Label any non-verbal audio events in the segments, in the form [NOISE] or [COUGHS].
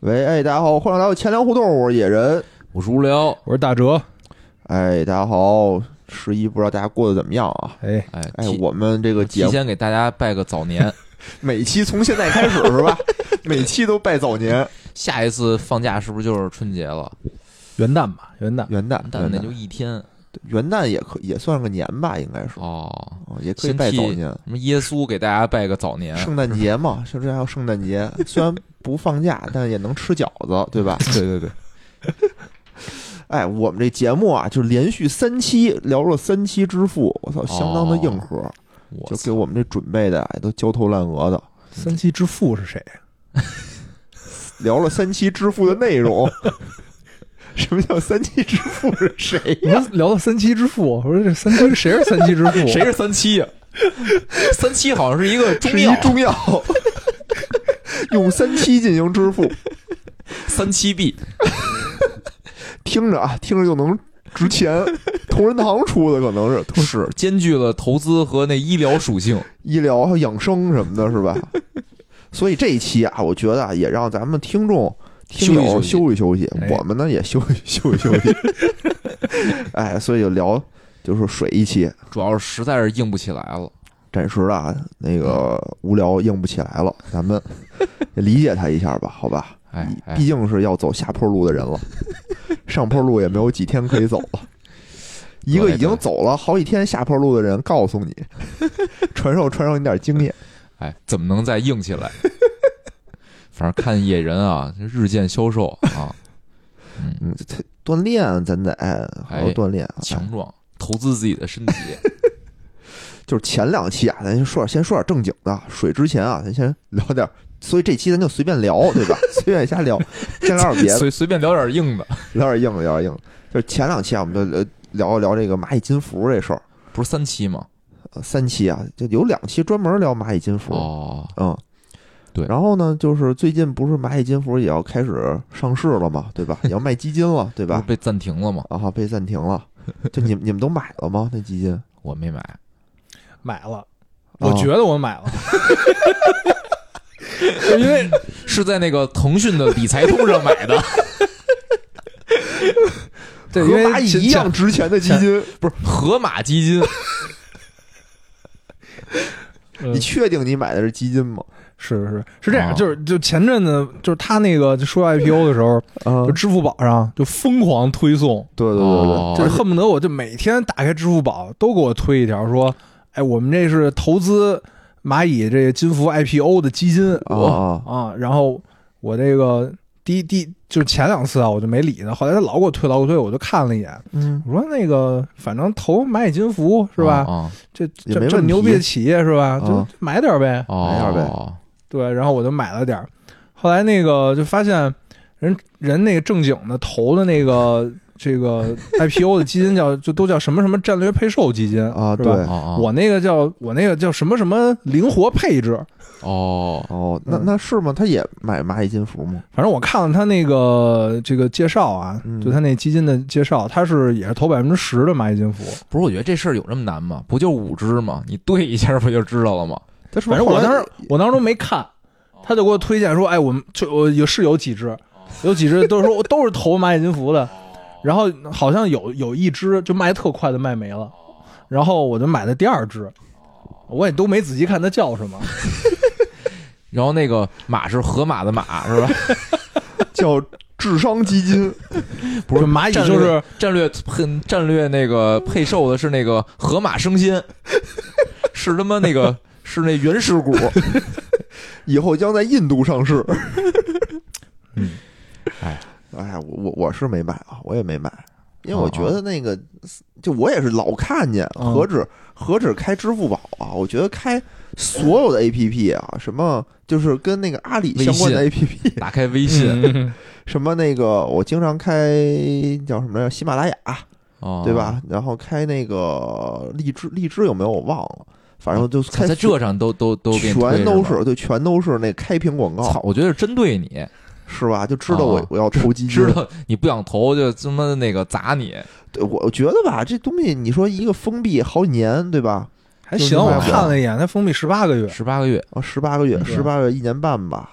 喂，哎，大家好，欢迎来到钱粮胡同，我是野人。我是无聊，我是大哲，哎，大家好，十一不知道大家过得怎么样啊？哎，哎哎，提我们这个节提目前给大家拜个早年，每期从现在开始是 [LAUGHS] 吧？每期都拜早年、下一次放假是不是就是春节了？元旦吧，元旦，元旦，但元那旦就一天元旦也可也算个年吧，应该是哦。哦，也可以先拜替早年。什么耶稣给大家拜个早年，圣诞节 [LAUGHS] 嘛，甚至还有圣诞节，虽然不放假，但也能吃饺子，对吧？对对对，哎，我们这节目啊，就连续三期聊了三期之父，我操，相当的硬核，哦我就给我们这准备的哎都焦头烂额的，三七之父是谁？聊了三期之父的内容。什么叫三期之父是谁？ [LAUGHS] 你们聊到三七之父，我说这三七 [LAUGHS] 谁是三七之父？谁是三七呀？三七好像是一个中是一药，中药，用三期进行支付，三七币听着啊，听着就能值钱。同仁堂出的可能是同是兼具了投资和那医疗属性。医疗还有养生什么的，是吧？所以这一期啊，我觉得啊，也让咱们听众听友休休息休息，哎我们呢也休息休息休息。哎，所以就聊就是水一期，主要是实在是硬不起来了，暂时啊那个嗯无聊硬不起来了，咱 [LAUGHS] 们也理解他一下吧，好吧？哎哎毕，竟是要走下坡路的人 [LAUGHS] 了，上坡路也没有几天可以走了。一个已经走了好几天下坡路的人，告诉你， [LAUGHS] 传授传授你点 [LAUGHS] 经验。哎，怎么能再硬起来？ [LAUGHS] 反正看野人啊，这日渐消瘦啊，嗯，这锻炼咱得哎好好哎锻炼啊。强壮，投资自己的身体。就是前两期啊，咱先说先说点正经的。水之前啊，咱先聊点儿，所以这期咱就随便聊，对 [LAUGHS] 吧？随便瞎聊，先聊点别的，随随便聊点 [LAUGHS] 硬的，聊点硬的，聊点硬的。就是前两期啊，我们就聊聊一聊这个蚂蚁金服这事儿。不是三期吗？呃三期啊，就有两期专门聊蚂蚁金服。哦，嗯，对然后呢，就是最近不是蚂蚁金服也要开始上市了嘛，对 [LAUGHS] 吧？也要卖基金了，对不是吧？被暂停了吗？啊，被暂停了。就你们你们都买了吗？那基金？我没买，买了？哦 [LAUGHS] 我觉得我买了，因为是在那个腾讯的理财通上 [LAUGHS] 买的，对，和因为蚂蚁前一样值钱的基金，不是河马基金。你前 [LAUGHS] 嗯哦确定你买的是基金吗？是是是这啊样，就是就前阵子就是他那个就说 IPO 的时候，啊就支付宝上就疯狂推送，对对对对，哦就是恨不得我就每天打开支付宝都给我推一条说，哎，我们这是投资蚂蚁这个金服 IPO 的基金啊啊，然后我这个第一第一就是前两次啊，我就没理他，后来他老给我推老给我推，我就看了一眼，嗯，我说那个反正投蚂蚁金服是吧？哦这啊也这没这问么题牛逼的企业是啊吧？就就买点儿呗，哦，买点呗哦对，然后我就买了点儿，后来那个就发现人人那个正经的投的那个 [LAUGHS] 这个 IPO 的基金叫就都叫什么什么战略配售基金啊是吧对哦，我那个叫我那个叫什么什么灵活配置，哦，哦，那嗯那是吗？他也买蚂蚁金服吗？反正我看了他那个这个介绍啊嗯，就他那基金的介绍，他是也是投百分之十的蚂蚁金服。不是，我觉得这事儿有这么难吗？不就五只吗？你对一下不就知道了吗？他是不反是后正我来当时我当时都没看，他就给我推荐说，哎，我们就我有是有几哦只，有几只都是 [LAUGHS] 说都是投蚂蚁金服的，然后好像有有一只就卖得特快的卖没了，然后我就买的第二只，我也都没仔细看它叫什么。然后那个马是河马的马 [LAUGHS] 是吧？叫智商基金，不是蚂蚁战就略是战略很战略那个配售的是那个河马生 [LAUGHS] 鲜，是他妈那个是那原 [LAUGHS] 始股，以后将在印度上市。嗯，哎哎，我我我是没买啊，我也没买，因为哦我觉得那个，就我也是老看见，嗯何止何止开支付宝啊，我觉得开所哎有的 A P P 啊，什么就是跟那个阿里相关的 A P P，打开微信嗯嗯什么那个我经常开叫什么来着，喜马拉雅，哦对吧？然后开那个荔枝，荔枝有没有我忘了，反正就操开哦在这上都都都给你推全都吧是对，全都是那开屏广告操，我觉得是针对你，是吧？就知道我哦我要投基金知，道你不想投就他妈那个砸你，对我我觉得吧，这东西你说一个封闭好几年，对吧？还就是行，我卖不了看了一眼，它封闭十八个月，十八个月啊，十八个月，嗯十八个月一年半吧。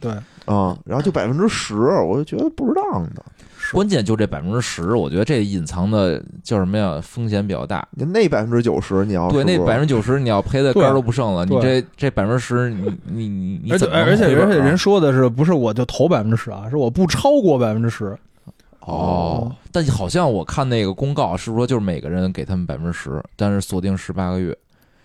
对，啊，然后就百分之十，我就觉得不值当的。关键就这百分之十，我觉得这隐藏的叫什么呀？风险比较大。你那百分之九十，你要对，那哦是不是百分之九十你要赔的对肝儿都不剩了，你对这这百分之十，你你你你而且怎么能而且回本而且啊人说的是不是我就投百分之十啊？是我不超过百分之十。哦，但好像我看那个公告是说就是每个人给他们百分之十，但是锁定十八个月，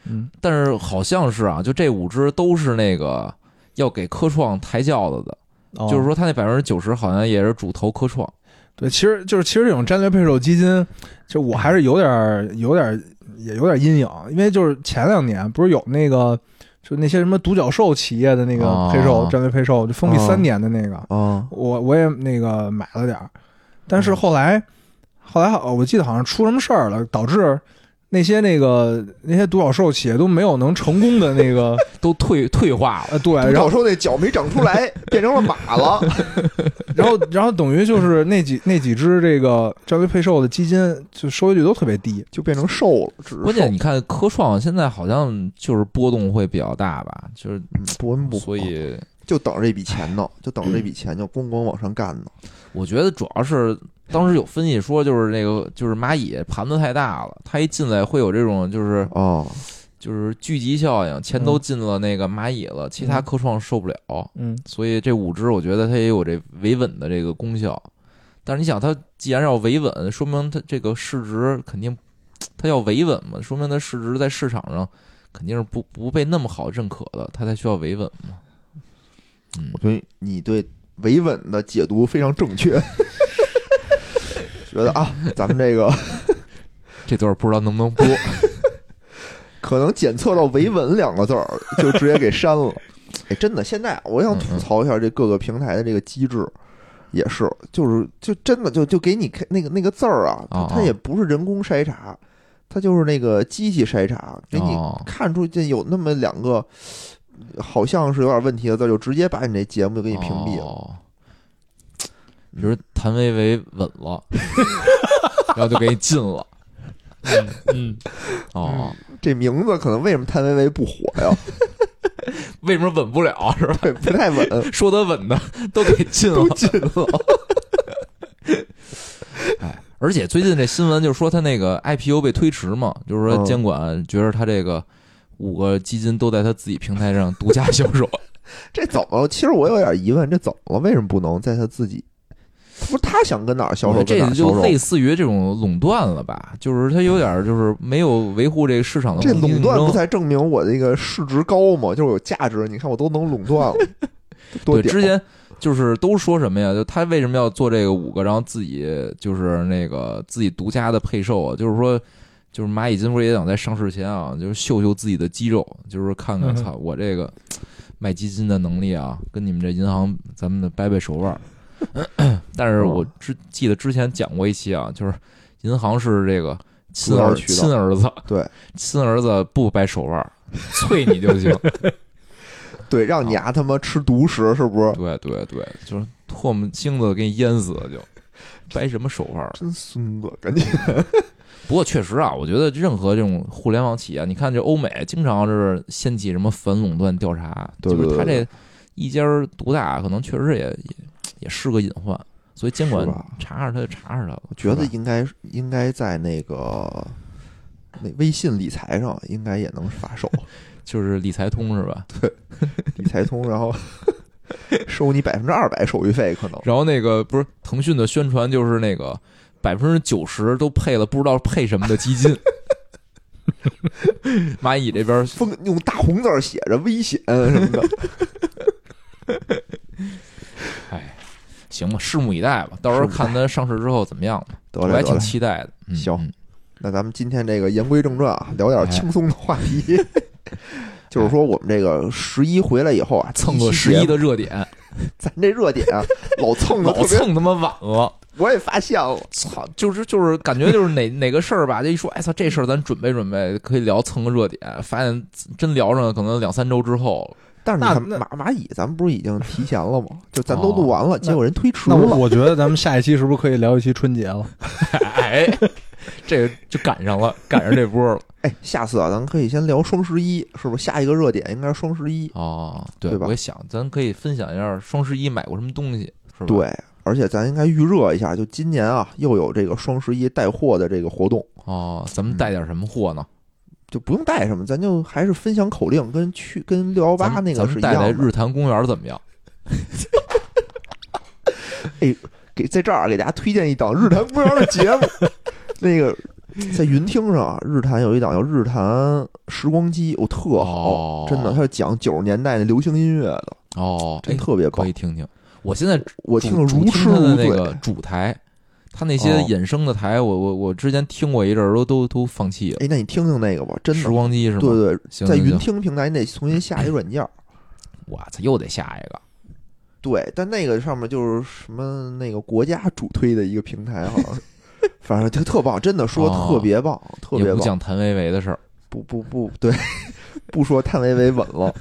嗯，但是好像是啊，就这五只都是那个要给科创抬轿子的，哦就是说他那百分之九十好像也是主投科创。对，其实就是其实这种战略配售基金，就我还是有点儿有点儿也有点儿阴影，因为就是前两年不是有那个就那些什么独角兽企业的那个配售、哦战略配售，就封闭哦三年的那个，啊，我我也那个买了点儿，但嗯是后来后来好我记得好像出什么事儿了，导致。那些那个那些独角兽企业都没有能成功的那个都退退化了。呃对， [LAUGHS] 然然后后说那脚没长出来，变成了马了。 [LAUGHS] 然后，然后等于就是那几那几只这个战略配售的基金，就收益率都特别低。就变成瘦了，只是关瘦键你看科创现在好像就是波动会比较大吧，就是嗯不温不火，所以嗯就等着这笔钱呢，就等着这笔钱就咣咣往上干呢。我觉得主要是当时有分析说就是那个就是蚂蚁盘子太大了，它一进来会有这种就是哦，就是聚集效应，钱都进了那个蚂蚁了，其他科创受不了，嗯，所以这五只我觉得它也有这维稳的这个功效。但是你想，它既然要维稳，说明它这个市值肯定它要维稳嘛，说明它市值在市场上肯定是不不被那么好认可的，它才需要维稳嘛。嗯我，觉得你对维稳的解读非常正确， [LAUGHS] 觉得啊，咱们这个这段不知道能不能播。可能检测到“维稳”两个字儿，就直接给删了。哎，真的，现在我想嗯吐槽一下这各个平台的这个机制，也是，就是就真的就就给你看那个那个字儿啊，它哦它也不是人工筛查，它就是那个机器筛查， [LAUGHS] 给你哦看出这有那么两个好像是有点问题的字儿，就直接把你这节目就给你屏蔽了。哦比如谭维维稳 [LAUGHS] 了，然后就给你禁了。嗯，哦，这名字可能为什么谭维维不火呀？为什么稳不了？是吧？对，不太稳，说得稳的都给禁了都。进了。哎，而且最近这新闻就是说他那个 IPO 被推迟嘛，就是说嗯监管觉得他这个五个基金都在他自己平台上独家销售，这怎么了？其实我有点疑问，这怎么了？为什么不能在他自己？不是他想跟哪儿 [LAUGHS] 销售跟哪这儿销就售？类似于这种垄断了吧？就是他有点就是没有维护这个市场的这公平垄竞断不争。才证明我这个市值高吗？就是有价值，你看我都能垄断了，多对，屌之前就是都说什么呀？就他为什么要做这个五个，然后自己就是那个自己独家的配售啊？就是说，就是蚂蚁金服也想在上市前啊，就是秀秀自己的肌肉，就是看看嗯哼操我这个卖基金的能力啊，跟你们这银行咱们的掰掰手腕儿。 [CLEARS THROAT] 但是我之记得之前讲过一期啊，就是银行是这个亲主要儿渠道亲儿子，对亲儿子不掰手腕 [LAUGHS] 儿，啐你就行。对，让你啊丫他妈吃独食是不是？对对对，就是唾沫星子给你淹死了就，掰什么手腕儿？真孙子，赶紧不过确实啊，我觉得任何这种互联网企业，你看这欧美经常是掀起什么反垄断调查，对对就是他对这一家儿独大，可能确实也也也是个隐患，所以监管是吧查查他就查查他。我觉得是吧应该应该在那个那微信理财上应该也能发售就是理财通是吧？理财通，然后收你百分之二百手续费，可能然后那个不是腾讯的宣传就是那个百分之九十都配了不知道配什么的基 [LAUGHS] 金，蚂蚁这边儿封用大红字儿写着危险什么的。哎，行吧，拭目以待吧，到时候看它上市之后怎么样吧，得我嘞还得挺嘞，期待的。嗯行嗯那咱们今天这个言归正传啊，聊哎点轻松的话题， [LAUGHS] 就是说我们这个十一回来以后啊，蹭第个一期十节目一的热 [LAUGHS] 点，咱这热点啊，老蹭的 [LAUGHS] 老特别，蹭他妈晚了，我也发现 [LAUGHS] 了。操，就是就是感觉就是哪 [LAUGHS] 哪个事儿吧，这一说，哎操，这事儿咱准备准备，可以聊蹭个热点，发现真聊上了可能两三周之后， [LAUGHS] 但是你看那蚂蚂蚁，咱们不是已经提前了吗？就咱哦都录完了，结果人推迟那我了。我觉得咱们下一期是不是可以聊一期春节了？哎，这个就赶上了，赶上这波 [LAUGHS] 了。哎，下次啊，咱可以先聊双十一，是不是？下一个热点应该是双十一。哦，对，对吧我也想，咱可以分享一下双十一买过什么东西，是吧？，对，而且咱应该预热一下，就今年啊，又有这个双十一带货的这个活动，哦，咱们嗯带点什么货呢？就不用带什么，咱就还是分享口令，跟去跟六幺咱八们那咱个们是一带来样的。日坛公园怎么样？给在这儿给大家推荐一档日坛公园的节目， [LAUGHS] 那个在云听上啊，日坛有一档叫《日坛时光机》，哦，特好，哦，真的，它是讲九十年代的流行音乐的，哦，真哎特别可棒以。听听。我现在我主听得主如听痴他的如那醉。个主台，他那些哦衍生的台，我我我之前听过一阵儿，都都都放弃了。哎，那你听听那个吧，真时的，光机是吗？对对，行，在行云行听平台你得重新下一软件儿。我操，又得下一个。对，但那个上面就是什么那个国家主推的一个平台，好像 [LAUGHS] 是，反正就特棒，真的说哦特别棒，特也别不棒。讲谭维维的事儿，不不不，对， [LAUGHS] 不说探维维稳了。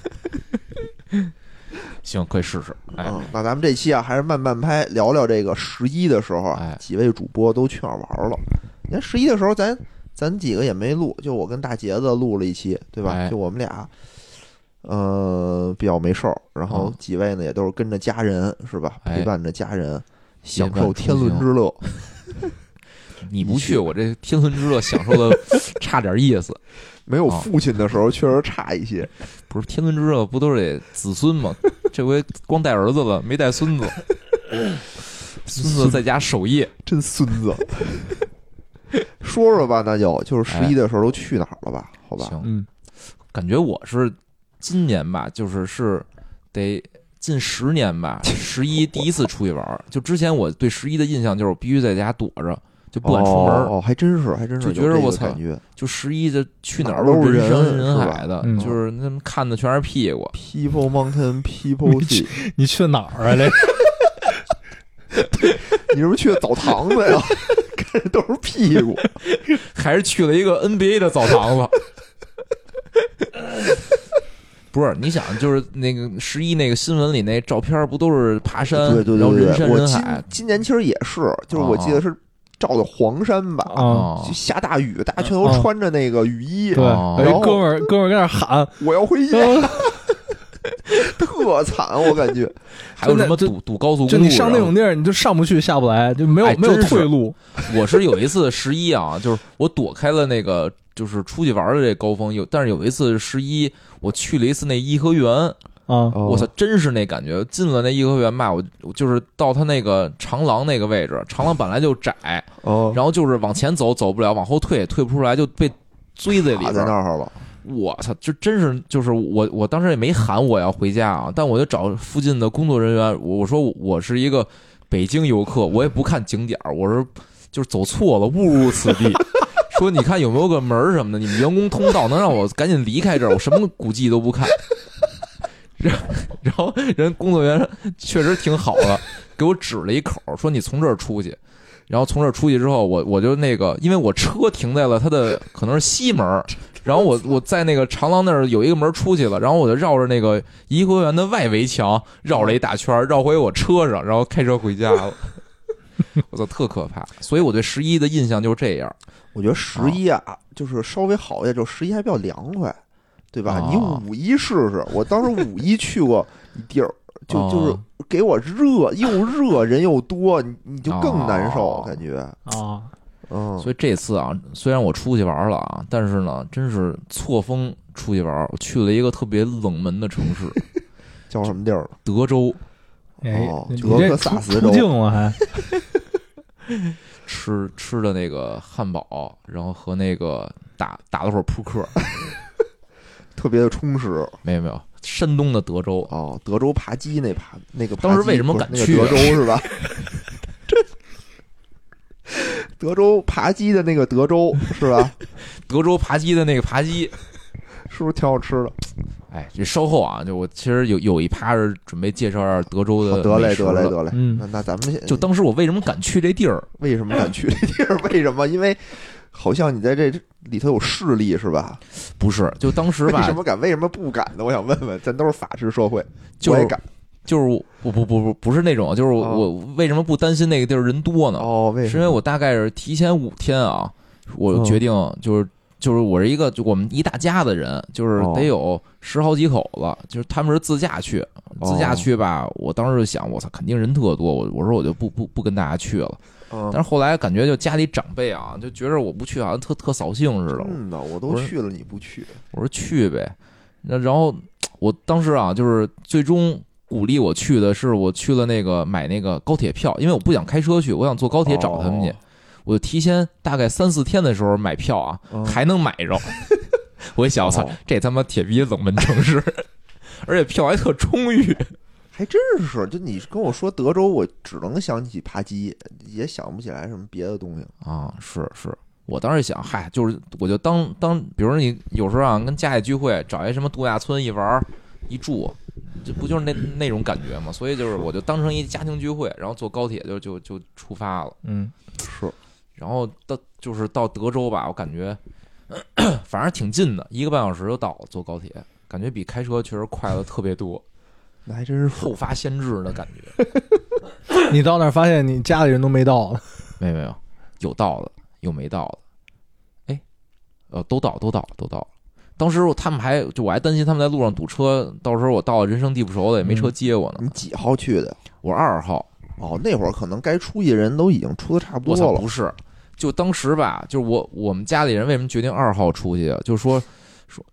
行，可以试试。 [LAUGHS] 哎，嗯，那咱们这期啊，还是慢慢拍，聊聊这个十一的时候啊哎，几位主播都去哪儿玩了？你看十一的时候咱，咱几个也没录，就我跟大杰子录了一期，对吧？哎就我们俩，呃，比较没事儿。然后嗯几位呢，也都是跟着家人，是吧？哎陪伴着家人，享伴受出天伦行之乐。你不你去，去我这天伦之乐享受的 [LAUGHS] 差点意思。没有哦父亲的时候，确实差一 [LAUGHS] 些。不是天伦之乐不都是得子孙吗？这回光带儿子了，没带孙子。孙子在家守夜，真孙子。说说吧，那就就是十一的时候都去哪儿了吧？好吧，哎行，嗯，感觉我是今年吧，就是是得近十年 [LAUGHS] 吧，十一第一次出去玩儿。就之前我对十一的印象就是我必须在家躲着，就不敢出门儿。哦，哦还真是，还真是就觉得有这个我操感觉就十一这去哪哪儿儿都是人人山人是吧海的，嗯就是他们看的全是屁股。 [LAUGHS] People Mountain People 没 Sea，你去哪儿啊？这你是不是去澡堂子 [LAUGHS] 呀？看着都是屁股，还是去了一个 NBA 的澡堂子。 [LAUGHS] 不是，你想，就是那个十一那个新闻里那照片，不都是爬山，对对然后对对，人山我人今啊海今年其实也是，就是我记得是照的黄山吧，啊，哦就下大雨，大家全都嗯穿着那个雨衣，对，哦有然一后哥们儿哥们儿跟那儿喊，嗯我要回家，特惨，我感觉。还有真的什么就堵堵高速公路？啊就你上那然后种地儿，你就上不去下不来，就没有哎没有真是退路。我是有一次十一啊，就是我躲开了那个就是出去玩的这高峰，有但是有一次十一，我去了一次那颐和园，哦啊， [LAUGHS] 我操，真是那感觉！进了那颐和园吧，我我就是到他那个长廊那个位置，长廊本来就窄，哦，然后就是往前走走不了，往后退也退不出来，就被追在里卡边在那儿。儿了，我操，这真是就是我我当时也没喊我要回家啊，但我就找附近的工作人员，我我说我是一个北京游客，我也不看景点儿，我是就是走错了，误入此地。 [LAUGHS] 说你看有没有个门儿什么的，你们员工通道能让我赶紧离开这儿，我什么古迹都不看。 [LAUGHS] 然后然后人工作人员确实挺好的，给我指了一口，说你从这儿出去。然后从这儿出去之后，我我就那个，因为我车停在了他的可能是西门儿，然后我我在那个长廊那儿有一个门出去了，然后我就绕着那个颐和园的外围墙绕了一大圈儿，绕回我车上，然后开车回家了。 [LAUGHS] 我操，特可怕！所以我对十一的印象就是这样。我觉得十一啊，就是稍微好一点，就十一还比较凉快，对吧？啊你五一试试，我当时五一去过一地儿，就哦就是给我热又热，人又多，你你就更难受哦，感觉，啊，嗯，所以这次啊，虽然我出去玩了啊，但是呢，真是错峰出去玩，我去了一个特别冷门的城市叫什么地儿？德州，哎哦，你德这克出萨斯出州境了还？吃吃的那个汉堡，然后和那个打打了会儿扑克，特别的充实没有没有，山东的德州，哦，德州扒鸡那扒那个扒鸡，当时为什么敢不是去啊那个德州是吧？ [LAUGHS] 这德州扒鸡的那个德州是吧？德州扒鸡的那个扒鸡。是不是挺好吃的？哎，这稍后啊，就我其实有有一趴是准备介绍一下德州好的哦得美嘞，食得嘞，的得嘞。嗯那那咱们先就当时我为什么敢去这地儿？为什么敢去这地儿？为 [LAUGHS] 什么？因为好像你在这里头有势力是吧？不是，就当时为吧什，么敢？为什么不敢呢？我想问问，咱都是法治社会，就我也是敢就是我不不不不不是那种，就是我哦我为什么不担心那个地儿人多呢？哦？为是什因么？嗯为我大概是提前五天啊，我决定就是就是我是一个就我们一大家子人，就是哦得有十好几口子，就是他们是自驾去，自哦驾去吧，我当时就想，我操，肯定人特多，我我说我就不不不跟大家去了。嗯但是后来感觉就家里长辈啊，就觉着我不去好像特特扫兴似的。真的，嗯我都不是去了，你不去，我说去呗，那然后我当时啊，就是最终鼓励我去的是我去了那个买那个高铁票，因为我不想开车去，我想坐高铁找他们去，哦我就提前大概三四天的时候买票啊，嗯还能买 [LAUGHS] 着。我一想，我操哦，这他妈铁逼冷门城市， [LAUGHS] 而且票还特充裕。还真是，就你跟我说德州，我只能想起扒鸡，也想不起来什么别的东西。啊，是是，我当时想，嗨，就是我就当当，比如说你有时候啊跟家里聚会，找一什么度假村一玩儿一住，这不就是那那种感觉吗？所以就是我就当成一家庭聚会，然后坐高铁就就就出发了。嗯，是，然后到就是到德州吧，我感觉 [CLEARS THROAT] 咳咳反正挺近的，一个半小时就到了，坐高铁。感觉比开车确实快了特别多，那还真是后发先至的感觉。你到那儿发现你家里人都没到呢，没有没有，有到的，有没到的，哎，呃，都到都到都到了。当时他们还就我还担心他们在路上堵车，到时候我到了人生地不熟的也没嗯车接我呢。你几号去的？我二号，哦，那会儿可能该出去的人都已经出的差不我多操，了不。是，就当时吧，就是我我们家里人为什么决定二号出去啊，就是说说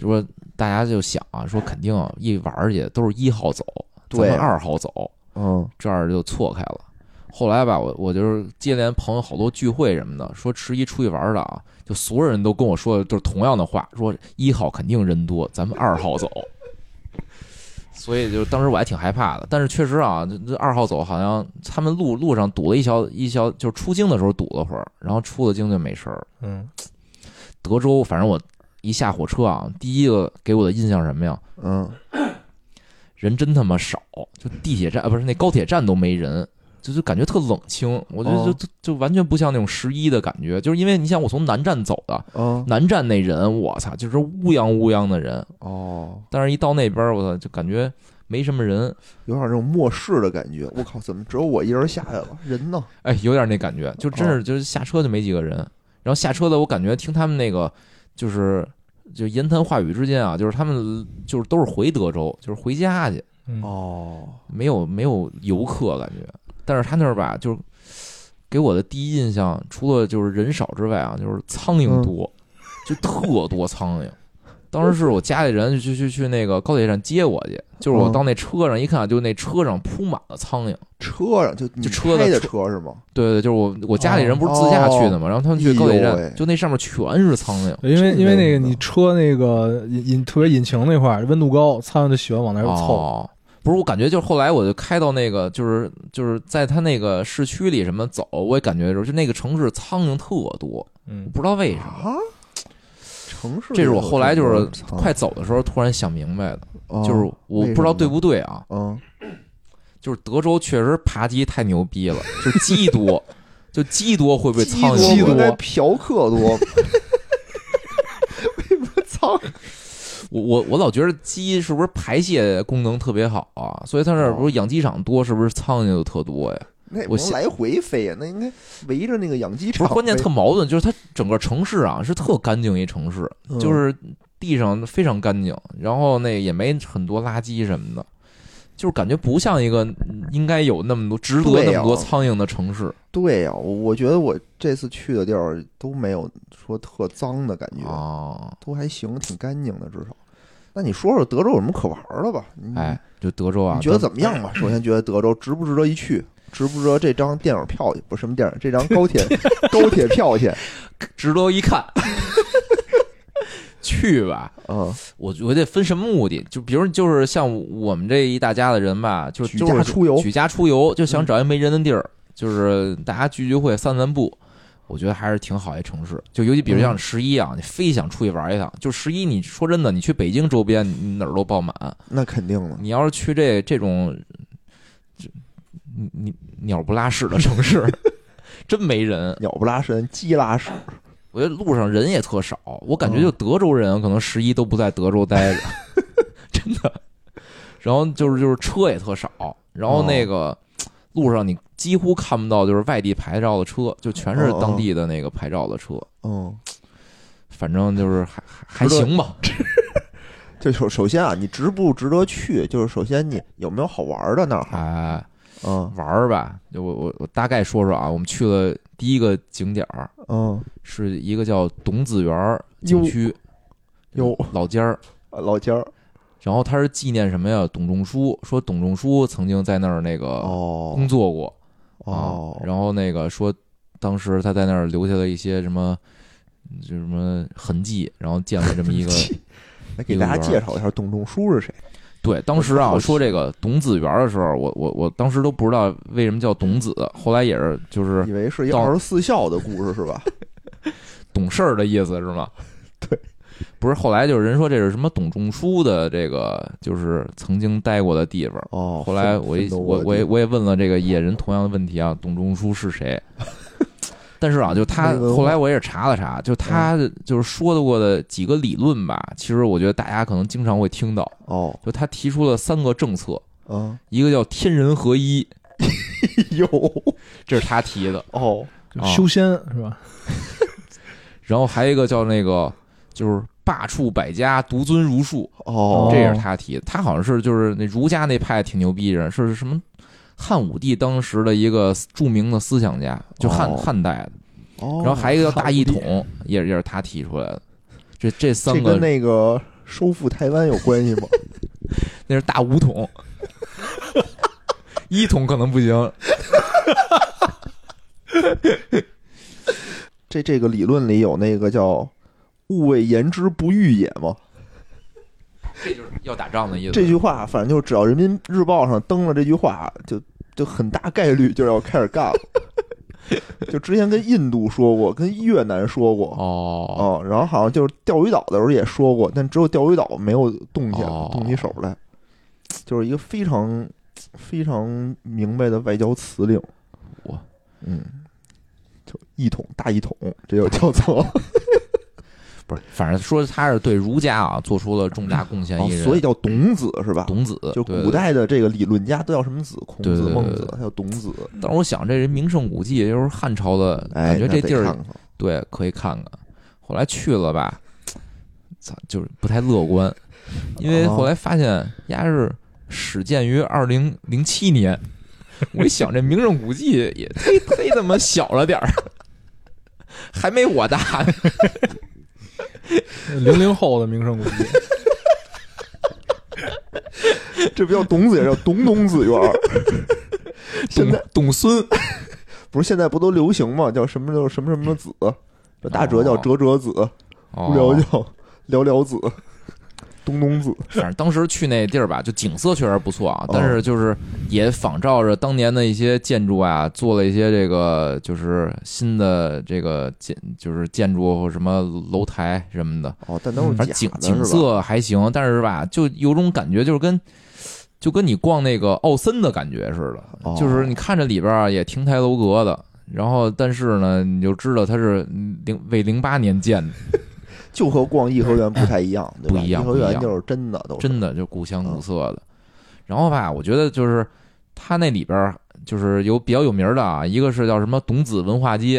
说大家就想啊，说肯定一玩儿去都是一号走，咱对们二号走，嗯，这样就错开了。后来吧，我我就是接连朋友好多聚会什么的，说十一出去玩的啊，就所有人都跟我说的就是同样的话，说一号肯定人多，咱们二号走。 [LAUGHS] 所以就当时我还挺害怕的，但是确实啊，这这二号走好像他们路路上堵了一小一小，就是出京的时候堵了会儿，然后出了京就没事儿了。嗯，德州，反正我一下火车啊，第一个给我的印象是什么呀？嗯，人真他妈少，就地铁站啊，不是那高铁站都没人，就就感觉特冷清。我觉得就哦就就完全不像那种十一的感觉，就是因为你想我从南站走的，嗯，南站那人我操就是乌泱乌泱的人，哦，但是一到那边儿我操就感觉没什么人，有点那种末世的感觉。我靠，怎么只有我一人下来了？人呢？哎，有点那感觉，就真是就是下车就没几个人，然后下车的我感觉听他们那个就是。就言谈话语之间啊，就是他们就是都是回德州，就是回家去，嗯哦，没有没有游客感觉，但是他那儿吧，就是给我的第一印象，除了就是人少之外啊，就是苍嗯蝇多，就特多苍蝇。当时是我家里人去去去那个高铁站接我去，就是我嗯到那车上一看，就那车上铺满了苍蝇。车上就你就车的开的车车是吗？对对，就是我我家里人不是自驾去的嘛，然后他们去高铁哎呦喂站，就那上面全是苍蝇。因为因为那个这个你车那个引引特别引擎那块儿温度高，苍蝇就喜欢往那儿凑。哦，不是，我感觉就是后来我就开到那个，就是就是在他那个市区里什么走，我也感觉就是就那个城市苍蝇特多，嗯，不知道为什么。啊，城市这是我后来就是操快走的时候突然想明白的，哦就是我不知道对不对啊，嗯，就是德州确实扒鸡太牛逼了，就是鸡多， [LAUGHS] 就鸡多会不会苍鸡蝇多应该多？嫖客多。 [LAUGHS] 为什么苍蝇？我我我老觉得鸡是不是排泄功能特别好啊？所以它那哦儿不是养鸡场多，是不是苍蝇就特多呀？ [LAUGHS] 那我不能想来回飞啊呀，那应该围着那个养鸡不场是，飞。关键特矛盾，就是它整个城市啊是特干净一城市，嗯就是地上非常干净，然后那也没很多垃圾什么的，就是感觉不像一个嗯应该有那么多值得对那么多啊苍蝇的城市对呀，我我觉得我这次去的地儿都没有说特脏的感觉。啊！都还行，挺干净的，至少。那你说说德州有什么可玩儿的吧？你哎，，就德州嗯啊，你觉得德怎么样吧？首先觉得德州值不值得一去，值不值得这张电影票去？不是什么电影，这张高 [LAUGHS] 铁高铁票去。值得一看？ [LAUGHS] 去吧，嗯，我我得分什么目的？就比如就是像我们这一大家的人吧，就是举就是家出游嗯举家出游，就想找一没人的地儿，就是大家聚聚会、散散步。我觉得还是挺好一城市，就尤其比如像嗯十一啊，你非想出去玩一趟。就十一，你说真的，你去北京周边，你哪儿都爆满。那肯定了。你要是去这这种，这你你鸟不拉屎的城市， [LAUGHS] 真没人。鸟不拉屎，鸡拉屎。我觉得路上人也特少，我感觉嗯就德州人可能十一都不在德州待着，哦 [LAUGHS] 真的。然后就是就是车也特少，然后那个路上你几乎看不到就是外地牌照的车，就全是当地的那个牌照的车。嗯，反正就是还还还值得行吧，就首首先啊，你值不值得去？就是首先你有没有好玩的那儿？哎，嗯玩儿吧。就我我我大概说说啊，我们去了第一个景点儿嗯，是一个叫董子园儿景区，哟老家儿。老家儿然后他是纪念什么呀？董仲舒说董仲舒曾经在那儿那个哦工作过，哦嗯啊，，然后那个说，当时他在那儿留下了一些什么，就什么痕迹，然后建了这么一个。来给大家介绍一下董仲舒是谁？ [LAUGHS] 对，当时啊，好我奇说这个董子园的时候，我我我当时都不知道为什么叫董子，后来也是就是以为是一到二十四孝的故事是吧？懂事儿的意思是吗？对，不是，后来就是人说这是什么董仲舒的这个就是曾经待过的地方。哦，后来我奋一斗我过我也地我也问了这个野人同样的问题啊，董仲舒是谁？ [LAUGHS] 但是啊，就他没文化后来我也嗯查了查，就他就是说的过的几个理论吧，其实我觉得大家可能经常会听到，哦就他提出了三个政策， [LAUGHS] 嗯，一个叫天人合一，有这是他提的，哦就啊修仙是吧？然后还有一个叫那个就是罢黜百家，独尊儒术，哦，这也是他提的。他好像是就是那儒家那派挺牛逼人，是什么汉武帝当时的一个著名的思想家，就汉、哦汉代的。哦，然后还有一个叫大一汉统，也是也是他提出来的。这这三这个跟那个收复台湾有关系吗？那是大五 [LAUGHS] 统，一统可能不行。这这个理论里有那个叫“勿谓言之不预也”吗？这就是要打仗的意思。这句话，反正就只要人民日报上登了这句话，就就很大概率就要开始干了。 [LAUGHS] 就之前跟印度说过，跟越南说过，哦，哦，然后好像就是钓鱼岛的时候也说过，但只有钓鱼岛没有动起来，哦动起手来，就是一个非常非常明白的外交辞令。哇，嗯，就一统大一统，这就叫做。不是，反正说他是对儒家啊做出了重大贡献哦一人，所以叫董子是吧？董子就对古对代的这个理论家都叫什么子？孔对子、对对孟对子，对还有董子。但是我想，这人名胜古迹，也就是汉朝的，哎，感觉这地儿那得看看对可以看看。后来去了吧，操，就是不太乐观，因为后来发现呀是始建于二零零七年。我一想，这名胜古迹也忒忒他妈小了点儿，还没我大呢。零零后的名胜 [LAUGHS] 古迹，这不叫董子，也叫董董子园 [LAUGHS] 儿。现在董董孙，不是现在不都流行吗？叫什么叫什么什么子？叫大哲叫哦哲哲子，无聊哦， [LAUGHS] 叫聊聊子，东东子。反正当时去那地儿吧，就景色确实不错啊哦，但是就是也仿照着当年的一些建筑啊，做了一些这个就是新的这个建就是建筑或什么楼台什么的，哦，但都是反假正景的景是吧？色还行，但是吧，就有种感觉，就是跟就跟你逛那个奥森的感觉似哦的，就是你看着里边儿啊也亭台楼阁的，然后但是呢，你就知道它是零为零八年建的，就和逛颐和园不太一样，对吧？不一样颐和不一园样就是真的，都是真的就古香嗯古色的。然后吧，我觉得就是它那里边儿就是有比较有名儿的啊，一个是叫什么董子文化街，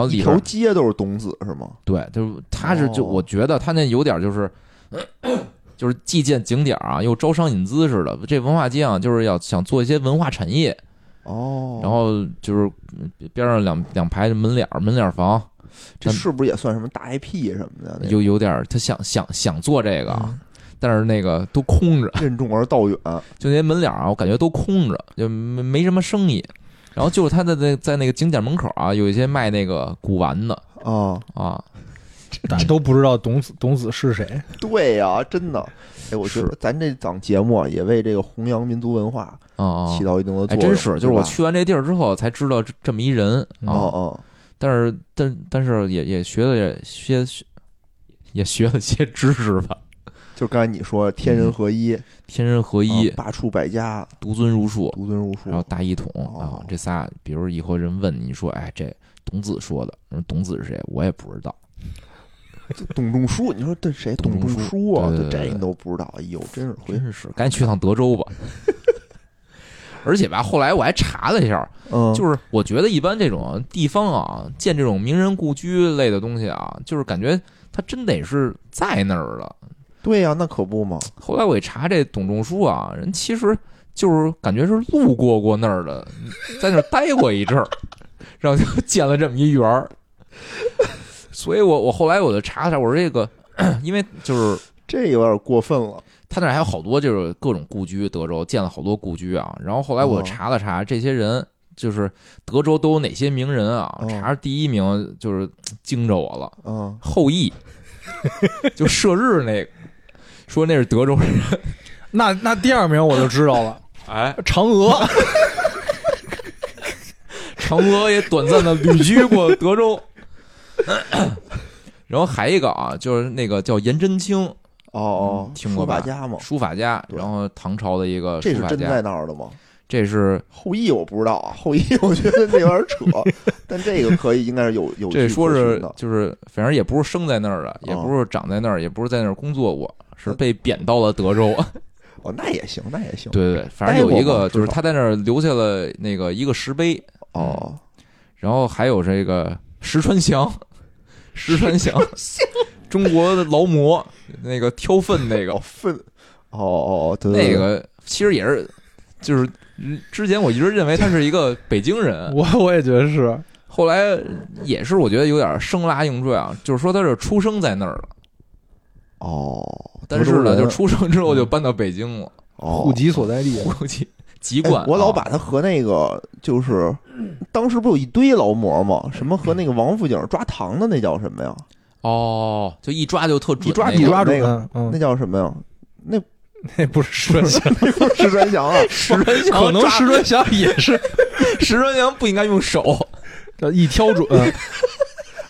哦，后一里条边街都是董子是吗？对，就是他是就哦我觉得他那有点就是， [COUGHS] 就是既建景点啊，又招商引资似的。这文化街啊，就是要想做一些文化产业，哦，然后就是边上两两排门脸儿门脸儿房，这但是不是也算什么大 IP 什么的？那有有点儿他想想想做这嗯个啊，但是那个都空着，任重而道 [LAUGHS] 远。就那些门脸儿啊，我感觉都空着，就没没什么生意。然后就是他的那在那个景点门口啊，有一些卖那个古玩的啊，啊，大家都不知道董子董子是谁，对呀、真的。哎，我觉是得咱这档节目啊，也为这个弘扬民族文化啊啊起，到一定的作哎，用。真是，就是我吧。去完这地儿之后才知道这这么一人啊。哦哦，但是但但是也也学了也些也学了些知识吧，就刚才你说天嗯人合一，天人合一啊、罢黜百家，独尊儒术，独尊儒术嗯哦然。后大一统哦啊，这仨，比如以后人问你说，哎，这董子说的，嗯董子是谁？我也不知道。这董仲舒，你说这谁？董董仲舒仲舒啊，对这对对这对你都不知道？哎呦，真是回真是，赶紧去趟德州吧。 [LAUGHS] 而且吧，后来我还查了一下，嗯，就是我觉得一般这种地方啊，建这种名人故居类的东西啊，就是感觉它真得是在那儿了。对呀、那可不嘛。后来我一查，这董仲舒啊，人其实就是感觉是路过过那儿的，在那儿待过一阵儿，然后就建了这么一园儿。所以我我后来我就查了查，我说这个， [CLEARS THROAT] 因为就是这有点过分了。他那儿还有好多就是各种故居，德州建了好多故居啊。然后后来我哦查了查，这些人就是德州都有哪些名人啊哦？查第一名就是惊着我了，嗯，后羿，就射日那个，说那是德州人。那那第二名我就知道了，哎， [LAUGHS] 嫦娥。 [LAUGHS] 嫦娥也短暂的旅居过德州。然后还一个啊，就是那个叫颜真卿，哦哦嗯，听过吧书法家嘛，书法家，哦对然后唐朝的一个这书是法真在家，那儿的吗？这是后羿我不知道啊， [LAUGHS] 后羿我觉得这有点 [LAUGHS] 扯，但这个可以应该是有有这据说可循是的。嗯就是，反正也不是生在那儿的，也不是长在那儿，也不是在那儿工作过，呃是被贬到了 [LAUGHS] 德州。哦，那也行，那也行。对对对，反正有一个就待过吧至少是他在那儿留下了那个一个石碑，哦，然后还有这个石川祥， [LAUGHS] 石川祥，中国的劳模，那个挑粪那个哦，粪，哦哦哦，对对那对，个其实也是，就是嗯之前我一直认为他是一个北京人，我我也觉得是，后来也是我觉得有点生拉硬拽啊，就是说他是出生在那儿的，哦，但是德呢，州人就出生之后嗯就搬到北京了，哦户籍所在地。我估计籍哎贯啊。我老把他和那个就是，当时不有一堆劳模吗？什么和那个王府井抓糖的那叫什么呀？哦，就一抓就特准，一抓那你个抓住那个，嗯，那叫什么呀？ [LAUGHS] 那那不是 [LAUGHS] 石川祥，不是石川祥啊， [LAUGHS] 石川祥抓，可能石川祥 [LAUGHS] 也是石川祥不应该 [LAUGHS] 用手。一挑准。 [LAUGHS]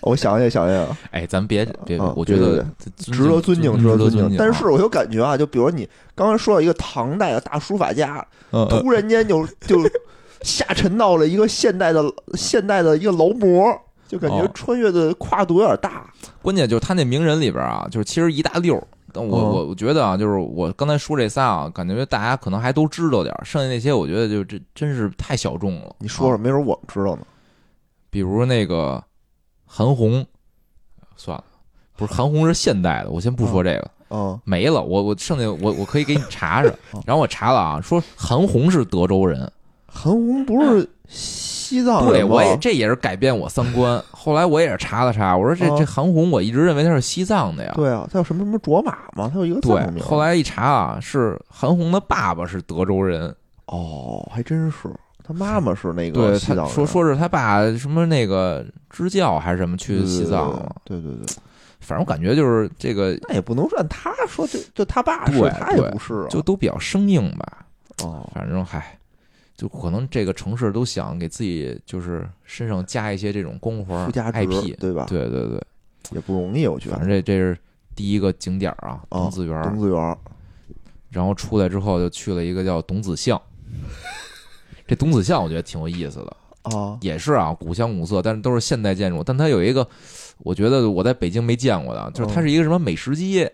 我想想想想，哎，咱别别，啊我觉对对得值得尊敬，值得尊敬。啊但是我有感觉啊，就比如你刚才说到一个唐代的大书法家，嗯嗯突然间就就下沉到了一个现代的现代的一个劳模，就感觉哦穿越的跨度有点大。关键就是他那名人里边啊，就是其实一大溜儿。但我嗯我我觉得啊，就是我刚才说这仨啊，感觉大家可能还都知道点儿，剩下那些我觉得就这真是太小众了。你说说，啊没准我们知道呢。比如那个韩红，算了，不是韩红是现代的，我先不说这个，嗯，没了。我我剩下我我可以给你查 [LAUGHS] 查哦。然后我查了啊，说韩红是德州人，韩红不是西藏哦对，人吗我也这也是改变我三 [LAUGHS] 观。后来我也是查了查，我说这哦这韩红，我一直认为她是西藏的呀。对啊，他有什么什么卓玛嘛，他有一个藏对，名。后来一查啊，是韩红的爸爸是德州人，哦，还真是，他妈妈是那个对，西藏他人，说说是他爸什么那个支教还是什么去西藏了，对对对，对对对反正我感觉就是这个那也不能算他说就就他爸是对，他也对不是啊。就都比较生硬吧，哦，反正嗨，就可能这个城市都想给自己就是身上加一些这种啊光环附加值 IP，啊对吧？对对对，也不容易，我觉反正得。这这是第一个景点啊，哦董子园儿，东子园儿，然后出来之后就去了一个叫董子巷， [LAUGHS] 这董子巷我觉得挺有意思的。啊，也是啊，古香古色，但是都是现代建筑。但它有一个，我觉得我在北京没见过的，就是它是一个什么美食街。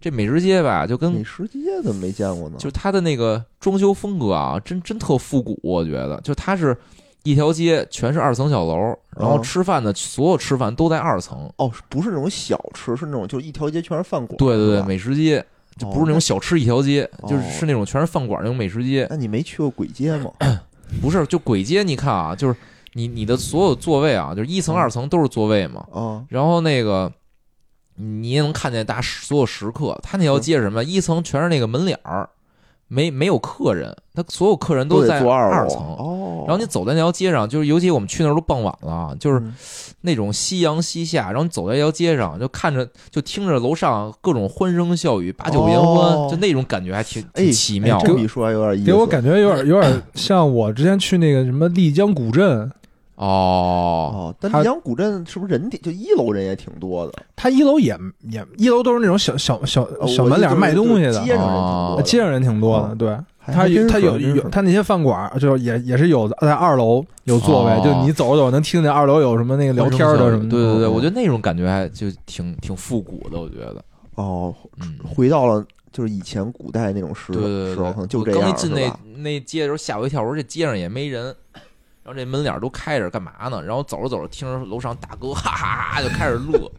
这美食街吧，就哦美跟食哦街怎么没见过呢？嗯就它的那个装修风格啊，真真特复古。我觉得，就它是一条街全是二层小楼，然后嗯吃饭的所有吃饭都在二层。哦，是不是那种小吃，是那种就一条街全是饭馆。对对对，是吧美食街就不是那种小吃一条街，哦就是是那种全是饭馆那种美食街。那你没去过簋街吗？不是，就鬼街，你看啊，就是你你的所有座位啊，就是一层嗯二层都是座位嘛。 [COUGHS] 啊，然后那个你也能看见大食所有食客，他那嗯条街是什么？一层全是那个门脸儿，没没有客人，他所有客人都得在坐二楼层。哦。然后你走在那条街上，就是尤其我们去那儿都傍晚了，啊就是嗯那种夕阳西下，然后你走在一条街上，就看着就听着楼上各种欢声笑语，八九言欢，哦就那种感觉还挺哎挺奇妙哎的这么一说还有点意思，给我感觉有点有点像我之前去那个什么丽江古镇，哦。哦。但它丽江古镇是不是人挺就一楼人也挺多的？它一楼也也一楼都是那种小小小呃小我门就脸就是卖东西就是的，街上人挺多的，哦呃街上人挺多的。哦对，还它还真有是它有还真是有它那些饭馆儿就是也也是有的，在二楼有座位哦，就你走着走着能听见二楼有什么那个聊天欢声笑语的什么的。对对嗯对，我觉得得那种感觉还就挺挺复古的，我觉得，哦，嗯，回到了就是以前古代那种时对对时候，对，可能就我这样刚一进是那吧那街的时候吓我一跳，我说这街上也没人，然后这门脸都开着，干嘛呢？然后走着走着，听着楼上大哥哈哈哈就开始 [LAUGHS] 乐，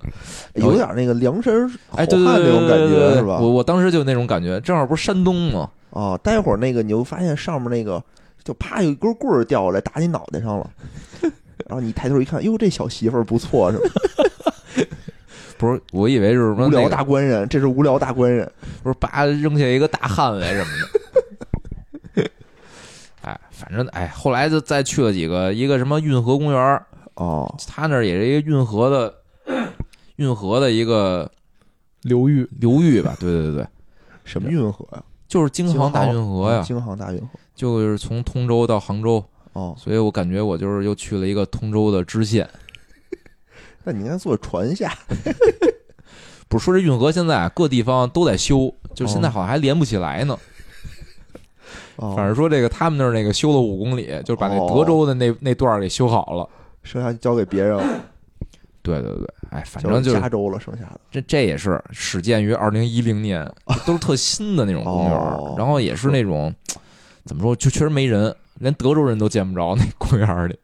有点那个梁山好哎，汉对对那对种对感对对觉对，是吧？我我当时就那种感觉，正好不是山东吗？啊，待会儿那个你就发现上面那个就啪有一根棍儿掉下来打你脑袋上 [LAUGHS] 了，然后你抬头一看，哟，这小媳妇儿不错，是吧？不是，我以为是什么无那聊个大官人，这是无聊大官人。不是叭扔下一个大汉来什么的。 [LAUGHS] 哎，反正哎，后来就再去了几个，一个什么运河公园儿，哦，他那儿也是一个运河的 [CLEARS THROAT] 运河的一个流域流域吧？对对对对，什么运河呀、就是京杭大运河呀，京杭大运河。就是从通州到杭州，哦，所以我感觉我就是又去了一个通州的支线。那你应该坐船下。不是说这运河现在啊各地方都在修，就是现在好像还连不起来呢。哦，反正说这个他们那儿那个修了五公里，就是把那德州的那那段儿给修好了。剩下交给别人了，对对对，哎，反正就是加州了，剩下的。这这也是始建于二零一零年，这都是特新的那种公园儿，哦然后也是那种怎么说，就确实没人，连德州人都见不着那公园儿里，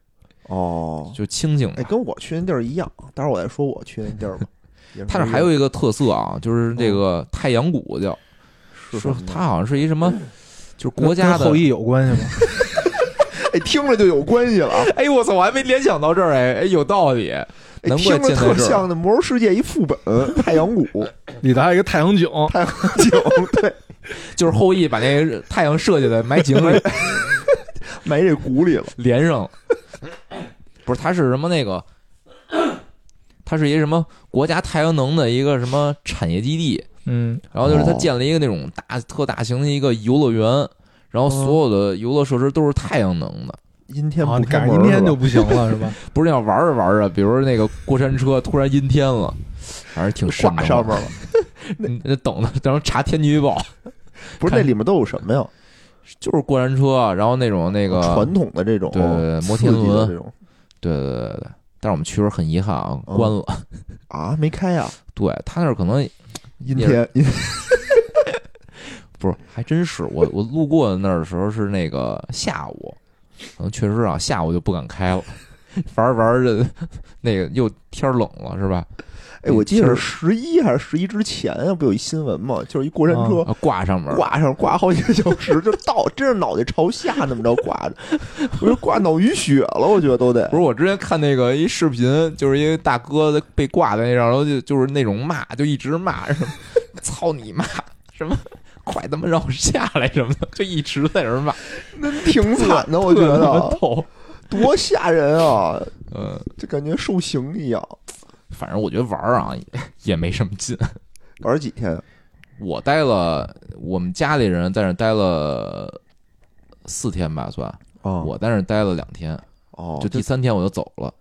哦，就清静哎，吧。跟我去那地儿一样。待会儿我再说我去那地 [LAUGHS] 儿吧。也是它那儿还有一个特色啊，就是这个太阳谷叫，是说什么呀它好像是一什么，就是国家跟后的。裔有关 [LAUGHS] 系吗？哎，听着就有关系了 [LAUGHS] 啊！哎，我操，我还没联想到这儿，哎，哎，有道理。哎，难听怪着建特在这儿，啊像那《魔兽世界》一副本《太阳谷》里头还有一个太阳井，太阳井，对，就是后羿把那个太阳射进来埋井里，埋这谷里了。连上了。 [COUGHS] 不是，它是什么那个？ [COUGHS] 它是一什么国家太阳能的一个什么产业基地？嗯，然后就是它哦建了一个那种大特大型的一个游乐园，然后所有的游乐设施都是太阳能的，阴天啊不，开赶门是上吧，阴天就不行了 [LAUGHS] 是吧？不是那样玩着玩着，比如那个过山车突然阴天了，还是挺瘆得挂上慌面 [LAUGHS] 了。你得等着，等着查天气预报，不是那里面都有什么呀？就是过山车，啊然后那种那个传统的这种对对对摩刺激天的轮这，种对对对对对。但是我们去的时候很遗憾啊，嗯关了。啊，没开呀，对他那儿可能阴天阴不是，还真是我我路过那儿的时候是那个下午，可能确实啊，下午就不敢开了，玩着玩着那个又天儿冷了是吧？哎，我记得天是十一还是十一之前啊，不有一新闻嘛，就是一过山车。啊挂上面儿，挂上挂好几个小时，就到，真是脑袋朝下那么着挂着，我就挂脑淤血了，我觉得都得不。是我之前看那个一视频，就是一个大哥被挂在那上，然后就就是那种骂，就一直骂什么 [LAUGHS] “操你妈”什么“快他妈让我下来”什么的，就一直在那儿骂，挺惨的，我觉啊 [LAUGHS] 特他妈得逗。多吓人啊！嗯，就感觉受刑一样。反正我觉得玩儿啊也也没什么劲。玩几天？我待了，我们家里人在那儿待了四天吧，算啊我在那儿待了两天，哦，就第就三天我就走了。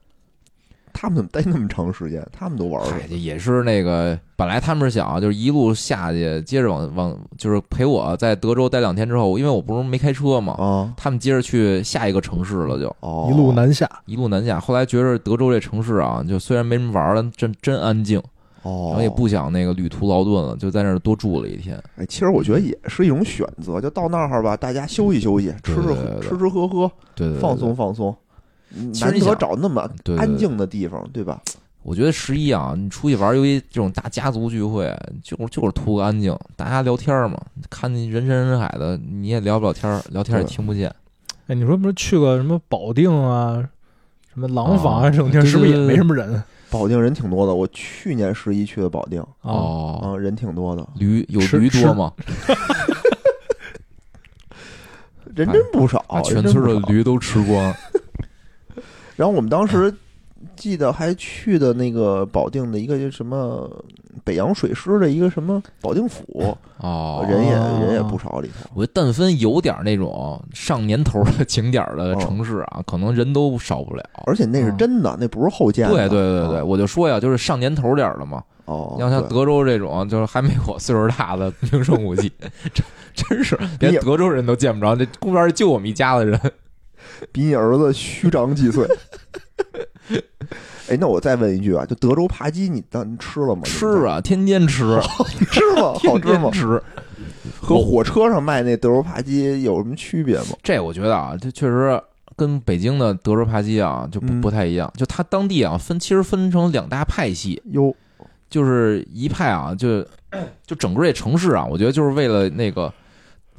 他们怎么待那么长时间？他们都玩嗨，了这也是那个，本来他们是想啊就是一路下去，接着往往就是陪我在德州待两天之后，因为我不是没开车嘛，啊？他们接着去下一个城市了就，哦，一路南下，一路南下。后来觉着德州这城市啊，就虽然没什么玩儿了，真真安静，哦，然后也不想那个旅途劳顿了，就在那儿多住了一天。哎，其实我觉得也是一种选择，就到那儿吧，大家休息休息，吃对吃对喝对对吃吃喝喝，对对对，放对松放松。其难实你得想找那么对对安对静的地方，对吧？我觉得十一啊，你出去玩儿，尤其这种大家族聚会，就是就是图个安静，大家聊天儿嘛，看你人山人海的，你也聊不了天儿，聊天儿也对听不见。哎，你说不是去个什么保定啊，什么廊坊啊啊这种地儿，对是不是也对对没什么人保定人挺多的，我去年十一去的保定，啊？哦，啊，人挺多的，驴有吃驴吃多吗？人真不少把，哎哦全人啊真村不的少。驴都吃 [LAUGHS] 光。然后我们当时记得还去的那个保定的一个什么北洋水师的一个什么保定府，哦，人也哦人也不少里头。我但凡有点儿那种上年头儿的景点儿嗯的城市啊，可能人都少不了。而且那是真的，那不是后建的。哦嗯对对对对，啊，我就说呀，就是上年头儿点儿的嘛，哦，要像对德州这种，就是还没我岁数大的名胜古迹， [LAUGHS] 真真是连你也德州人都见不着，这公园儿就我们一家子人。 [LAUGHS] 比你儿子虚长几岁。哎，哎，那我再问一句啊，就德州扒鸡，你当你吃了吗？吃，啊，天天哦吃，吃吗？好 [LAUGHS] 天吃吗天？吃。和火车上卖那德州扒鸡有什么区别吗？这我觉得啊，这确实跟北京的德州扒鸡啊就不嗯不太一样。就它当地啊分，其实分成两大派系，哟，就是一派啊，就 [COUGHS] 就整个这城市啊，我觉得就是为了那个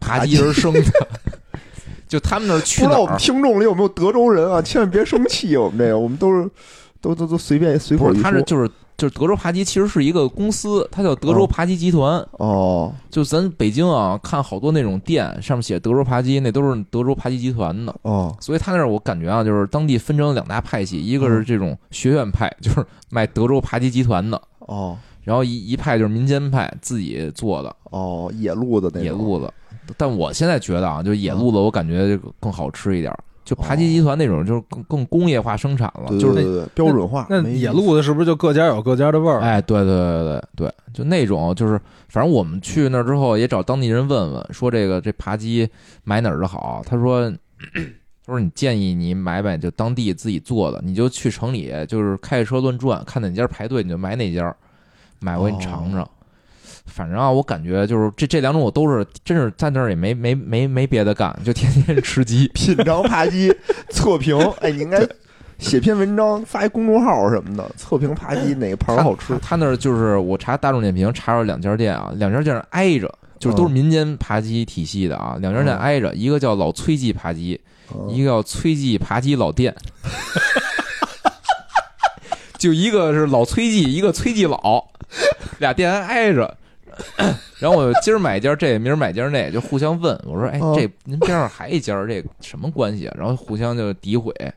扒鸡而生的。 [LAUGHS] 就他们那儿不去知哪道我们儿，听众里有没有德州人啊？千万别生气，我们这个我们都是都都都随便随口不一是说他是就是就是德州扒鸡，其实是一个公司，它叫德州哦扒鸡集团。哦，就咱北京啊，看好多那种店上面写德州扒鸡，那都是德州扒鸡集团的。哦，所以他那儿我感觉啊，就是当地分成两大派系，一个嗯是这种学院派，就是卖德州扒鸡集团的，哦，然后一一派就是民间派自己做的哦，野路子那种嗯野路子。但我现在觉得啊，就是野路子，我感觉就更好吃一点儿。就扒鸡集团那种，就是更更工业化生产了，哦对，就是对对对标准化。那没意思。野路子是不是就各家有各家的味儿？哎，对对对对对，就那种就是，反正我们去那儿之后也找当地人问问，说这个这扒鸡买哪儿的好？他说，他说你建议你买买就当地自己做的，你就去城里就是开着车乱转，看哪家排队你就买哪家，买回你尝尝。反正啊，我感觉就是这这两种我都是，真是在那儿也没没没没别的干，就天天吃鸡 [LAUGHS] 品尝扒鸡测评，哎，你应该写篇文章，发一公众号什么的，测评扒哎鸡哪个盘儿好吃他。他那儿就是我查大众点评查着两家店啊，两家店挨着，就是都是嗯民间扒鸡体系的啊，两家店嗯挨着，一个叫老崔记扒鸡，一嗯个叫崔记扒鸡 [LAUGHS] 老店。就一个是老崔记，一个崔记老，俩店还挨着。然后我今儿买一家这，明儿买一家那，就互相问。我说：“哎，嗯这您边上还一家，这什么关系啊？”然后互相就诋毁。然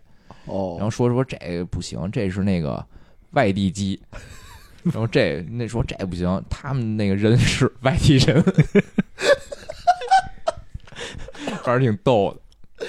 哦后说说这个不行，这是那个外地鸡， [LAUGHS] 然后这那说这不行，他们那个人是外地人， [LAUGHS] 反正挺逗的，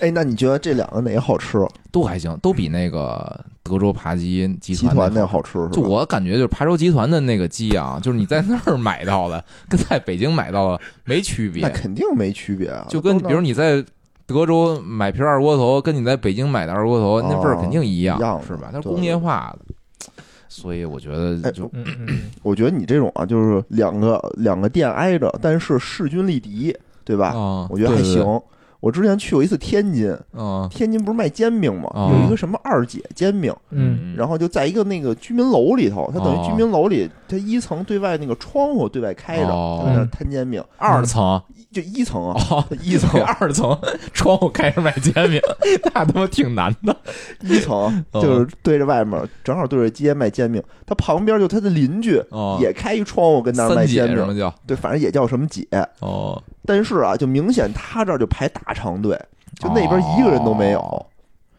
哎，那你觉得这两个哪个好吃？都还行，都比那个德州扒鸡集集团团那那好吃是吧？就我感觉，就是琶洲集团的那个鸡啊，就是你在那儿买到的，跟在北京买到的没区那别，肯定没区别啊，就跟都比如你在德州买瓶二锅头，跟你在北京买的二锅头，那味儿肯定一哦样，一样的是吧？它是对工业化的，所以我觉得哎就嗯嗯嗯我觉得你这种啊，就是两个两个店挨着，但是势均力敌，对吧？啊，我觉得还对对行对。我之前去过一次天津，嗯天津不是卖煎饼吗？哦有一个什么二姐煎饼，嗯，然后就在一个那个居民楼里头，它等哦于居民楼里，它一层对外那个窗户对外开着，哦在那摊煎饼，二层一就一层啊，哦，一层对二层窗户开始卖煎饼， [LAUGHS] 那他妈挺难的。一层啊 [LAUGHS] [LAUGHS] 哦就是对着外面，正好对着街卖煎饼。它旁边就他的邻居哦，也开一窗户跟那儿卖三姐煎什饼，么叫对，反正也叫什么姐。哦，但是啊，就明显他这儿就排大长队，就那边一个人都没有。哦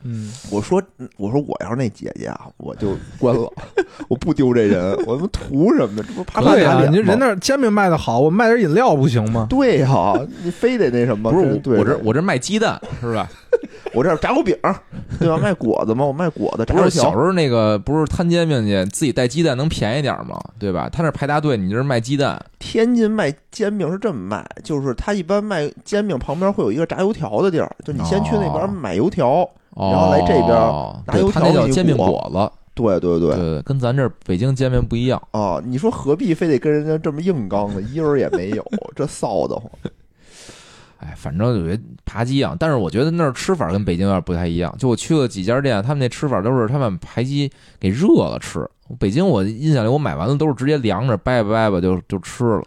嗯，我说，我说我要是那姐姐啊，我就关了， [LAUGHS] 我不丢这人，我他妈图什么呢？这不啪啪啊对打呀，脸啊你吗？人那儿煎饼卖的好，我卖点饮料不行 [LAUGHS] 吗？对呀、你非得那什么？不是真哦对我我这着我这卖鸡蛋是吧？我这儿炸狗饼， [LAUGHS] 对吧？卖果子嘛，我卖果子，炸不油是小时条。候那个不是摊煎饼去，自己带鸡蛋能便宜点儿吗？对吧？他那排大队，你这是卖鸡蛋天津卖煎饼是这么卖，就是他一般卖煎饼旁边会有一个炸油条的地儿，就你先去那边买油条。哦，然后来这边拿对油他条那叫给你煎饼裹果子，对对对，对，跟咱这儿北京煎饼不一样。啊，你说何必非得跟人家这么硬刚呢？一人也没 [LAUGHS] 有，这臊得慌。哎，反正我觉得扒鸡啊，但是我觉得那儿吃法跟北京有点不太一样。就我去了几家店，他们那吃法都是他们扒鸡给热了吃。北京我印象里，我买完了都是直接凉着掰吧掰吧就就吃了。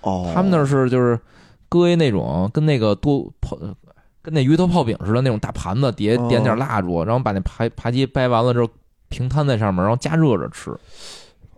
哦，他们那儿是就是搁一那种跟那个多泡。跟那鱼头泡饼似的那种大盘子，叠哦点点蜡烛，然后把那扒扒鸡掰完了之后平摊在上面，然后加热着吃。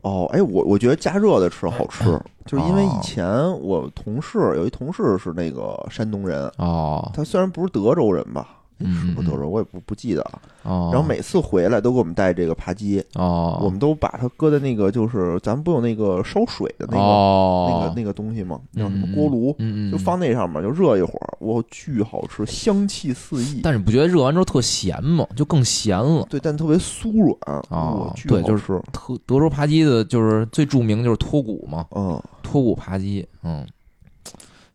哦，哎，我我觉得加热的吃好吃，就是因为哦以前我同事有一同事是那个山东人，哦他虽然不是德州人吧，哎嗯是不是德嗯州我也不不记得啊。哦，然后每次回来都给我们带这个扒鸡，哦，我们都把它搁在那个就是咱们不有那个烧水的那个那哦个那个东西吗？叫什嗯么锅炉？嗯嗯，就嗯放那上面就热一会儿，哇，巨好吃，香气四溢。但是你不觉得热完之后特咸吗？就更咸了。对，但特别酥软哦哇巨对好就是吃，特德州扒鸡的就是最著名就是脱骨嘛，嗯，脱骨扒鸡，嗯，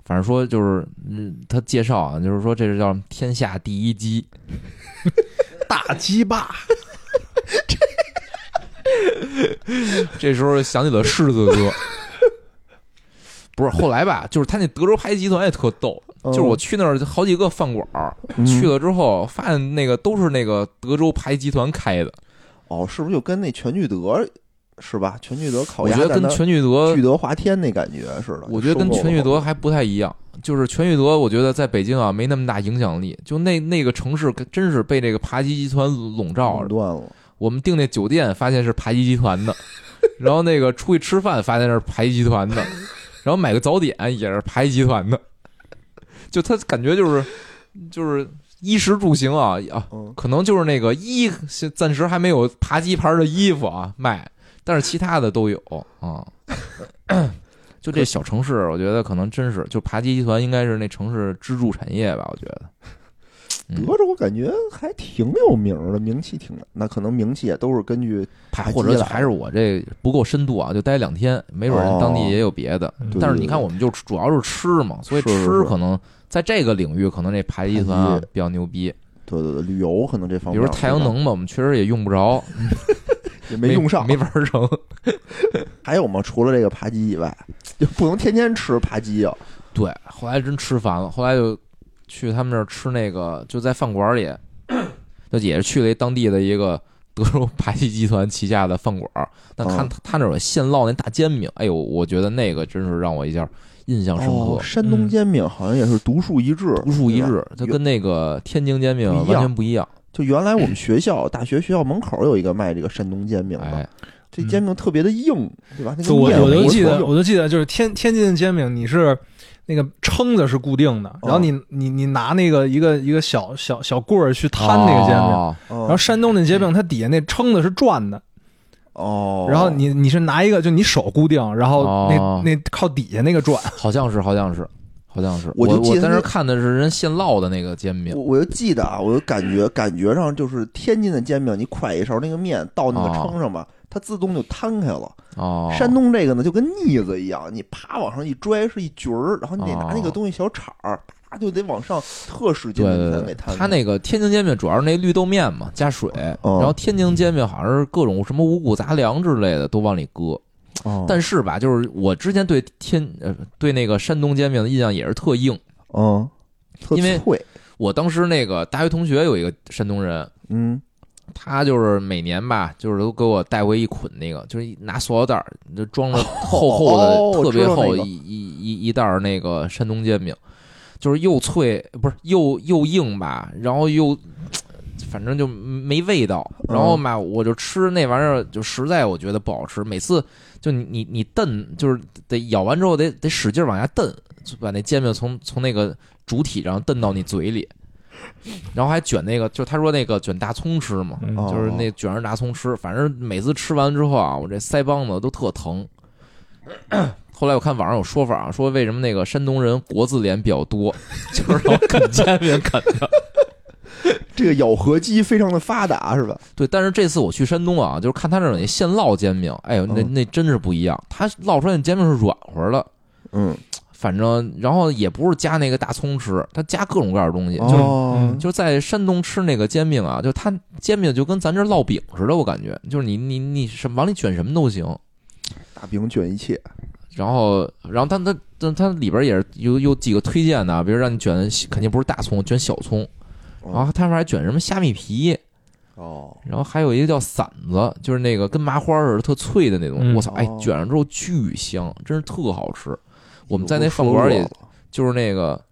反正说就是嗯他介绍啊，就是说这是叫天下第一鸡，大鸡巴，这时候想起了柿子哥。 [LAUGHS] 不是，后来吧，就是他那德州牌集团也特逗，嗯就是我去那儿好几个饭馆儿，嗯去了之后发现那个都是那个德州牌集团开的，哦，是不是就跟那全聚德是吧？全聚德烤我哦鸭觉得在跟那全聚德聚德华天那感觉似的。我觉得跟全聚德还不太一样，就是全聚德，我觉得在北京啊没那么大影响力，就那那个城市跟真是被这个扒鸡集团笼罩垄着。断了，我们订那酒店发现是扒鸡集团的，然后那个出去吃饭发现是扒鸡集团的，然后买个早点也是扒鸡集团的，就他感觉就是就是衣食住行啊啊，嗯，可能就是那个衣现暂时还没有扒鸡牌的衣服啊卖，但是其他的都有 [COUGHS] 啊。就这小城市，我觉得可能真是，就扒鸡集团应该是那城市支柱产业吧，我觉得。嗯德州感觉还挺有名儿的，名气挺大。那可能名气也都是根据扒扒鸡或者来还是我这不够深度啊，就待两天，没准哦人当地也有别的。对但是嗯对你看，对我们就主要是吃嘛，所以是是吃是可能在这个领域，可能这扒鸡集团啊扒鸡比较牛逼。对对对旅游可能这方比面，如说太阳能嘛，我们确实也用不着，也没用上。没玩儿成。还有吗？除了这个扒鸡以外，就不能天天吃扒鸡啊。对，后来真吃烦了，后来就去他们那儿吃那个，就在饭 [CLEARS THROAT] 馆里，就也是去了一当地的一个德州 [LAUGHS] 扒鸡集团旗下的饭馆儿，但看嗯他他那儿有现烙那大煎饼，哎呦，我觉得那个真是让我一下印象深刻哦，，山东煎饼好像也是独树一帜，嗯独树一对吧帜，它跟那个天津煎饼不一样完全不一样，就原来我们学校大学学校门口有一个卖这个山东煎饼的，哎，这煎饼特别的硬，对吧？那就个我面嗯我糊就特记得，硬我就记得就是天天津的煎饼，你是那个撑子是固定哦的，然后你你你拿那个一个一个小小小棍儿去摊那个煎饼，哦嗯然后山东那煎饼它底下那撑子是转的，哦，然后你你是拿一个就你手固定，然后哦那那靠底下那个哦转，好像是，好像是，好像是，我我就记得在那那儿看的是人现烙的那个煎饼我。我就记得啊，我就感觉感觉上就是天津的煎饼，你㧟一勺那个面到那个哦撑上吧，它自动就摊开了。哦，山东这个呢，就跟腻子一样，你啪往上一拽是一局儿，然后你得拿那哦个东西小铲儿，啪就得往上特使劲对的才对能给对，摊开。他那个天津煎饼主要是那绿豆面嘛，加水，哦然后天津煎饼好像是各种什么五谷杂粮之类的都往里搁。哦，但是吧，就是我之前对天呃对那个山东煎饼的印象也是特硬。嗯，特因为脆，我当时那个大学同学有一个山东人，嗯，他就是每年吧，就是都给我带回一捆那个，就是一拿塑料袋儿就装 [LAUGHS] 着厚厚的、哦特别我知道厚那一个一一一袋儿那个山东煎饼，就是又脆不是又又硬吧，然后又反正就没味道。嗯然后嘛，我就吃那玩意儿，就实在我觉得不好吃。每次就你你你蹬，就是得咬完之后得得使劲往下蹬，就把那煎饼从从那个主体上蹬到你嘴里。然后还卷那个，就他说那个卷大葱吃嘛，嗯哦就是那卷着大葱吃，反正每次吃完之后啊，我这腮帮子都特疼。后来我看网上有说法啊，说为什么那个山东人国字脸比较多， [LAUGHS] 就是老啃煎饼啃的。这个咬合肌非常的发达，是吧？对，但是这次我去山东啊，就是看他那种那现烙煎饼，哎呦，那嗯那真是不一样，他烙出来的煎饼是软和的，嗯，反正然后也不是加那个大葱吃，他加各种各样的东西，就是哦嗯就在山东吃那个煎饼啊，就它煎饼就跟咱这烙饼似的，我感觉就是你你你什往里卷什么都行。大饼卷一切，然后，然后它它它它里边也是有有几个推荐的啊，比如让你卷的肯定不是大葱，卷小葱，嗯然后他们还卷什么虾米皮，哦，然后还有一个叫馓子，就是那个跟麻花似的特脆的那种，嗯我操，哎，哦卷上之后巨香，真是特好吃。我们在那饭馆我里都说饿了就是那个，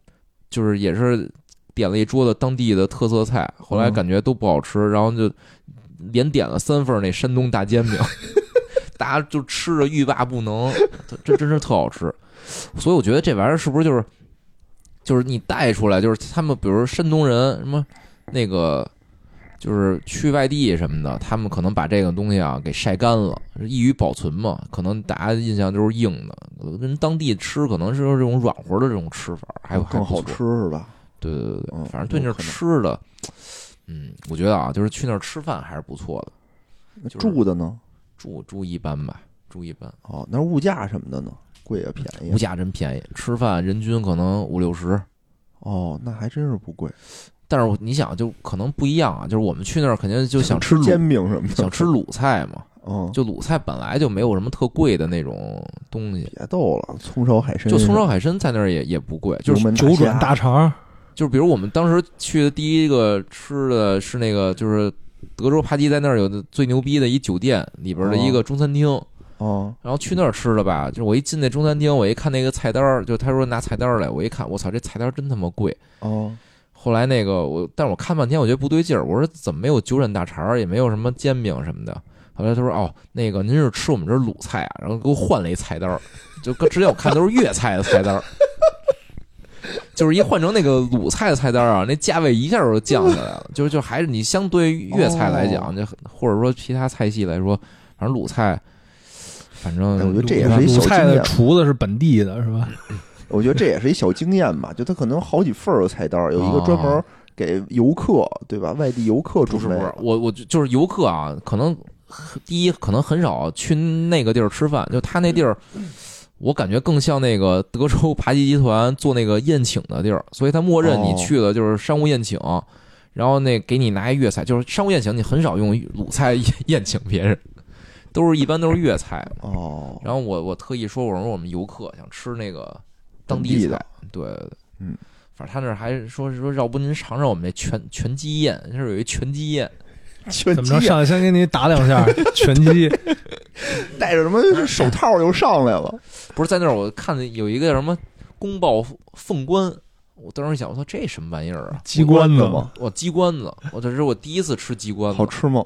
就是也是点了一桌子当地的特色菜，后来嗯感觉都不好吃，然后就连点了三份那山东大煎 [LAUGHS] 饼，大家就吃着欲罢不能，这真是特好吃。所以我觉得这玩意儿是不是就是就是你带出来，就是他们比如山东人什么那个。就是去外地什么的，他们可能把这个东西啊给晒干了，易于保存嘛。可能大家印象都是硬的，呃跟当地吃可能是这种软和的这种吃法，还有还嗯更不好错吃是吧？对对对对，嗯反正对那儿有可能吃的，嗯，我觉得啊，就是去那儿吃饭还是不错的，那就是住的呢？住住一般吧，住一般，哦，那物价什么的呢？贵也便宜啊物。价真便宜，吃饭人均可能五六十。哦，那还真是不贵。但是我你想，就可能不一样啊，就是我们去那儿肯定就想吃吃鲁煎饼什么的，想吃鲁菜嘛，嗯，就鲁菜本来就没有什么特贵的那种东西，别逗了，葱烧海参，就葱烧海参在那儿也也不贵，就是油焖九转大大肠，就是比如我们当时去的第一个吃的是那个就是德州扒鸡，在那儿有的最牛逼的一酒店里边的一个中餐厅，虾啊，然后去那儿吃的吧，就是我一进那中餐厅，我一看那个菜单儿，就他说拿菜单儿来，我一看，我操，这菜单儿真他妈贵。哦，后来那个我，但是我看半天，我觉得不对劲儿，我说怎么没有九转大肠儿，也没有什么煎饼什么的。后来他说哦，那个您是吃我们这儿鲁菜啊，然后给我换了一菜单儿，就跟之前我看都是粤菜的菜单儿， [LAUGHS] 就是一换成那个鲁菜的菜单儿啊，那价位一下就降下来了。就是就还是你相对于粤菜来讲，就或者说其他菜系来说，反正鲁菜，反正哎我觉得这也鲁是一小鲁嗯菜经的验厨子是本地的，[LAUGHS] 是吧？我觉得这也是一小经验吧，就他可能好几份儿有菜单儿，有一个啊专门给游客，对吧？外地游客不准是不备是，我我就就是游客啊，可能第一可能很少去那个地儿吃饭，就他那地儿，我感觉更像那个德州 [LAUGHS] 扒鸡集团做那个宴请的地儿，所以他默认你哦去的就是商务宴请，然后那给你拿一粤菜，就是商务宴请，你很少用鲁菜 [LAUGHS] 宴请别人，都是一般都是粤菜。哦，然后我我特意说，我说我们游客想吃那个当本地地菜的，对对对，嗯，反正他那儿还是说是说，要不您尝尝我们那全全鸡宴，那是有一全鸡宴。全 [LAUGHS] 怎么鸡啊着？上来先给你打两下 [LAUGHS] 拳击，戴着什么手套就上来 [LAUGHS] 了，不是在那儿，我看见有一个什么宫爆凤冠，我当时想，我操，这什么玩意儿啊？鸡冠子关的吗？我鸡冠子，我这是我第一次吃鸡冠好子，吃吗？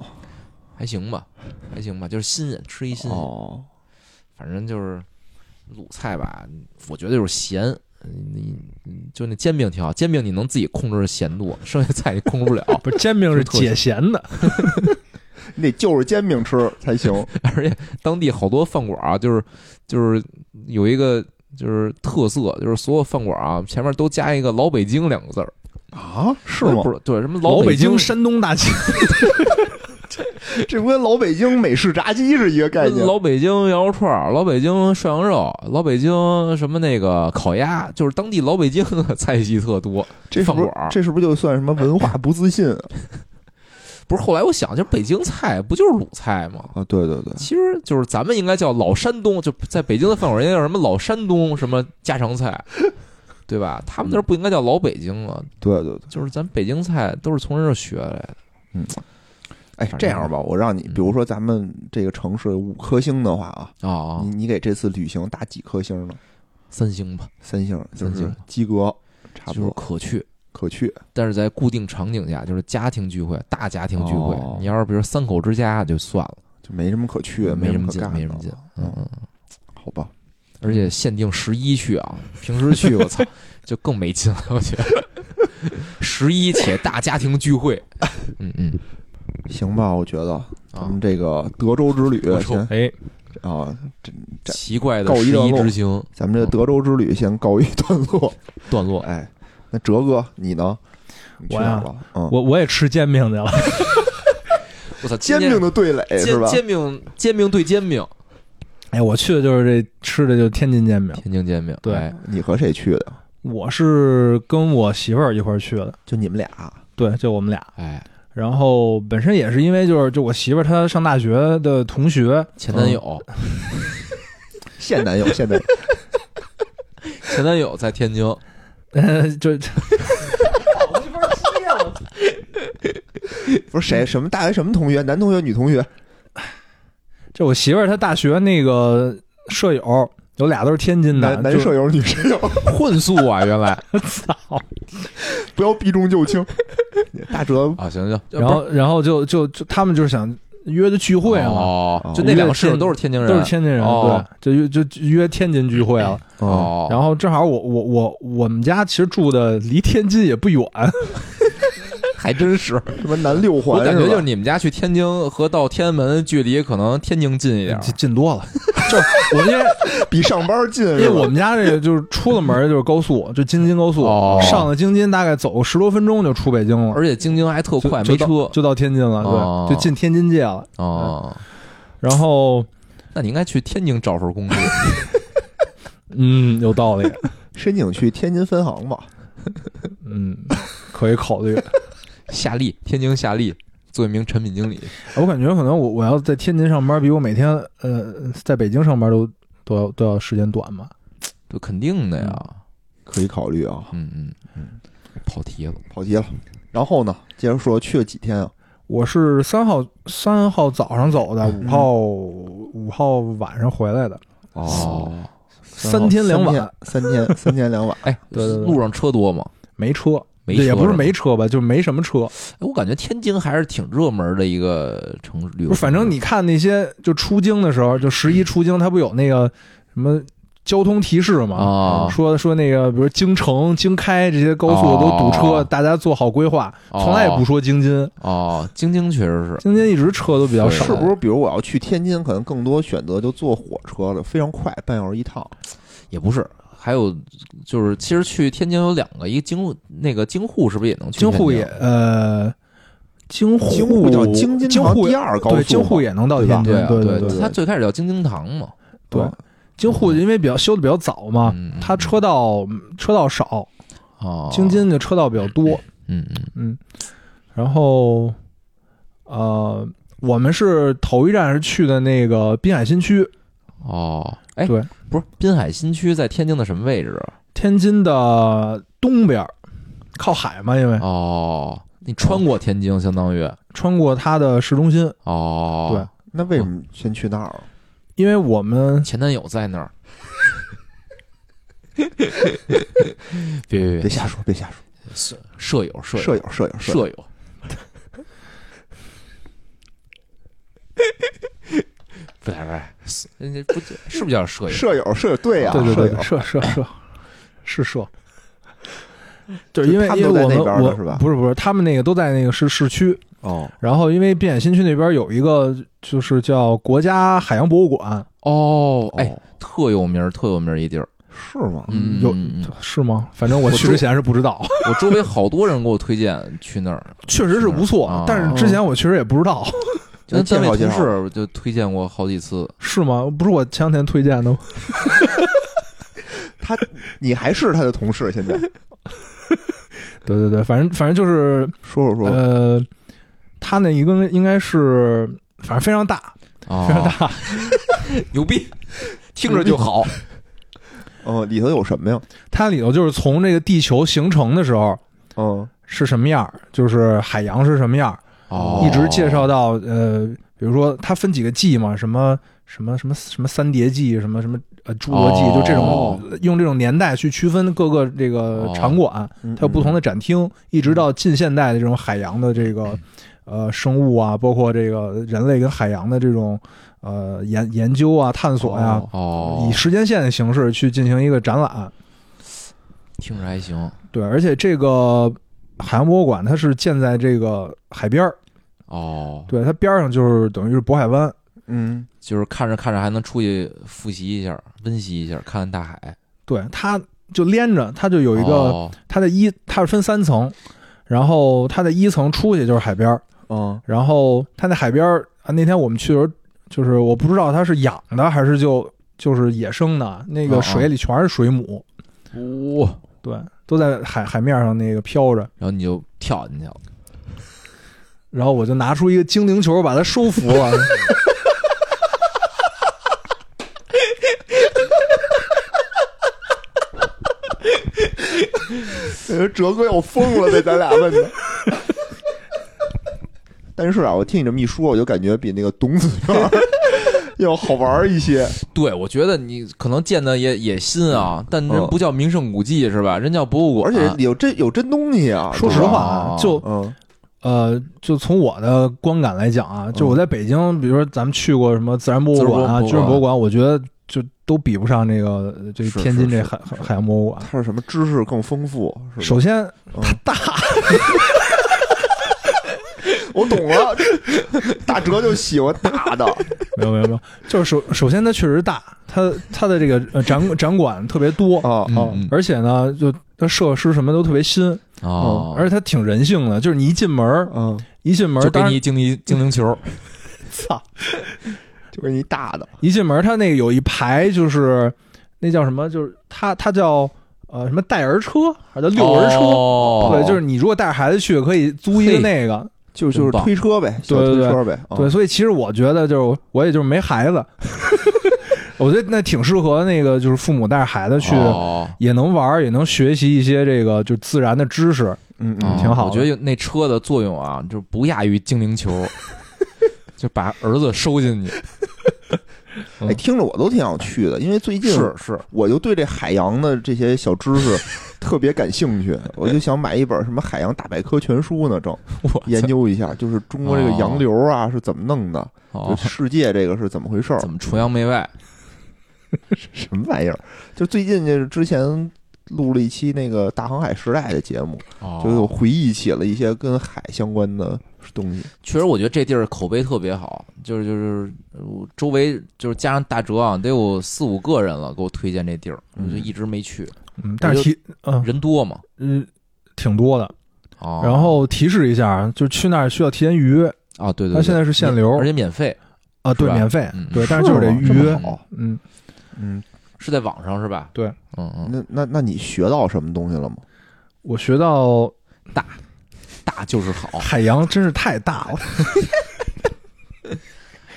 还行吧，还行吧，就是新鲜，吃一新鲜。哦，反正就是鲁菜吧，我觉得就是咸。嗯你你就那煎饼挺好，煎饼你能自己控制咸度，剩下菜你控制不了。 [LAUGHS] 不是煎饼是解咸的，你得就着煎饼吃才行。而且当地好多饭馆啊，就是就是有一个就是特色，就是所有饭馆啊前面都加一个“老北京”两个字儿。啊，是我也吗不？是对什么老北北京山东大鸡，这不跟老北京美式炸鸡是一个概念？老北京羊肉串儿、老北京涮羊肉、老北京什么那个烤鸭，就是当地老北京的菜系特多。这是不饭是馆儿这是不是就算什么文化不自信啊？不是后来我想，就是北京菜不就是鲁菜吗？啊对对对，其实就是咱们应该叫老山东，就在北京的饭馆应该叫什么老山东什么家常菜，对吧？他们那儿不应该叫老北京啊，对对对，就是咱北京菜都是从人这儿学来的。哎反，正这样吧，我让你，嗯比如说咱们这个城市五颗星的话啊，啊你，你给这次旅行打几颗星呢？三星吧，三星，就三星是及格，差不就是多可去，可去。但是在固定场景下，就是家庭聚会、大家庭聚会。哦你要是比如三口之家就算了，就没什么可去，没什么可劲干，的，没什么劲。嗯嗯，嗯好吧，而且限定十一去啊，平时去我 [LAUGHS] 操就更没劲了，我觉得。十一且大家庭聚会，嗯嗯行吧，我觉得咱啊们，这个德州之旅德州先 [LAUGHS] 哎，啊，这奇怪的告一十段一落之行咱们这德州之旅先告一段落。段落，哎，那哲哥你呢？你去我呀哪儿了？嗯，我我也吃煎饼去了，我操，今煎天饼的对垒是煎吧？煎饼煎饼对煎饼， [LAUGHS] 哎，我去的就是这吃的就是天津煎饼，天津煎饼，对哎你和谁去的？我是跟我媳妇儿一块儿去的，就你们俩对，就我们俩。哎，然后本身也是因为就是就我媳妇儿她上大学的同学，前男友嗯现男友，现男友前男友在天津，呃，就不是谁什么大学什么同学，男同学女同学就我媳妇儿她大学那个舍友有俩都是天津的，男男舍友，友女舍友， [LAUGHS] 混宿啊，原来操！不要避重就轻。大哲啊，行行，然后然后就就就他们就是想约着聚会啊了，哦哦，就那两个室友都是天津人，都是啊天津人，哦对，就就就约天津聚会了。哦，哦，然后正好我我我我们家其实住的离天津也不远，还真是，嗯什么南六我环感觉是就吧是你们家去天津和到天安门距离可能天津近一点儿，近近多了。 [LAUGHS] 就我们因为比上班近，因为是吧我们家这个就是出了门儿就是高速，就京津高速，哦上了京津大概走个十多分钟就出北京了，而且京津还特就快，就没到车就到天津了，对，哦就进天津界了。哦。然后，那你应该去天津找份工作，嗯，有道理，申请去天津分行吧。嗯，可以考虑。 [LAUGHS] 夏利，天津夏利，做一名产品经理，我感觉可能我我要在天津上班，比我每天呃在北京上班都都要都要时间短嘛。这肯定的呀。可以考虑啊，嗯嗯嗯，跑题了。跑题了。然后呢，接着说去了几天啊？我是三号三号早上走的，嗯五号五号晚上回来的，哦，然后三天两晚，三天，三 [LAUGHS] 天三天两晚。哎，对对对路上车多吗？没车，没车也不是吧没车吧，就没什么车。哎我感觉天津还是挺热门的一个城市旅游不城是，市。反正你看那些就出京的时候，就嗯十一出京，它不有那个什么交通提示嘛？嗯啊说说那个，比如京城、京开这些高速都堵车，哦大家做好规划。哦从来也不说京津，哦，京津确实是京津一直车都比较少是。不是？比如我要去天津，可能更多选择就坐火车了，非常快，半小时一趟。也不是。还有就是，其实去天津有两个，一个京那个京沪是不是也能去京天津？啊沪也呃，京沪京沪叫京津京长沪第二高速嘛，对京沪也能到对天吧津，对啊对对对。它最开始叫京津堂嘛。对嗯京沪因为比较修的比较早嘛，嗯啊它车道车道少，哦，京津的车道比较多。嗯嗯嗯，然后呃，我们是头一站是去的那个滨海新区，哦，哎，对，不是滨海新区在天津的什么位置啊？天津的东边儿，靠海嘛，因为哦，你穿过天津，相当于穿过它的市中心，哦，对那为什么先去那儿？因为我们前男友在那儿。 [LAUGHS] 别别别别，瞎说，别瞎说，舍舍友舍舍友，舍友，舍友， [LAUGHS] 友，不来不来，人家不是不是叫舍友？舍友，舍友，对呀，对舍对对友对，社社社 [LAUGHS] 是社。就是因为就他们因为都在那边我儿们呢我是吧不是不是，他们那个都在那个市市区，哦，然后因为滨海新区那边有一个就是叫国家海洋博物馆，哦，哎，哦，特有名儿，特有名儿一地儿。是吗？嗯，有嗯嗯是吗？反正我我去住之前是不知道，我周围好多人给我推荐去 [LAUGHS] 那儿，确实是哦不啊错，但是之前我确实也不知 [LAUGHS] 道，就跟单位介绍介同绍事就推荐过好几 [LAUGHS] 次。是吗？不是我前两天推荐的吗？他，你还是他的同事？ [LAUGHS] 现在 [LAUGHS] 对对对，反正反正就是说说说，呃，他那一个应该是反正非常大，哦非常大， [LAUGHS] 牛逼，听着就好。嗯，里头有什么呀？它里头就是从这个地球形成的时候嗯，是什么样儿，就是海洋是什么样儿，哦， [LAUGHS] 一直介绍到呃，比如说它分几个纪嘛，什么什么什么什么三叠纪，什么什么。呃，侏罗纪哦就这种，用这种年代去区分各个这个哦场馆，嗯它有不同的，展厅，一直到近现代的这种海洋的这个嗯呃生物啊，包括这个人类跟海洋的这种呃研研究啊、探索呀、哦，以时间线的形式去进行一个展览。听着还行。对，而且这个海洋博物馆它是建在这个海边儿，哦，对，它边儿上就是等于是渤海湾。嗯就是看着看着还能出去复习一下、温习一下，看看大海。对，它就连着，它就有一个、哦它的一，它是分三层，然后它的一层出去就是海边儿。嗯然后它那海边儿啊，那天我们去的时候，就是我不知道它是养的还是就就是野生的，那哦个哦水里全是水母，哇、对，都在海海面上那个飘着。然后你就跳进去了。然后我就拿出一个精灵球把它收服 [LAUGHS] 了。嗯， [LAUGHS] 哲哥要疯了，被咱俩问的。 [LAUGHS] 但是啊，我听你这么一说，我就感觉比那个董子园 [LAUGHS] 要好玩一些。对，我觉得你可能建的也也新啊，但人嗯不叫名胜古迹是吧？人叫博物而馆。啊且有真有真东西啊！啊说实对吧话，啊哦，就嗯呃，就从我的观感来讲啊，就我在北京，比如说咱们去过什么自然博物馆啊、嗯自军然博事博物物馆，我觉得就都比不上这个这个是天津是这是海海洋博物馆。它是什么知识更丰富？是吧？首先，它大，我懂了， [LAUGHS] 大哲就喜欢大的， [LAUGHS] 没有没有没有，就是首首先它确实大，它它的这个呃展展馆特别多，哦啊嗯，啊，嗯而且呢，就它设施什么都特别新，哦，而且它挺人性的，就是你一进门儿，嗯，一进门儿，就给当然你一精灵精灵球。操，就给你大的，一进门儿它那个有一排就是那叫什么，就是它它叫呃什么带儿车还是叫六轮车，哦、对，就是你如果带着孩子去，可以租一个那个，就就真是棒推车呗，小对推对车呗，啊哦对，所以其实我觉得就是我也就是没孩 [LAUGHS] 子， [LAUGHS] 我觉得那挺适合那个就是父母带着孩子去，哦也能玩儿，也能学习一些这个就自然的知识。嗯哦嗯，挺好的我觉得那车的作用啊，就不亚于精灵球，就把儿子收进去。哎，听着我都挺想去的，因为最近是是，我就对这海洋的这些小知 [LAUGHS] 识特别感兴趣，我就想买一本什么《海洋大百科全书》呢， [LAUGHS] 正 [LAUGHS] 我研究一下，就是中国这个洋流啊是怎么弄的，哦就，世界这个是怎么回事儿怎，么崇洋媚外？什么玩意儿？就最近就是之前录了一期那个大航海时代的节目，哦，就是我回忆起了一些跟海相关的东西。确实，我觉得这地儿口碑特别好，就是就是我周围就是加上大哲啊，得有四五个人了给我推荐这地儿，我嗯就一直没去，嗯，但是提嗯人多嘛。嗯挺多的。哦，然后提示一下，就去那儿需要提前预约啊，对对，它现对在是限免流而且免费，啊，是对，吧免费嗯，对，是但是就是得吗预哦这么约。好，嗯，嗯，哦是在网上是吧？对，嗯嗯，那那那你学到什么东西了吗？我学到大就是好。海洋真是太大了。哦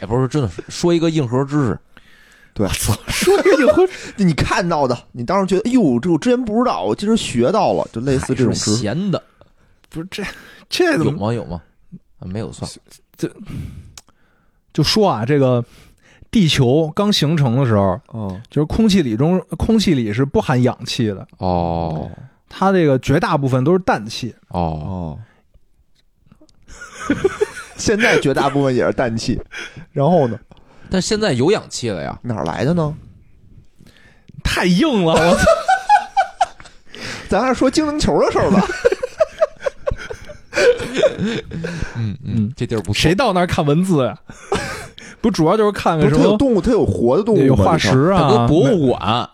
哎，不是，真的说一个硬核 [LAUGHS] 知识，对，说这个和你看到的，你当时觉得，哎呦，这我之前不知道，我今儿学到了，就类似海这种是知识。咸的， [LAUGHS] 不是这这有哎怎么吗？有吗？啊没有算就说啊？这个地球刚形成的时候，嗯，就是空气里中空气里是不含氧气的，哦它这个绝大部分都是氮气。哦，哦， [LAUGHS] 现在绝大部分也是氮气，然后呢，但现在有氧气了呀。哪儿来的呢？太硬了，我操！咱还是说精灵球的事 [LAUGHS] 儿吧。嗯嗯，这地儿不错。谁到那儿看文字呀、 [LAUGHS] 不主要就是看不看是什它有么动物，它有活的动物吗，有化里头。石大啊？哥，博没物馆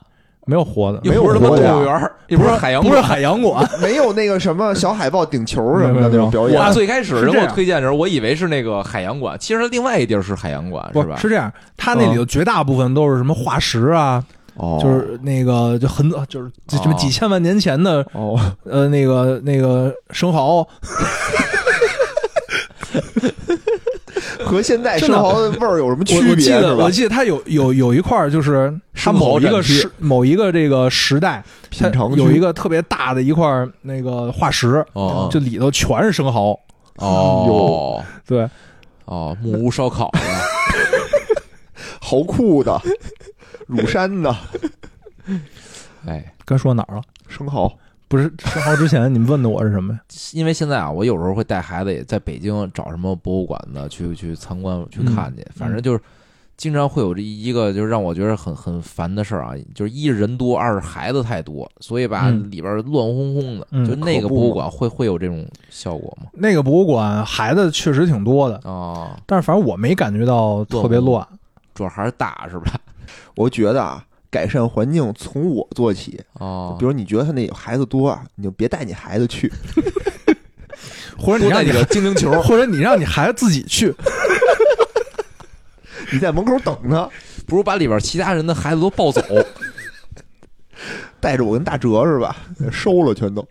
没有活的，没又有不是他妈活的呀动物园儿，又不是海洋不馆是。海洋馆，没有那个什么小海豹顶球什么的没有没那有种表演我哇。最开始哦是人这给我样推荐的时候，我以为是那个海洋馆，其实另外一地儿是海洋馆， [LAUGHS] 不吧？是这样，它那里头绝大部分都是什么化石啊，哦就是那个就很就是这什么哦几千万年前的哦，呃那个那个生蚝，和现在真生的蚝的味儿有什么区我我别记是得吧我？记得它有有有一块儿就是它生蚝某一个展区时某一个这个时代，它品尝区有一个特别大的一块儿那个化石，哦就里头全是生蚝。哦对，哦，木屋烧烤啊 [LAUGHS] 蚝库的、乳山的哎，该说哪儿了？生蚝。不是生蚝之前你们问的我是什么呀？因为现在啊，我有时候会带孩子也在北京找什么博物馆的去去参观去看嗯去，反正就是经常会有这一个就是让我觉得很很烦的事儿啊，就是一是人多，二是孩子太多，所以吧嗯里边乱哄哄的，嗯就那个可不博物馆会会有这种效果吗？那个博物馆孩子确实挺多的，哦，但是反正我没感觉到特别乱。主要还是大是吧？我觉得啊，改善环境从我做起。哦啊比，如你觉得他那孩子多啊，你就别带你孩子去。或者你多带让几你个精灵球， [LAUGHS] 或者你让你孩子自己去，你在门口等他，不如把里边其他人的孩子都抱走。带着我跟大哲是吧？嗯收了全都。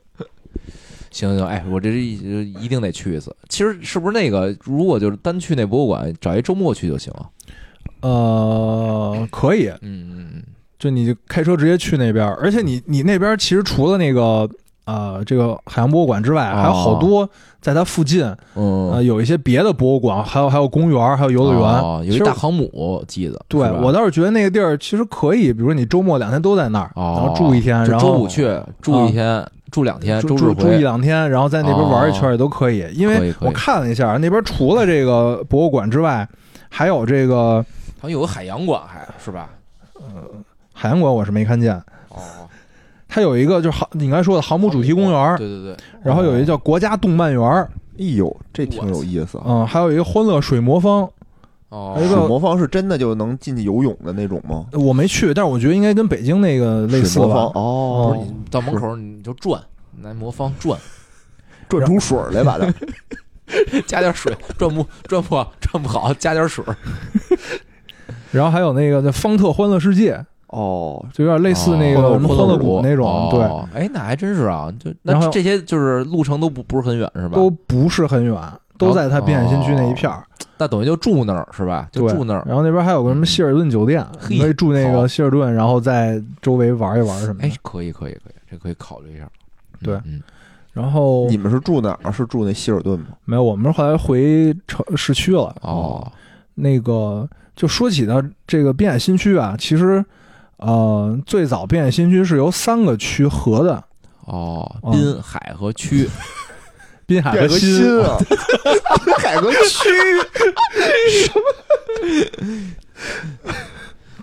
行行，哎，我这是一一定得去一次。其实是不是那个，如果就是单去那博物馆，找一周末去就行了。呃，可以，嗯嗯就你开车直接去那边儿，而且你你那边儿其实除了那个呃这个海洋博物馆之外，哦还有好多在它附近嗯呃嗯，有一些别的博物馆，还有还有公园儿，还有游乐园。哦有其一实大航母，我记得。对是吧我倒是觉得那个地儿其实可以，比如你周末两天都在那儿，哦然后住一天，就然后啊周五去住一天，住两天，住周住日住一回。两天，然后在那边玩一圈也都可以。因可以为可以我看了一下，那边除了这个博物馆之外，还有这个好像有个海洋馆，还是吧？海洋馆，我是没看见。哦，它有一个就是航，你应该说的航母主题公园儿，对对对，然后有一个叫国家动漫园儿，哎呦，这挺有意思啊！嗯，还有一个欢乐水魔方，哦还有一水个魔方是真的就能进去游泳的那种吗？我没去，但是我觉得应该跟北京那个类似水魔方吧。不哦是，你到门口你就转，拿魔方转， [LAUGHS] 转出水来吧 [LAUGHS] 的，加点水，转不转不好转不好，加点水。然后还有那个叫方特欢乐世界，哦，就有点类似那哦个什么欢乐谷那种，对，哦哎，那还真是啊，就然那后这些就是路程都不不是很远是吧？都不是很远，都在它滨海新区那一片儿。那等于就住那儿是吧？就对嗯住那儿。嗯然后那边还有个什么希尔顿酒店，嘿你可以住那好个希尔顿，然后在周围玩一玩什么的哎。，可以可以可以，这可以考虑一下。嗯对嗯，然后你们是住哪儿？啊是住那希尔顿吗？没有，我们后来回城市区了。哦，那个就说起到这个滨海新区啊，其实呃，最早滨海新区是由三个区合的，哦，嗯滨海和区，滨海海和和新。新啊， [LAUGHS] 海和区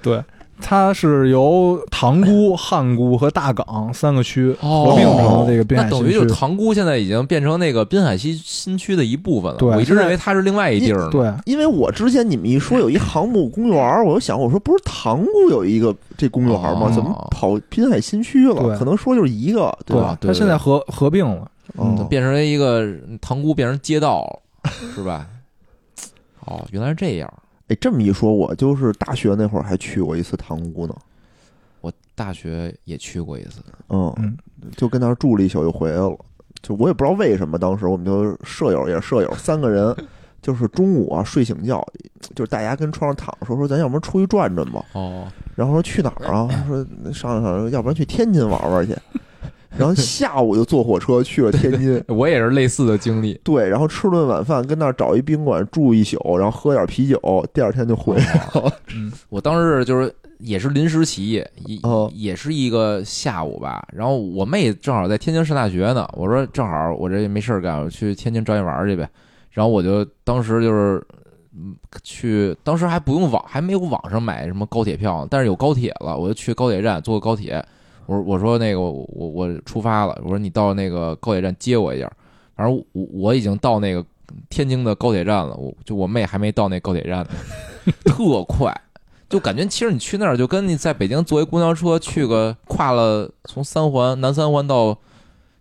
对，它是由塘沽、汉沽和大港三个区哎哦合并成了这个滨那海新等于区。就是塘沽现在已经变成那个滨海新新区的一部分了。对我一直认为它是另外一地儿呢。对，因为我之前你们一说有一航母公园儿，我就想我说不是塘沽有一个这公园儿吗哦？怎么跑滨海新区了？对可能说就是一个，对吧？吧对它现在合合并了。嗯，哦变成一个嗯塘沽变成街道了，是 [LAUGHS] 吧？哦，原来是这样。哎，这么一说，我就是大学那会儿还去过一次塘沽呢。我大学也去过一次，嗯嗯，就跟那儿住了一宿，又回来了。就我也不知道为什么，当时我们就舍友也是舍友，三个人，就是中午啊睡醒觉，就是大家跟床上躺着说说，咱要不然出去转转吧。哦，然后说去哪儿啊？说商量商量，要不然去天津玩玩去。然后下午就坐火车去了天津，我也是类似的经历。对，然后吃顿晚饭，跟那儿找一宾馆住一宿，然后喝点啤酒，第二天就回来了。嗯，我当时就是也是临时起意，也、哦也是一个下午吧。然后我妹正好在天津上大学呢，我说正好我这也没事儿干，我去天津找你玩儿去呗。然后我就当时就是嗯去，当时还不用网，还没有网上买什么高铁票，但是有高铁了，我就去高铁站坐高铁。我说我说那个我我我出发了，我说你到那个高铁站接我一下。反正我我我已经到那个天津的高铁站了，我就我妹还没到那高铁站呢，特快。就感觉其实你去那儿就跟你在北京坐一公交车去个跨了从三环南三环到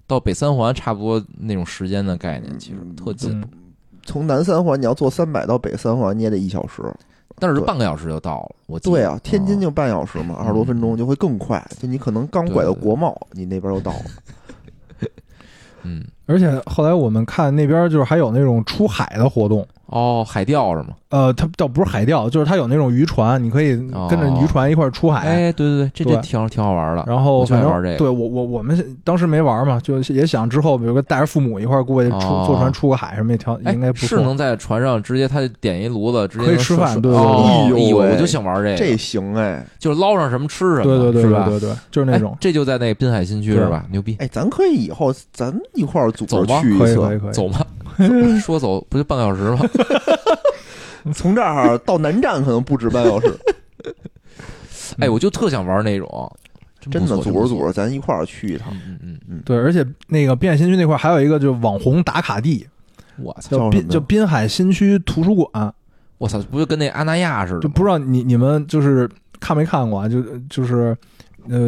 到北三环差不多那种时间的概念，其实特近，嗯从南三环你要坐三百到北三环，你也得一小时。但是对半个小时就到了。我记得对啊，天津哦就半小时嘛，嗯二十多分钟就会更快。就你可能刚拐到国贸，你那边就到了。嗯而且后来我们看那边就是还有那种出海的活动。哦海钓是吗？呃，它倒不是海钓，就是它有那种渔船，你可以跟着渔船一块儿出海。哎，对对对，这这对挺好挺好玩的。然后我就爱反正玩这个对我我我们当时没玩嘛，就也想之后，比如说带着父母一块儿过去出、哦坐船出个海什么也挺好哎应该不是错。能在船上直接他点一炉子，直接可以能吃涮饭涮对对对哦哎呦哎呦喂我就想玩这这个，行哎就是捞上什么吃什么，对对对是对吧？对对，就是那哎种。这就在那个滨海新区对是吧？牛逼，哎，咱可以以后咱一块儿组走织吧去一可以次，可以可以，走吧， [LAUGHS] 说走不就半个小时吗？ [LAUGHS] 从这儿到南站可能不止半小 [LAUGHS] 时。哎，我就特想玩那种，真的不错组织组织。织，咱一块儿去一趟。嗯嗯对，而且那个滨海新区那块儿还有一个就是网红打卡地，嗯，我操，叫叫什滨么叫滨海新区图书馆，我操，不就跟那阿那亚似的吗？就不知道你你们就是看没看过啊？就就是呃，